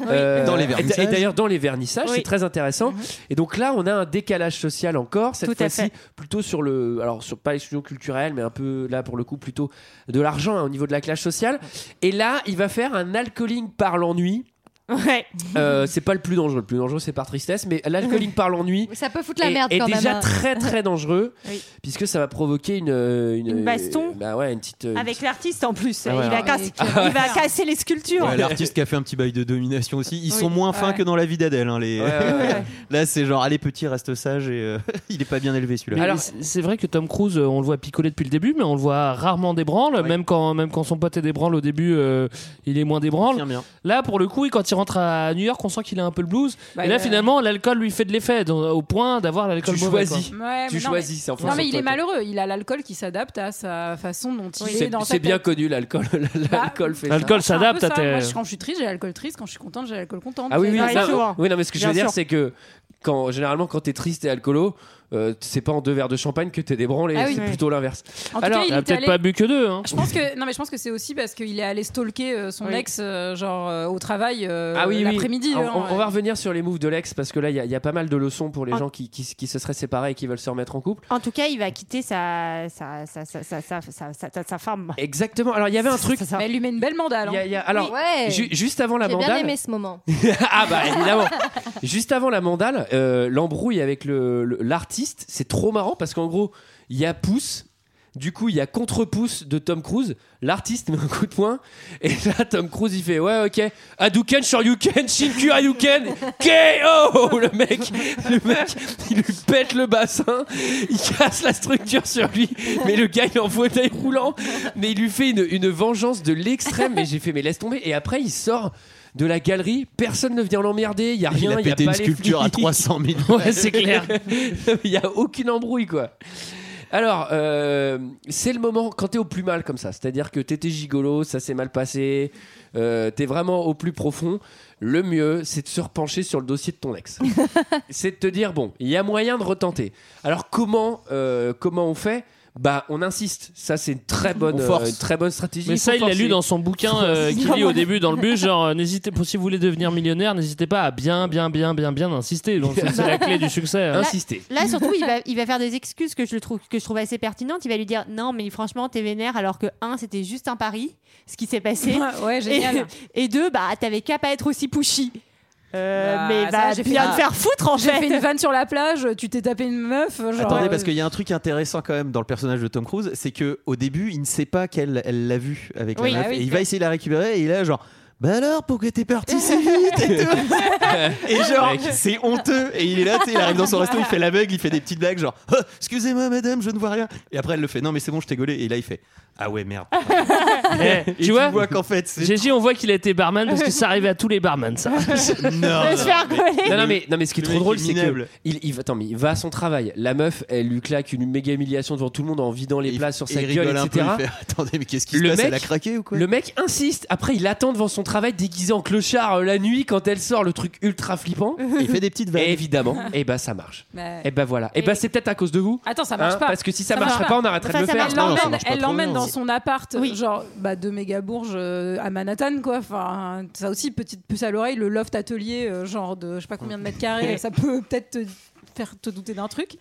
Speaker 1: Euh,
Speaker 11: Dans les
Speaker 1: et-
Speaker 11: vernissages.
Speaker 1: Et d'ailleurs dans les vernissages,
Speaker 14: Oui. Mhm.
Speaker 1: c'est très intéressant. Et donc là, on a un décalage social encore cette
Speaker 14: Tout à
Speaker 1: fois-ci
Speaker 14: fait.
Speaker 1: plutôt sur le alors sur pas l'exclusion culturelle, mais un peu là pour le coup plutôt de l'argent hein, au niveau de la classe sociale. Et là, il va faire un alcooling par l'ennui.
Speaker 14: Ouais.
Speaker 1: Euh, c'est pas le plus dangereux. Le plus dangereux, c'est par tristesse, mais
Speaker 14: [LAUGHS]
Speaker 1: l'alcooling par l'ennui
Speaker 7: Ça peut foutre la
Speaker 1: est-
Speaker 7: merde
Speaker 1: est
Speaker 7: quand même.
Speaker 1: déjà
Speaker 7: hein. [LAUGHS]
Speaker 1: très
Speaker 12: [LAUGHS]
Speaker 1: très dangereux
Speaker 14: Oui.
Speaker 1: puisque ça va provoquer une euh, une,
Speaker 14: Une baston
Speaker 1: euh, bah ouais une petite euh,
Speaker 14: Avec l'artiste en plus,
Speaker 1: Ah ouais,
Speaker 14: il, va
Speaker 1: ouais.
Speaker 14: casser,
Speaker 1: Ah
Speaker 14: il va
Speaker 12: ouais.
Speaker 14: casser les sculptures.
Speaker 11: Ouais, L'artiste qui a fait un petit bail de domination aussi. Ils
Speaker 14: Oui.
Speaker 11: sont moins fins
Speaker 14: Ouais.
Speaker 11: que dans la vie d'Adèle. hein, les...
Speaker 1: Ouais, ouais, ouais.
Speaker 11: [LAUGHS] Là, c'est genre, allez, petit, reste sage. Et, euh, [LAUGHS] il est pas bien élevé celui-là.
Speaker 6: Mais c'est- c'est vrai que Tom Cruise, euh, on le voit picoler depuis le début, mais on le voit rarement débranle. Même quand même quand son pote est débranle au début, euh, il est moins débranle.
Speaker 11: bien.
Speaker 6: Là, pour le coup, et quand il rentre rentre à New York, on sent qu'il a un peu le blues.
Speaker 12: Bah,
Speaker 6: et là,
Speaker 12: euh,
Speaker 6: finalement, l'alcool lui fait de l'effet, dans- au point d'avoir l'alcool
Speaker 1: Tu
Speaker 6: mauvais,
Speaker 1: choisis.
Speaker 6: quoi.
Speaker 12: Ouais,
Speaker 1: Tu
Speaker 12: mais non,
Speaker 1: choisis,
Speaker 12: mais-
Speaker 1: c'est en
Speaker 12: Non,
Speaker 1: fonction
Speaker 12: mais
Speaker 1: de
Speaker 12: il
Speaker 1: toi,
Speaker 12: est
Speaker 1: toi.
Speaker 12: malheureux. Il a l'alcool qui s'adapte à sa façon dont il est
Speaker 1: C'est
Speaker 12: dans sa
Speaker 1: c'est bien
Speaker 12: tête.
Speaker 1: connu l'alcool. [LAUGHS] L'alcool fait ça.
Speaker 6: l'alcool
Speaker 14: Ah,
Speaker 12: C'est un peu
Speaker 6: s'adapte euh. à
Speaker 12: ça.
Speaker 6: tes-
Speaker 14: euh,
Speaker 12: Moi, je- quand je suis triste, j'ai l'alcool triste. Quand je suis contente, j'ai l'alcool contente.
Speaker 1: Ah oui, oui,
Speaker 12: Ça
Speaker 1: ça-
Speaker 12: arrive souvent.
Speaker 1: oui, non, mais ce que je veux
Speaker 12: Bien
Speaker 1: dire,
Speaker 12: sûr.
Speaker 1: c'est que quand, généralement, quand t'es triste et alcoolo, euh, c'est pas en deux verres de champagne que t'es débranlé,
Speaker 12: Ah oui.
Speaker 1: c'est
Speaker 12: Oui.
Speaker 1: plutôt l'inverse.
Speaker 12: En tout cas, il
Speaker 1: t'as
Speaker 12: est allé-
Speaker 6: que deux. hein.
Speaker 12: Je pense que non mais je pense que c'est aussi parce qu'il est allé stalker euh, son
Speaker 1: Oui.
Speaker 12: ex euh, genre euh, au travail euh,
Speaker 1: Ah oui, oui.
Speaker 12: l'après-midi.
Speaker 1: On,
Speaker 12: hein.
Speaker 1: on- on va revenir sur les moves de l'ex parce que là, il y, a- il y a pas mal de leçons pour les
Speaker 14: En-
Speaker 1: gens qui, qui s- qui se seraient séparés et qui veulent se remettre en couple.
Speaker 14: En tout cas, il va quitter sa, sa, sa, sa, sa, sa, sa, sa, sa- sa femme.
Speaker 1: Exactement. Alors, il y avait un truc.
Speaker 12: Mais elle lui met une belle mandale. hein.
Speaker 1: Il y a- il y a- alors,
Speaker 7: Ouais.
Speaker 1: ju- juste avant la
Speaker 7: J'ai bien
Speaker 1: mandale.
Speaker 7: aimé ce
Speaker 6: [LAUGHS]
Speaker 7: moment.
Speaker 1: [LAUGHS] ah bah évidemment. Juste avant la mandale, euh, l'embrouille avec le- le- l'artiste, c'est trop marrant parce qu'en gros, il y a pouce. Du coup, il y a contre-pouce de Tom Cruise. L'artiste met un coup de poing. Et là, Tom Cruise, il fait Ouais, ok. Hadouken sur Yuken, Shinku Hadouken, KO [LAUGHS] Le mec, le mec, il lui pète le bassin. Il casse la structure sur lui. Mais le gars, il est en fauteuil roulant. Mais il lui fait une, une vengeance de l'extrême. Mais j'ai fait Mais laisse tomber. Et après, il sort de la galerie. Personne ne vient l'emmerder. Il y a rien.
Speaker 11: il a
Speaker 1: y
Speaker 11: pété
Speaker 1: pas
Speaker 11: une
Speaker 1: les
Speaker 11: sculpture à
Speaker 1: flics.
Speaker 11: 300 000
Speaker 1: [LAUGHS] Ouais, c'est clair. [LAUGHS] Il n'y a aucune embrouille, quoi. Alors, euh, c'est le moment quand t'es au plus mal comme ça, c'est-à-dire que t'étais gigolo, ça s'est mal passé, euh, t'es vraiment au plus profond. Le mieux, c'est de se repencher sur le dossier de ton ex. c'est de te dire bon, il y a moyen de retenter. Alors comment euh, comment on fait Bah, on insiste. Ça, c'est une très bonne
Speaker 6: On force.
Speaker 1: euh, une très bonne stratégie.
Speaker 6: Mais
Speaker 1: Faut
Speaker 6: ça, il l'a
Speaker 1: forcer.
Speaker 6: lu dans son bouquin
Speaker 1: [LAUGHS]
Speaker 6: euh,
Speaker 1: Faut-
Speaker 12: [LAUGHS]
Speaker 6: qu'il lit au début dans le bus. Genre, euh, n'hésitez pas, si vous voulez devenir millionnaire, n'hésitez pas à bien, bien, bien, bien, bien
Speaker 1: [LAUGHS]
Speaker 6: insister. Donc, ça, c'est la clé du succès. hein.
Speaker 1: Insister.
Speaker 14: Là, surtout, il va, il va faire des excuses que je, le trouve, que je trouve assez pertinentes. Il va lui dire Non, mais franchement, t'es vénère, alors que, un, c'était juste un pari, ce qui s'est passé.
Speaker 12: Ouais, ouais, génial.
Speaker 14: [LAUGHS] Et, et deux, bah, t'avais qu'à pas être aussi pushy. Euh,
Speaker 12: Bah,
Speaker 14: mais
Speaker 12: ça,
Speaker 14: bah,
Speaker 12: j'ai fait
Speaker 14: viens
Speaker 12: une-
Speaker 14: te faire foutre, en
Speaker 12: J'ai
Speaker 14: fait.
Speaker 12: fait une vanne sur la plage, tu t'es tapé une meuf. Genre, euh,
Speaker 11: Attendez, parce qu'il y a un truc intéressant quand même dans le personnage de Tom Cruise, c'est que au début, il ne sait pas qu'elle elle l'a vu avec
Speaker 12: Oui.
Speaker 11: la meuf,
Speaker 12: Ah oui,
Speaker 11: et il
Speaker 12: c'est
Speaker 11: va
Speaker 12: vrai.
Speaker 11: essayer de la récupérer, et il est genre. Bah alors, pourquoi t'es parti si vite et,
Speaker 13: [LAUGHS]
Speaker 11: tout Et genre,
Speaker 1: Mec.
Speaker 11: c'est
Speaker 1: [LAUGHS]
Speaker 11: honteux. Et il est là, tu sais, il arrive dans son resto, il fait l'aveugle, il fait des petites blagues, genre, Oh, excusez-moi madame, je ne vois rien. Et après, elle le fait, non mais c'est bon, je t'ai gaulé. Et là, il fait, ah ouais, merde.
Speaker 6: Eh,
Speaker 11: Et
Speaker 6: tu vois,
Speaker 11: qu'en fait, c'est.
Speaker 6: Gégé, on voit qu'il a été barman parce que ça arrive à tous les barman, [LAUGHS] ça.
Speaker 1: [LAUGHS]
Speaker 11: Non,
Speaker 14: Se faire gauler.
Speaker 1: Non, non, mais, non, mais ce qui est
Speaker 11: Le
Speaker 1: trop
Speaker 11: mec
Speaker 1: drôle,
Speaker 11: est
Speaker 1: c'est que
Speaker 11: minable.
Speaker 1: il, il va- attends, mais il va à son travail. La meuf, elle lui claque une méga humiliation devant tout le monde en vidant les plats sur
Speaker 11: Et
Speaker 1: sa
Speaker 11: il
Speaker 1: gueule,
Speaker 11: rigole un peu,
Speaker 1: etc.
Speaker 11: il fait, [LAUGHS] Attendez, mais qu'est-ce qui se
Speaker 1: Le
Speaker 11: passe
Speaker 1: mec-
Speaker 11: Elle a craqué ou quoi
Speaker 1: Le mec insiste. Après, il attend devant son travail déguisé en clochard euh, la nuit quand elle sort le truc ultra flippant.
Speaker 11: Il fait des petites vannes.
Speaker 1: Et évidemment, et bah ça marche.
Speaker 12: Mais-
Speaker 1: Et bah voilà. Et,
Speaker 12: Et-
Speaker 1: bah c'est peut-être à cause de vous.
Speaker 12: Attends, ça marche
Speaker 1: Hein,
Speaker 12: pas.
Speaker 1: Parce que si ça, marcherait pas, on arrêterait de le faire.
Speaker 12: Elle
Speaker 11: Non, ça
Speaker 12: l'emmène-
Speaker 11: marche pas
Speaker 12: elle
Speaker 11: trop,
Speaker 12: l'emmène
Speaker 11: non.
Speaker 12: dans son appart, genre bah, de Mégabourge euh, à Manhattan, quoi. Enfin, ça aussi, petite puce à l'oreille, le loft atelier, euh, genre de je sais pas combien de mètres carrés, ça
Speaker 1: [LAUGHS]
Speaker 12: peut peut-être te faire te douter d'un truc.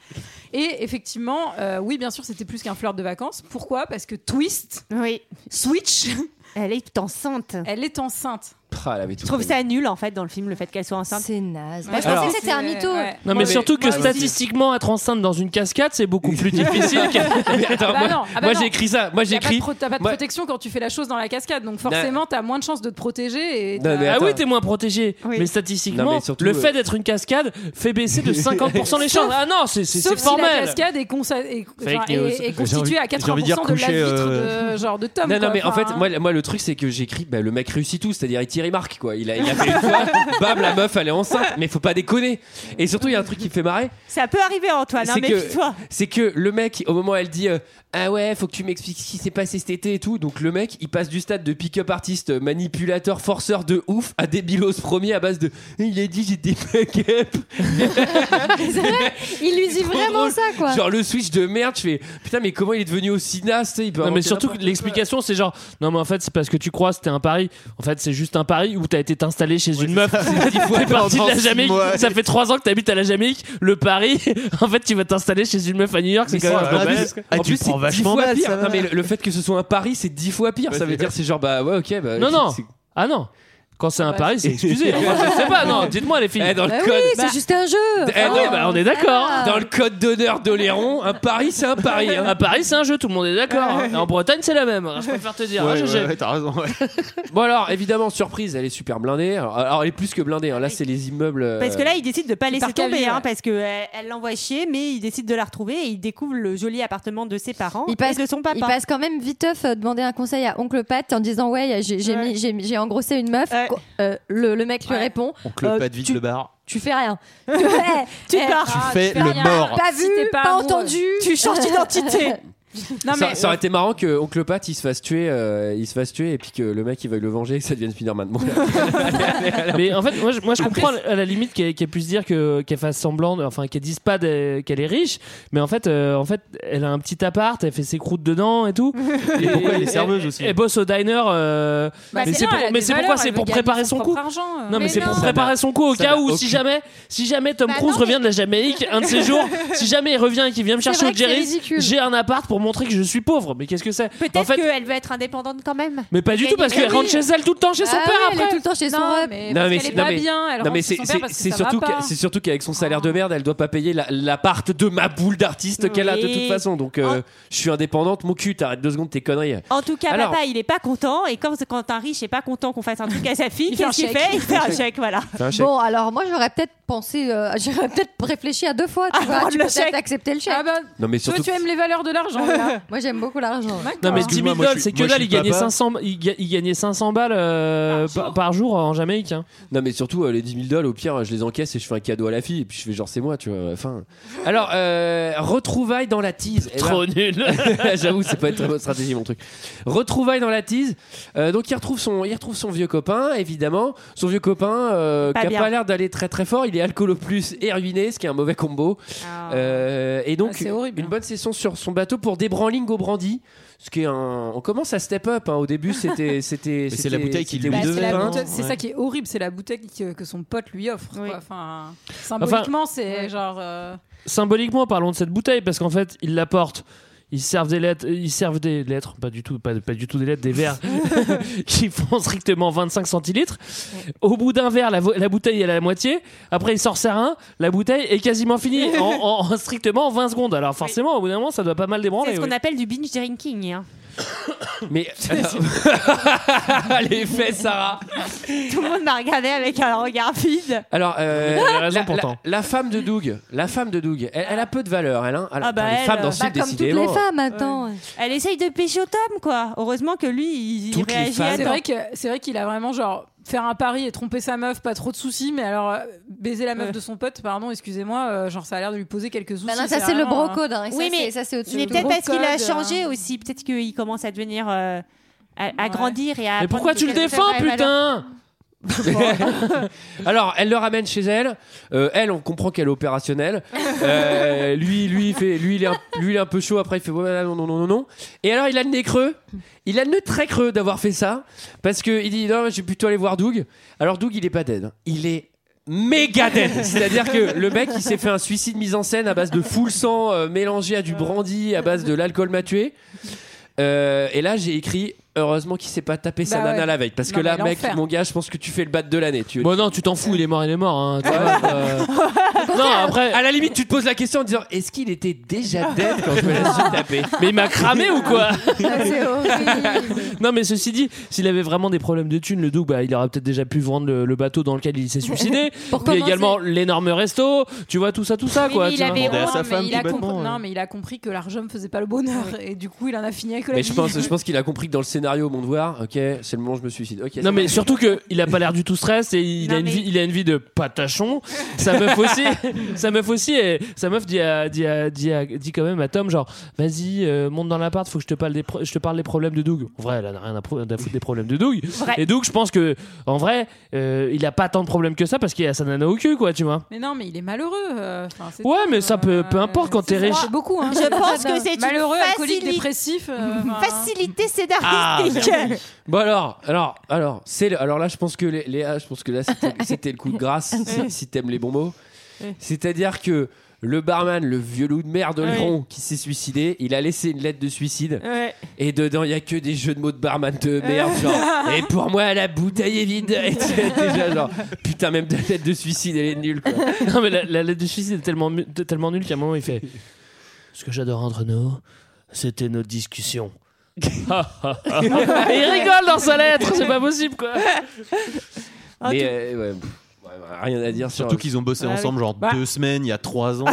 Speaker 12: Et effectivement, euh, oui, bien sûr, c'était plus qu'un flirt de vacances. Pourquoi Parce que twist,
Speaker 14: Oui.
Speaker 12: switch,
Speaker 14: Elle est enceinte.
Speaker 12: elle est enceinte.
Speaker 1: Ah, elle avait tout
Speaker 14: Je trouve
Speaker 1: prévu.
Speaker 14: ça nul, en fait, dans le film, le fait qu'elle soit enceinte.
Speaker 7: C'est naze.
Speaker 14: Bah, je
Speaker 1: Alors-
Speaker 14: pensais que c'était un mytho.
Speaker 12: Ouais.
Speaker 6: Non, euh, mais ah, surtout que statistiquement, être enceinte dans une cascade, c'est beaucoup [LAUGHS] plus difficile que.
Speaker 1: [LAUGHS] Mais attends,
Speaker 12: Ah bah
Speaker 1: moi,
Speaker 12: non, ah bah
Speaker 1: moi,
Speaker 12: non.
Speaker 1: j'ai écrit ça. Moi j'ai
Speaker 12: T'as pas de
Speaker 1: écrit.
Speaker 12: pro- T'as pas de
Speaker 1: moi- Bah
Speaker 12: protection quand tu fais la chose dans la cascade, donc forcément, t'as moins de chances de te protéger. Et
Speaker 1: Non, mais
Speaker 12: t'as-
Speaker 6: Ah
Speaker 1: Attends.
Speaker 6: oui, t'es moins protégé. Mais statistiquement,
Speaker 1: Non, mais surtout,
Speaker 6: le
Speaker 1: euh,
Speaker 6: fait d'être une cascade fait baisser [LAUGHS] de 50% les
Speaker 12: Sauf-
Speaker 6: chances. Ah non, c'est c'est-
Speaker 12: Sauf
Speaker 6: c'est
Speaker 12: si la
Speaker 6: formel.
Speaker 12: cascade est, consa- est-
Speaker 6: Fake
Speaker 12: enfin, est-
Speaker 6: news.
Speaker 12: est
Speaker 6: J'ai envie-
Speaker 12: constituée à
Speaker 1: j'ai
Speaker 12: 80%
Speaker 1: envie de
Speaker 12: de,
Speaker 1: recoucher,
Speaker 12: la vitre
Speaker 1: euh, [LAUGHS]
Speaker 12: de, genre de Tom.
Speaker 1: Non, non,
Speaker 12: quoi.
Speaker 1: mais en
Speaker 12: Enfin,
Speaker 1: fait, moi, moi, le truc, c'est que j'écris, bah, le mec réussit tout, c'est-à-dire il tire, il marque, quoi. Il a, il a fait une
Speaker 12: [LAUGHS]
Speaker 1: fois, bam, la meuf, elle est enceinte, mais faut pas déconner. Et surtout, il y a un truc qui me fait marrer,
Speaker 14: Ça peut arriver, Antoine, hein,
Speaker 1: c'est
Speaker 14: mais
Speaker 1: que,
Speaker 14: toi.
Speaker 1: c'est que le mec, au moment où elle dit euh, Ah ouais, faut que tu m'expliques ce qui s'est passé cet été et tout, donc le mec, il passe du stade de pick-up artiste, euh, manipulateur, forceur de ouf, à débilos premier à base de Il a dit, [LAUGHS] j'étais pick-up.
Speaker 7: C'est vrai, il lui dit
Speaker 1: Trop
Speaker 7: vraiment
Speaker 1: drôle.
Speaker 7: ça, quoi.
Speaker 1: Genre le switch de merde, je fais Putain, mais comment il est devenu aussi naze, tu sais, il peut
Speaker 6: Non, mais
Speaker 1: inventer
Speaker 6: surtout, que
Speaker 1: n'importe quoi.
Speaker 6: l'explication, c'est genre, non, mais en fait, c'est parce que tu crois, c'était un pari. En fait, c'est juste un pari où t'as été t'installer chez une meuf. [LAUGHS] T'es parti de
Speaker 11: pendant
Speaker 6: la
Speaker 11: six
Speaker 6: Jamaïque.
Speaker 11: mois.
Speaker 6: Ça fait 3 ans que t'habites à la Jamaïque. Le pari, [LAUGHS] en fait, tu vas t'installer chez une meuf à New York. C'est
Speaker 1: Mais
Speaker 6: quand même
Speaker 1: c'est
Speaker 6: un peu
Speaker 1: un
Speaker 6: balèze.
Speaker 1: risque.
Speaker 11: Ah,
Speaker 1: en
Speaker 11: tu
Speaker 1: plus,
Speaker 11: prends
Speaker 1: c'est dix
Speaker 11: vachement
Speaker 1: fois
Speaker 11: mal,
Speaker 1: pire.
Speaker 11: ça va.
Speaker 1: Non, mais le, le fait que ce soit un pari, c'est dix fois pire.
Speaker 11: Ouais,
Speaker 1: ça veut
Speaker 11: c'est-
Speaker 1: dire, c'est genre, bah ouais, ok.
Speaker 11: Euh,
Speaker 1: Bah,
Speaker 6: Non, non.
Speaker 1: c'est- c'est-
Speaker 6: Ah non. Quand c'est un
Speaker 1: bah,
Speaker 6: pari, c'est
Speaker 1: c'est-
Speaker 6: excusé. Enfin, je sais pas, non, dites-moi les filles.
Speaker 1: Eh, dans le
Speaker 7: Bah oui,
Speaker 1: code.
Speaker 7: c'est juste un Ah jeu.
Speaker 1: Eh,
Speaker 7: Enfin,
Speaker 1: dans-
Speaker 6: bah, on est d'accord.
Speaker 7: Ah.
Speaker 1: Dans le code d'honneur d'Oléron, un pari, c'est un pari. hein.
Speaker 6: À Paris, c'est un jeu, tout le monde est d'accord. hein. Et En Bretagne, c'est la même. Je préfère te dire.
Speaker 11: Ouais,
Speaker 6: hein,
Speaker 11: ouais,
Speaker 6: GG.
Speaker 11: ouais, t'as raison.
Speaker 6: [LAUGHS]
Speaker 11: ouais.
Speaker 1: Bon, alors, évidemment, surprise, elle est super blindée. Alors, alors, elle est plus que blindée. hein. Là, c'est les immeubles. euh,
Speaker 14: Parce que là, il décide de pas laisser
Speaker 12: parc à
Speaker 14: tomber,
Speaker 12: vivre,
Speaker 14: hein,
Speaker 12: ouais.
Speaker 14: parce que euh, elle l'envoie chier, mais il décide de la retrouver et il découvre le joli appartement de ses parents
Speaker 7: Il passe-
Speaker 14: et de son papa.
Speaker 7: Il passe quand même viteuf euh, demander un conseil à oncle Pat en disant ouais j'ai j'ai
Speaker 14: Ouais.
Speaker 7: mis- j'ai mis- j'ai engrossé une meuf
Speaker 14: Ouais.
Speaker 7: quoi Euh, le, le mec lui répond
Speaker 11: On clope
Speaker 7: euh,
Speaker 11: pas de vite
Speaker 7: tu,
Speaker 11: le bar.
Speaker 7: tu fais
Speaker 14: [LAUGHS]
Speaker 7: rien. tu fais-
Speaker 11: Tu
Speaker 7: eh,
Speaker 11: pars. Tu
Speaker 12: ah,
Speaker 11: fais
Speaker 7: fais
Speaker 11: le
Speaker 7: rien.
Speaker 11: mort.
Speaker 7: Pas
Speaker 12: Si
Speaker 7: vu,
Speaker 12: t'es
Speaker 7: pas,
Speaker 12: pas amoureux.
Speaker 7: entendu.
Speaker 12: Tu changes
Speaker 7: [LAUGHS]
Speaker 12: d'identité. Non,
Speaker 1: ça,
Speaker 12: mais.
Speaker 1: ça aurait été marrant que Oncle Pat il se fasse tuer, euh, il se fasse tuer et puis que le mec il veuille le venger et que ça devienne Spider-Man.
Speaker 12: [LAUGHS]
Speaker 1: Bon, [LAUGHS]
Speaker 12: Bah,
Speaker 6: Mais en fait, moi je, moi, je comprends à la limite qu'elle qu'elle puisse dire que- qu'elle fasse semblant, de- enfin qu'elle dise pas de- qu'elle est riche, mais en fait, euh, en fait, elle a un petit appart, elle fait ses croûtes dedans et tout.
Speaker 11: [LAUGHS] Et pourquoi elle est serveuse aussi
Speaker 6: Elle bosse au diner. euh,
Speaker 12: Bah,
Speaker 6: mais
Speaker 12: c'est
Speaker 6: c'est
Speaker 12: non,
Speaker 6: pour,
Speaker 12: elle a
Speaker 6: mais
Speaker 12: des
Speaker 6: c'est
Speaker 12: valeurs,
Speaker 6: pourquoi
Speaker 12: elle
Speaker 6: C'est
Speaker 12: veut
Speaker 6: pour
Speaker 12: gagner
Speaker 6: préparer
Speaker 12: son
Speaker 6: son
Speaker 12: propre
Speaker 6: coup.
Speaker 12: argent, euh.
Speaker 6: Non, mais,
Speaker 12: Mais
Speaker 6: c'est pour
Speaker 12: non. Bah
Speaker 6: préparer son coup au
Speaker 12: Ça
Speaker 6: cas
Speaker 12: n'a
Speaker 6: où
Speaker 12: aucune-
Speaker 6: si jamais, si jamais Tom Cruise revient de la Jamaïque un
Speaker 12: [LAUGHS]
Speaker 6: de ces jours, si jamais il revient et qu'il vient me
Speaker 14: C'est
Speaker 6: chercher
Speaker 14: vrai
Speaker 6: au
Speaker 14: que c'est
Speaker 6: Jerry's,
Speaker 14: ridicule.
Speaker 6: j'ai un appart pour montrer que je suis pauvre. Mais qu'est-ce que c'est
Speaker 14: Peut-être
Speaker 6: En fait,
Speaker 14: qu'elle veut être indépendante quand même.
Speaker 6: mais pas du tout parce
Speaker 14: Gagner-
Speaker 6: qu'elle rentre chez elle tout le temps chez son
Speaker 14: Ah
Speaker 6: père
Speaker 14: oui,
Speaker 6: après.
Speaker 14: elle est
Speaker 7: tout le temps chez son
Speaker 14: Non,
Speaker 7: rep.
Speaker 14: mais parce qu'elle est pas bien, elle
Speaker 1: non,
Speaker 14: rentre chez
Speaker 1: mais c'est-
Speaker 14: son père
Speaker 1: c'est-
Speaker 14: parce que
Speaker 1: c'est
Speaker 14: ça
Speaker 1: surtout
Speaker 14: va
Speaker 1: que-
Speaker 14: pas. Ah.
Speaker 1: c'est surtout qu'avec son salaire de merde, elle doit pas payer la- l'appart de ma boule d'artiste qu'elle a de
Speaker 14: Oui.
Speaker 1: toute façon. Donc euh, je suis indépendante, mon cul, t'arrêtes deux secondes tes conneries.
Speaker 14: En tout cas,
Speaker 1: Alors-
Speaker 14: papa, il est pas content. Et quand, quand un riche est pas content qu'on fasse un truc à sa fille,
Speaker 7: Il fait un
Speaker 14: qu'est-ce qu'il
Speaker 7: chèque.
Speaker 14: fait Il fait un chèque,
Speaker 7: [LAUGHS]
Speaker 12: ah.
Speaker 14: voilà.
Speaker 7: Oh,
Speaker 1: Fais un chèque.
Speaker 7: Bon, alors moi j'aurais peut-être pensé, euh, j'aurais peut-être réfléchi à deux fois. Tu vois,
Speaker 12: prendre
Speaker 7: tu
Speaker 12: le
Speaker 7: peux
Speaker 12: chèque.
Speaker 7: peut-être accepter Ah, le chèque.
Speaker 1: Non, mais surtout-
Speaker 12: Toi, Ah, bah, tu aimes les valeurs de l'argent. là.
Speaker 7: [LAUGHS] moi j'aime beaucoup l'argent.
Speaker 6: Non mais
Speaker 1: Excuse-moi,
Speaker 6: 10 000
Speaker 1: moi, je
Speaker 6: balles,
Speaker 1: suis-
Speaker 6: c'est que
Speaker 1: moi, je
Speaker 6: dalle,
Speaker 1: suis
Speaker 6: il gagnait,
Speaker 1: papa.
Speaker 6: 500, il, ga- il gagnait 500 balles euh, par, par jour. euh, en Jamaïque. hein.
Speaker 1: Non, mais surtout, euh, les 10 000 dollars, au pire, je les encaisse et je fais un cadeau à la fille. Et puis je fais genre, c'est moi, tu vois. Enfin. Alors, euh, retrouvailles dans la tease. Eh ben-
Speaker 6: Trop nul.
Speaker 1: [LAUGHS] J'avoue, c'est pas une très bonne stratégie, mon truc. Retrouvailles dans la tease. Euh, donc, il retrouve, son, il retrouve son vieux copain, évidemment. Son vieux copain, euh,
Speaker 6: Pas
Speaker 1: qui a
Speaker 6: bien.
Speaker 1: pas l'air d'aller très très fort. Il est alcoolo plus et ruiné, ce qui est un mauvais combo.
Speaker 12: Ah.
Speaker 1: Euh, et donc, une bonne session sur son bateau pour des branlings au brandy. Ce qui est un. On commence à step up. hein. Au début, c'était. c'était
Speaker 11: c'est
Speaker 1: c'était-
Speaker 11: la bouteille qu'il
Speaker 1: c'était Hein.
Speaker 11: lui
Speaker 1: huit
Speaker 12: Bah, C'est la
Speaker 1: vins.
Speaker 12: bouteille- c'est ça qui est horrible, c'est la bouteille que, que son pote lui offre. quoi. Enfin, symboliquement, c'est genre. euh,
Speaker 6: Symboliquement, parlons de cette bouteille parce qu'en fait, ils la portent. Ils servent des lettres, ils servent des lettres, pas du tout, pas, pas du tout des lettres,
Speaker 1: [LAUGHS]
Speaker 6: des verres [LAUGHS] qui font strictement 25 centilitres. Au bout d'un verre, la, vo- la bouteille elle est à la moitié. Après, il s'en sert un, la bouteille est
Speaker 1: [LAUGHS]
Speaker 6: quasiment finie en, en- en strictement 20 secondes. Alors forcément, au bout d'un moment, ça doit pas mal débranler.
Speaker 14: C'est ce
Speaker 6: oui.
Speaker 14: qu'on appelle du binge drinking. hein. [LAUGHS]
Speaker 6: [LAUGHS]
Speaker 1: [LAUGHS] Mais [LAUGHS] les fesses, Sarah.
Speaker 14: Tout le monde m'a regardé avec un regard vide.
Speaker 1: Alors, euh,
Speaker 14: Vous avez raison
Speaker 1: la,
Speaker 14: pourtant.
Speaker 1: la- la femme de Doug, la femme de Doug, elle, elle a peu de valeur, elle. Hein Alors,
Speaker 14: Ah bah
Speaker 1: les
Speaker 14: elle,
Speaker 1: femmes dans
Speaker 14: euh,
Speaker 1: ce
Speaker 14: bah
Speaker 1: film,
Speaker 14: comme toutes
Speaker 1: décidément.
Speaker 14: les femmes, Elle essaye de pêcher au tome, quoi. Heureusement que lui, il, il
Speaker 1: Toutes les
Speaker 14: réagit à
Speaker 1: femmes.
Speaker 12: C'est
Speaker 14: temps.
Speaker 12: vrai que- c'est vrai qu'il a vraiment genre faire un pari et tromper sa meuf, pas trop de soucis, mais alors euh, baiser la meuf
Speaker 14: Ouais.
Speaker 12: de son pote, pardon, excusez-moi, euh, genre ça a l'air de lui poser quelques soucis.
Speaker 7: Bah non, ça, c'est le
Speaker 12: vraiment,
Speaker 7: brocode, hein, et ça,
Speaker 14: oui,
Speaker 7: c'est-
Speaker 14: mais,
Speaker 7: ça, c'est au-dessus
Speaker 14: mais
Speaker 7: du
Speaker 14: peut-être
Speaker 7: gros
Speaker 14: parce qu'il a
Speaker 7: code,
Speaker 12: hein.
Speaker 14: changé aussi. Peut-être qu'il commence à devenir. euh, à, à grandir et à.
Speaker 6: Mais pourquoi tu le défends, putain
Speaker 1: Alors, elle le ramène chez elle. Euh, elle, on comprend qu'elle
Speaker 14: [LAUGHS]
Speaker 1: est opérationnelle. Euh, lui, lui, il fait, lui, il est un, lui, il est un peu chaud. Après, il fait ouais, non, non, non, non, non. Et alors, il a le nez creux. Il a le nez très creux d'avoir fait ça parce que il dit non, je vais plutôt aller voir Doug. Alors, Doug, il est pas dead. Il est méga dead. C'est-à-dire que le mec, il s'est fait un suicide mise en scène à base de full sang euh, mélangé à du brandy, à base de l'alcool m'a tué. Euh, et là, j'ai écrit. Heureusement qu'il s'est pas tapé sa
Speaker 6: Bah
Speaker 1: nana
Speaker 6: ouais.
Speaker 1: la veille parce
Speaker 6: Non,
Speaker 1: que là
Speaker 6: mais
Speaker 1: mec
Speaker 6: l'enfer.
Speaker 1: mon gars je pense que tu fais le bat de l'année tu
Speaker 6: Bon non, tu t'en fous, il est mort, il est mort. hein, tu
Speaker 1: [LAUGHS]
Speaker 6: vois, euh, [LAUGHS] non, après.
Speaker 1: À la limite, tu te poses la question en disant est-ce qu'il était
Speaker 6: [LAUGHS]
Speaker 1: déjà dead quand je me la suis tapé
Speaker 6: Ah, Mais il m'a cramé ou quoi Bah,
Speaker 1: C'est
Speaker 6: Non, mais ceci dit, s'il avait vraiment des problèmes de thunes, le Doug, bah, il aurait peut-être déjà pu vendre le, le bateau dans lequel il s'est suicidé.
Speaker 12: [LAUGHS] Pour
Speaker 6: il y a
Speaker 12: commencer.
Speaker 6: également l'énorme resto, tu vois, tout ça, tout ça,
Speaker 12: Oui,
Speaker 6: quoi.
Speaker 12: mais il
Speaker 6: tu vois.
Speaker 12: avait honte, mais il a compris-
Speaker 11: hein.
Speaker 12: non, mais il a compris que l'argent ne faisait pas le bonheur et du coup il en a fini avec la
Speaker 1: Mais je
Speaker 12: vie.
Speaker 1: pense, je pense qu'il a compris que dans le scénario, mon devoir, ok, c'est le moment où je me suicide. Ok.
Speaker 6: Non, mais surtout qu'il a pas l'air du tout stress et il, a une vie, il a une vie de patachon.
Speaker 12: [LAUGHS]
Speaker 6: Sa meuf aussi, sa meuf aussi, et sa meuf dit, à- dit, à- dit, à- dit quand même à Tom genre, vas-y, euh, monte dans l'appart, faut que je te parle des, pro- je te parle des problèmes de Doug. En vrai, elle a rien à, pro- à foutre des problèmes de Doug.
Speaker 12: Vrai.
Speaker 6: Et Doug, je pense que en vrai, euh, il a pas tant de problèmes que ça parce qu'il a sa nana au cul, quoi, tu vois.
Speaker 12: [LAUGHS] Mais non, mais il est malheureux. euh, enfin, c'est
Speaker 6: Ouais, mais ça peut, peu importe quand t'es riche.
Speaker 12: c'est beaucoup. Hein,
Speaker 14: Je pense que c'est une
Speaker 12: malheureux, alcoolique,
Speaker 14: facilité-
Speaker 12: dépressif. euh, enfin.
Speaker 14: Facilité
Speaker 1: Ah,
Speaker 14: scénaristique.
Speaker 1: merde. bon alors, alors, alors, c'est le- alors là, je pense que les- Léa, je pense que là,
Speaker 6: [LAUGHS]
Speaker 1: c'était- c'était le coup de grâce, si, si t'aimes les bons mots. C'est-à-dire que le barman, le vieux loup de merde de
Speaker 6: Ouais.
Speaker 1: Lyon, qui s'est suicidé, il a laissé une lettre de suicide. Et dedans, il y a que des jeux de mots de barman de merde,
Speaker 6: [LAUGHS] Ouais.
Speaker 1: genre. Et pour moi, la bouteille est vide. Et tu es déjà genre, [LAUGHS] putain, même la lettre de suicide, elle est
Speaker 6: [LAUGHS]
Speaker 1: nulle. Quoi.
Speaker 6: non mais la, la lettre de suicide est tellement, mu- de- tellement nulle qu'à un moment
Speaker 1: [LAUGHS]
Speaker 6: il fait Ce que j'adore entre nous, c'était nos discussions.
Speaker 11: [LAUGHS]
Speaker 6: Et il rigole dans sa lettre, c'est pas possible quoi.
Speaker 1: Mais, euh, ouais, pff, ouais. Rien à dire sur-
Speaker 11: Surtout qu'ils ont bossé
Speaker 1: Ouais,
Speaker 11: ensemble
Speaker 1: oui.
Speaker 11: genre
Speaker 1: Bah.
Speaker 11: deux semaines, il y a trois ans.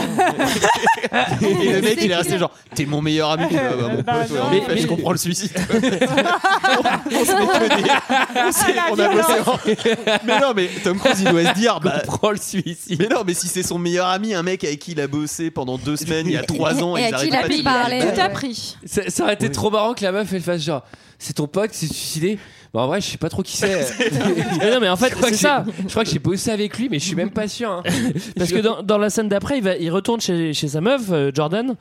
Speaker 11: et le mec, il est resté genre T'es mon meilleur ami. Bah, bah, mon pote, ouais, en
Speaker 1: Mais-
Speaker 11: effet,
Speaker 1: mais-
Speaker 11: je comprends le suicide. se
Speaker 1: on
Speaker 11: [LAUGHS] On s'est- on a bossé en- Mais non, mais Tom Cruise, il doit se dire bah,
Speaker 1: Comprends le suicide.
Speaker 11: Mais non, mais si c'est son meilleur ami, un mec avec qui il a bossé pendant deux semaines, il y a trois ans,
Speaker 12: Et à
Speaker 11: ils
Speaker 12: qui
Speaker 11: arrêtent
Speaker 12: il a
Speaker 11: pas de
Speaker 12: pu
Speaker 11: se-
Speaker 12: parler. Tout
Speaker 11: Ouais.
Speaker 12: appris.
Speaker 1: Ça, ça aurait été trop marrant que la meuf elle fasse genre c'est ton pote qui s'est suicidé. Bah en vrai, je sais pas trop qui [LAUGHS] c'est. mais non, mais en fait,
Speaker 6: c'est ça.
Speaker 1: Je crois que j'ai bossé avec lui, mais je suis même pas sûr. hein.
Speaker 6: [LAUGHS] Parce que dans, dans la scène d'après, il, va- il retourne chez, chez sa meuf, euh, Jordan,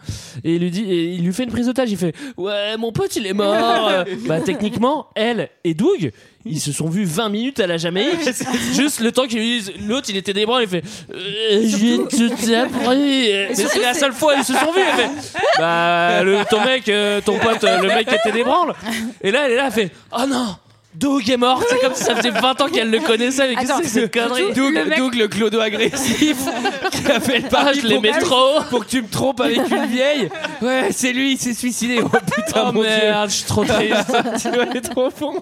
Speaker 6: et il lui dit, et il lui fait une prise d'otage. Il fait, ouais, mon pote, il est mort.
Speaker 1: [LAUGHS]
Speaker 6: Euh, bah techniquement, elle et Doug, ils se sont vus 20 minutes à
Speaker 1: [LAUGHS]
Speaker 6: la Jamaïque. Juste le temps qu'ils lui disent, l'autre, il était débranlé. Il fait,
Speaker 1: [LAUGHS]
Speaker 6: euh, j'ai tout appris. Mais c'est
Speaker 1: surtout,
Speaker 6: la
Speaker 1: c'est-
Speaker 6: seule fois où ils se sont vus. Elle fait, bah le- ton mec, euh, ton pote, euh, le mec était débranle. Et là, elle est là, elle fait, oh non. Doug est mort, c'est comme si ça faisait 20 ans qu'elle le connaissait, mais qu'est-ce que c'est que cette connerie
Speaker 1: Doug, Doug, le Ah, clodo [LAUGHS] agressif qui a fait le pari
Speaker 6: je l'aimais
Speaker 1: pour-
Speaker 6: trop.
Speaker 1: pour que tu me trompes avec une vieille. Ouais, c'est lui, il s'est suicidé. Oh putain,
Speaker 6: Oh
Speaker 1: mon
Speaker 6: merde,
Speaker 1: Dieu.
Speaker 6: je suis trop triste.
Speaker 1: [LAUGHS] tu dois aller trop fond.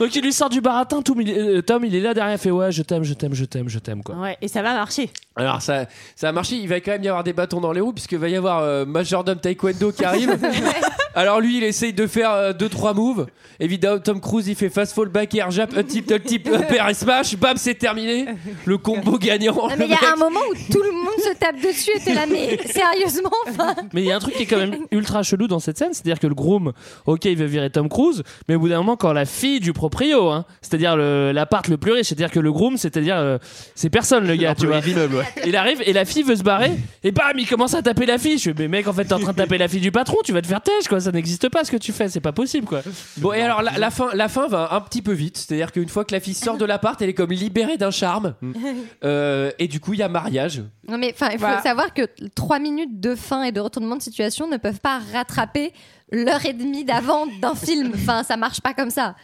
Speaker 6: Donc il lui sort du baratin, Tom il, euh, Tom, il est là derrière, il fait ouais, je t'aime, je t'aime, je t'aime, je t'aime quoi.
Speaker 14: Ouais, et ça va marcher.
Speaker 1: Alors ça, ça a marché, il va quand même y avoir des bâtons dans les roues puisque va y avoir euh, Majordome Taekwondo
Speaker 7: [LAUGHS]
Speaker 1: qui arrive. Alors lui, il essaye de faire 2-3 moves. Évidemment, Tom Cruise, il fait fast fall back air jab, up tip, up tip, up air et smash. Bam, c'est terminé. Le combo gagnant.
Speaker 7: Non, Ah, mais il y
Speaker 1: le mec. [LAUGHS]
Speaker 7: a un moment où tout le monde se tape dessus et t'es là, [LAUGHS] mais sérieusement, enfin.
Speaker 6: Mais il y a un truc qui est
Speaker 7: [LAUGHS]
Speaker 6: quand même ultra chelou dans cette scène, c'est-à-dire que le groom, ok, il veut virer Tom Cruise, mais au bout d'un moment, quand la fille du proprio, hein, c'est-à-dire le- l'appart le plus riche, c'est-à-dire que le groom, c'est-à-dire euh, c'est personne le gars, tu vois. Il arrive et la fille veut se barrer, et bam, il commence à taper la fille. Je fais, mais mec, en fait, t'es en train de taper la fille du patron, tu vas te faire têche, quoi, ça n'existe pas ce que tu fais, c'est pas possible, quoi.
Speaker 1: Bon, et alors la, la fin, la fin va un petit peu vite. C'est-à-dire qu'une fois que la fille sort de l'appart, elle est comme libérée d'un charme.
Speaker 7: Mm.
Speaker 1: Euh, et du coup, il y a mariage.
Speaker 7: Non, mais enfin, il faut
Speaker 1: Voilà.
Speaker 7: savoir que trois minutes de fin et de retournement de situation ne peuvent pas rattraper l'heure et demie d'avant
Speaker 1: [LAUGHS]
Speaker 7: d'un film. Enfin, ça marche pas comme ça.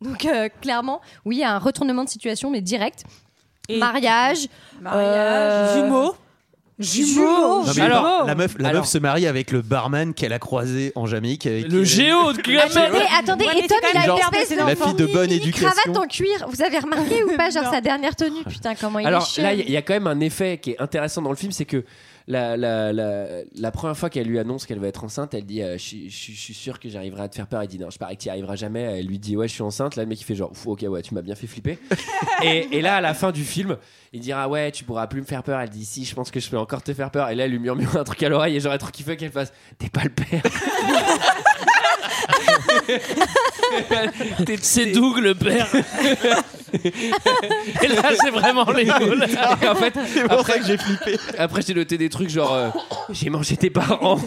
Speaker 7: Donc, euh, clairement, oui, il y a un retournement de situation, mais direct. Mariage, euh,
Speaker 12: Mariage. Jumeaux. Jumeaux.
Speaker 11: Non, mais alors, la meuf, la meuf se marie avec le barman qu'elle a croisé en Jamaïque. Avec le
Speaker 6: géo de
Speaker 7: Attendez, attendez, et Tom, il a une espèce
Speaker 11: la
Speaker 7: d'enfant.
Speaker 11: fille de bonne
Speaker 7: Il- il Cravate
Speaker 11: éducation.
Speaker 7: en cuir, vous avez remarqué ou pas, genre sa dernière tenue Putain, comment il
Speaker 1: Alors
Speaker 7: est
Speaker 1: là,
Speaker 7: chiant.
Speaker 1: il y a quand même un effet qui est intéressant dans le film, c'est que la, la, la, la première fois qu'elle lui annonce qu'elle va être enceinte, elle dit euh, je, suis- je suis- je suis sûre que j'arriverai à te faire peur. Elle dit non, je parie que tu arriveras jamais. Elle lui dit ouais, je suis enceinte. Là, le mec il fait genre Ouf, ok ouais, tu m'as bien
Speaker 7: [LAUGHS]
Speaker 1: fait flipper. et, et là, à la fin du film, il dira ouais, tu pourras plus me faire peur. Elle dit si, je pense que je peux encore te faire peur. Et là, elle lui murmure un truc à l'oreille et j'aurais trop kiffé qu'elle fasse t'es pas le père.
Speaker 6: C'est Doug le père. et là, c'est vraiment les cool.
Speaker 1: Et en fait,
Speaker 6: C'est pour
Speaker 1: après que j'ai flippé. Après, j'ai noté des trucs genre euh, j'ai mangé tes parents.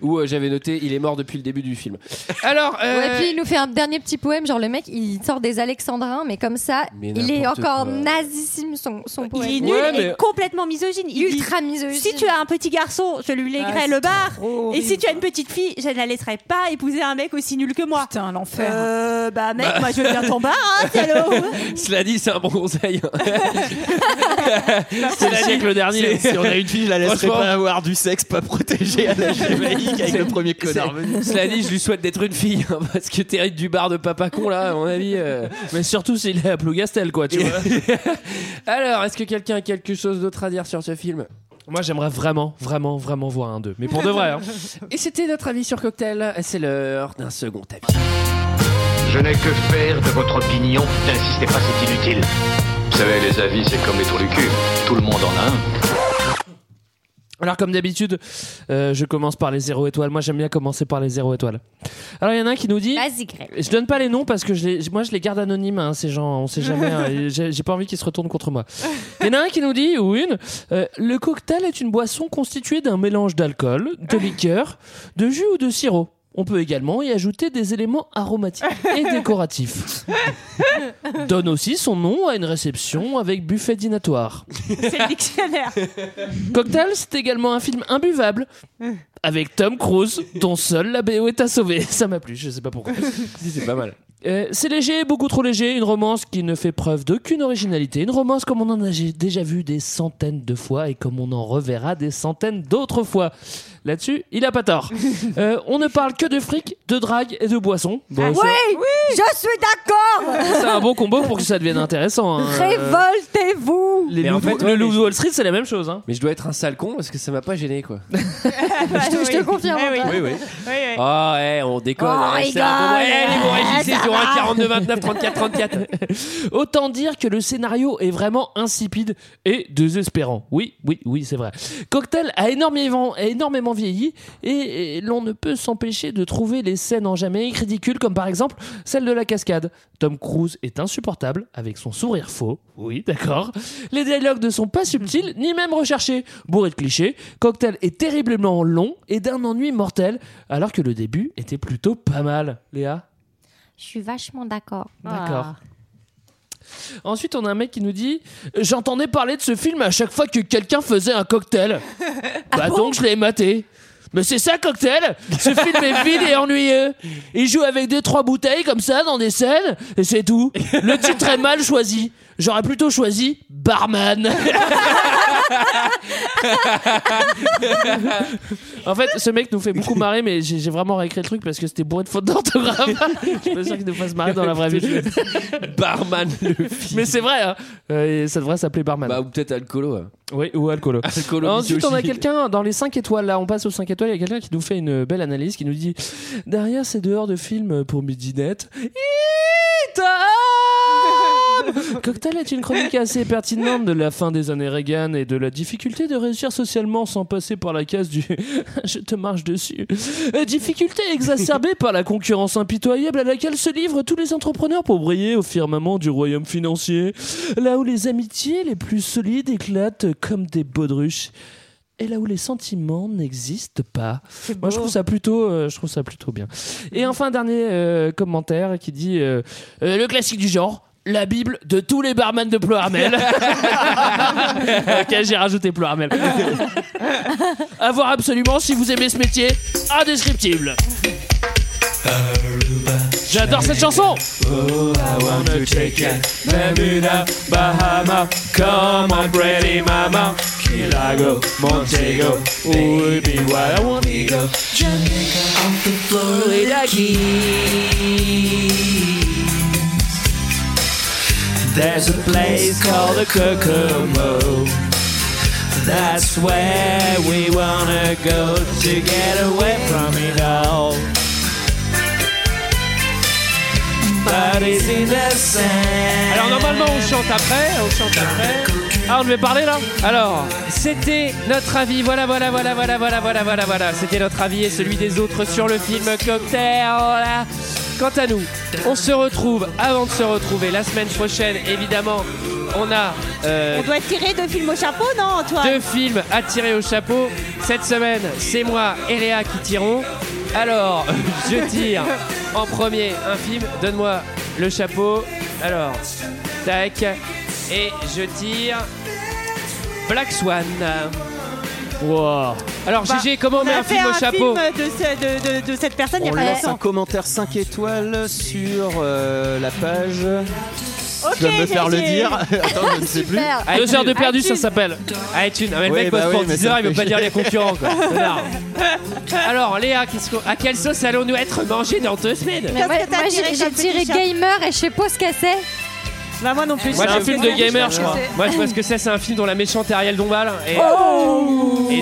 Speaker 1: Ou euh, j'avais noté il est mort depuis le début du film. Alors, euh,
Speaker 7: Ouais, puis il nous fait un dernier petit poème, genre le mec il sort des alexandrins, mais comme ça,
Speaker 1: Mais
Speaker 7: il est
Speaker 1: n'importe
Speaker 7: encore
Speaker 1: quoi.
Speaker 7: nazissime son, son poème.
Speaker 14: Il est nul et complètement misogyne. Il
Speaker 7: Ultra
Speaker 14: dit,
Speaker 7: misogyne.
Speaker 14: Si tu as un petit garçon, je lui léguerai
Speaker 12: Ah,
Speaker 14: le
Speaker 12: c'est
Speaker 14: bar.
Speaker 12: trop
Speaker 14: Et si tu as une petite fille, je ne la laisserai pas épouser un mec aussi nul que moi.
Speaker 12: Putain, l'enfer.
Speaker 14: Euh, bah mec, moi je veux bien ton bar, hein, salaud.
Speaker 1: [LAUGHS] Cela dit, c'est un bon conseil. hein.
Speaker 6: C'est le siècle dernier.
Speaker 11: Si on a une fille, je la laisserai
Speaker 1: Franchement.
Speaker 11: pas avoir du sexe pas protégé
Speaker 1: [LAUGHS]
Speaker 11: à la Jamaïque avec
Speaker 1: C'est-
Speaker 11: le premier connard
Speaker 1: c'est-
Speaker 11: venu.
Speaker 1: Cela dit, je lui souhaite d'être une fille, hein, parce que Terry du bar de papa con, là, à mon avis. euh.
Speaker 6: Euh, Mais surtout s'il est à Plougastel, quoi, tu vois.
Speaker 1: Alors, est-ce que quelqu'un a quelque chose d'autre à dire sur ce film
Speaker 6: Moi, j'aimerais vraiment, vraiment, vraiment voir un 2. Mais pour de vrai. hein.
Speaker 1: [LAUGHS] Et c'était notre avis sur Cocktail. C'est l'heure d'un second avis.
Speaker 16: Je n'ai que faire de votre opinion. N'insistez pas, c'est inutile. Vous savez, les avis, c'est comme les trous du cul. Tout le monde en a un.
Speaker 6: Alors comme d'habitude, euh, je commence par les zéro étoiles. Moi j'aime bien commencer par les zéro étoiles. Alors il y en a un qui nous dit.
Speaker 7: Vas-y, Greg.
Speaker 6: Je donne pas les noms parce que je les- moi je les garde anonymes. hein, ces gens, on sait jamais. hein,
Speaker 7: [LAUGHS]
Speaker 6: et J'ai j'ai pas envie qu'ils se retournent contre moi. Il y en a un qui nous dit ou une. euh, le cocktail est une boisson constituée d'un mélange d'alcool, de liqueur, de jus ou de sirop. On peut également y ajouter des éléments aromatiques
Speaker 7: [LAUGHS]
Speaker 6: et décoratifs. Donne aussi son nom à une réception avec buffet dînatoire.
Speaker 14: C'est le dictionnaire.
Speaker 6: Cocktail, c'est également un film imbuvable [LAUGHS] avec Tom Cruise, dont seul la BO est à sauver. Ça m'a plu, je sais pas pourquoi.
Speaker 1: Si, c'est pas mal.
Speaker 6: Euh, c'est léger, beaucoup trop léger, une romance qui ne fait preuve d'aucune originalité. Une romance comme on en a j'ai déjà vu des centaines de fois et comme on en reverra des centaines d'autres fois. Là-dessus, il a pas tort. Euh, on ne parle que de fric, de drague et de boisson.
Speaker 1: Ah
Speaker 6: Bon,
Speaker 7: oui,
Speaker 6: ça-
Speaker 7: je suis d'accord.
Speaker 6: c'est un bon combo pour que ça devienne intéressant.
Speaker 1: Euh,
Speaker 6: hein.
Speaker 7: Révoltez-vous.
Speaker 6: Les loups- le Loup de Wall Street, c'est la même chose. hein.
Speaker 1: Mais je dois être un sale con parce que ça m'a pas gêné quoi.
Speaker 7: je, te, [LAUGHS] je te confirme.
Speaker 1: oui.
Speaker 7: pas.
Speaker 1: Oui, oui. Ah ouais, on déconne.
Speaker 7: Oh,
Speaker 1: hein,
Speaker 7: rigole.
Speaker 1: c'est un peu- Ouais, allez, vous réagissez
Speaker 6: Eh, Ça
Speaker 1: sur
Speaker 7: [LAUGHS]
Speaker 6: va.
Speaker 1: 1 42 29 34 34.
Speaker 6: Autant dire que le scénario est vraiment insipide et désespérant. Oui, oui, oui, c'est vrai. Cocktail a énormément, a énormément vieilli et, et l'on ne peut s'empêcher de trouver les scènes en Jamaïque ridicules, comme par exemple celle de la cascade. Tom Cruise est insupportable avec son sourire faux. Oui, d'accord. Les dialogues ne sont pas subtils ni même recherchés. Bourré de clichés, Cocktail est terriblement long et d'un ennui mortel, alors que le début était plutôt pas mal. Léa
Speaker 7: Je suis vachement d'accord.
Speaker 14: Ah. [LAUGHS]
Speaker 6: D'accord. Ensuite, on a un mec qui nous dit J'entendais parler de ce film à chaque fois que quelqu'un faisait un cocktail. bah donc, je l'ai maté. Mais c'est ça, cocktail Ce film est vide et ennuyeux. Il joue avec des trois bouteilles comme ça dans des scènes, et c'est tout. Le titre est mal choisi. J'aurais plutôt choisi Barman. en fait, ce mec nous fait beaucoup marrer, mais j'ai j'ai vraiment réécrit le truc parce que c'était bourré de fautes d'orthographe. [LAUGHS] je suis pas sûr qu'il nous fasse marrer dans la vraie vie.
Speaker 1: Barman le film.
Speaker 6: Mais c'est vrai, hein. Euh, et ça devrait s'appeler barman.
Speaker 1: Bah, ou peut-être alcoolo. hein.
Speaker 6: Oui, ou alcoolo. Ensuite, on a quelqu'un dans les 5 étoiles. Là, on passe aux 5 étoiles. Il y a quelqu'un qui nous fait une belle analyse qui nous dit Derrière ces dehors de films pour midinette. [LAUGHS] Cocktail est une chronique assez pertinente de la fin des années Reagan et de la difficulté de réussir socialement sans passer par la case du [LAUGHS] je te marche dessus. Euh, Difficulté exacerbée par la concurrence impitoyable à laquelle se livrent tous les entrepreneurs pour briller au firmament du royaume financier, là où les amitiés les plus solides éclatent comme des baudruches. Et là où les sentiments n'existent pas. Moi, je trouve ça plutôt, euh, je trouve ça plutôt bien.
Speaker 1: Mm.
Speaker 6: Et enfin, dernier euh, commentaire qui dit euh, Euh, le classique du genre. La Bible de tous les barman de
Speaker 1: [LAUGHS]
Speaker 6: Ploarmel. ok, j'ai rajouté Ploarmel. à voir absolument si vous aimez ce métier indescriptible. J'adore cette chanson.
Speaker 13: Bahama, come on, pretty mama. Kilago, Montego, would be what I want to go. Jamaica, off the Florida Keys. There's a place called the Kokomo. That's where we wanna go to get away from it all. But it's in the sand.
Speaker 1: Alors normalement on chante après, on chante après.
Speaker 6: Ah on devait parler là
Speaker 1: Alors c'était notre avis, voilà voilà voilà voilà voilà voilà voilà voilà. C'était notre avis et celui des autres sur le film Cocktail. Voilà. Quant à nous, on se retrouve avant de se retrouver la semaine prochaine évidemment. On a euh,
Speaker 14: On doit tirer deux films au chapeau, non, Antoine
Speaker 1: deux films à tirer au chapeau. Cette semaine, c'est moi et Léa qui tirons. Alors, [LAUGHS] je tire en premier un film. Donne-moi le chapeau. Alors, tac. Et je tire Black Swan. Oh. Alors,
Speaker 14: Bah,
Speaker 1: GG, comment on
Speaker 14: on
Speaker 1: met
Speaker 14: a
Speaker 1: un film
Speaker 14: fait
Speaker 1: au chapeau
Speaker 14: film de, ce- de- de- de cette personne, il
Speaker 11: On
Speaker 14: n'y a pas
Speaker 11: laisse un
Speaker 14: longtemps.
Speaker 11: commentaire 5 étoiles sur euh, la page.
Speaker 14: Ok,
Speaker 11: tu vas me faire
Speaker 14: j'ai-
Speaker 11: le dire. [LAUGHS] Attends, je ne sais plus.
Speaker 1: Deux heures de perdu, ça s'appelle. iTunes. Ah, mais le
Speaker 11: Oui,
Speaker 1: mec
Speaker 11: bah
Speaker 1: bosse
Speaker 11: oui,
Speaker 1: pour
Speaker 11: mais
Speaker 1: 10
Speaker 11: ça
Speaker 1: heures, il veut
Speaker 11: fait
Speaker 1: pas
Speaker 11: [LAUGHS]
Speaker 1: dire
Speaker 11: chier.
Speaker 1: les concurrents. Quoi. Connard. Alors, Léa, qu'est-ce qu'on- à quelle sauce allons-nous être mangés dans deux semaines
Speaker 7: Mais moi,
Speaker 14: Qu'est-ce que t'as
Speaker 7: moi,
Speaker 14: tiré
Speaker 7: j'ai
Speaker 14: comme
Speaker 7: j'ai tiré
Speaker 14: petit chat
Speaker 7: gamer et je sais pas ce qu'elle c'est.
Speaker 14: Bah, moi non plus.
Speaker 1: Moi,
Speaker 14: je
Speaker 1: c'est un
Speaker 14: sais
Speaker 1: film
Speaker 14: pas.
Speaker 1: de gamer, je crois. Moi, je pense que ça, c'est un film dont la méchante est Ariel Dombal. Et, et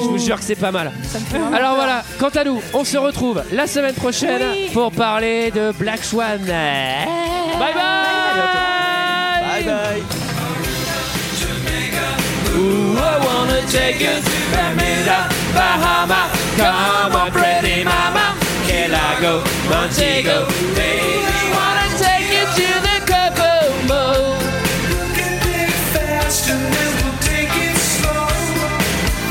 Speaker 1: je vous jure que c'est pas mal. Alors voilà, quant à nous, on se retrouve la semaine prochaine pour parler de Black Swan. Bye bye
Speaker 13: Bye bye. Ooh, I wanna take you to Bermuda, Bahama. Come on, pretty mama. Can I go, Montego? Baby, wanna take you to the Kokomo.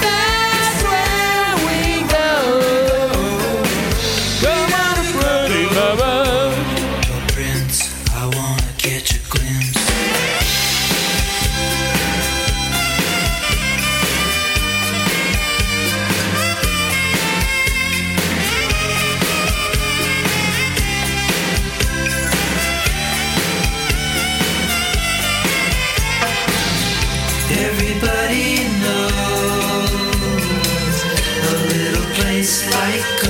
Speaker 13: That's where we go. Come on, pretty mama. I wanna catch a glimpse. Everybody knows a little place like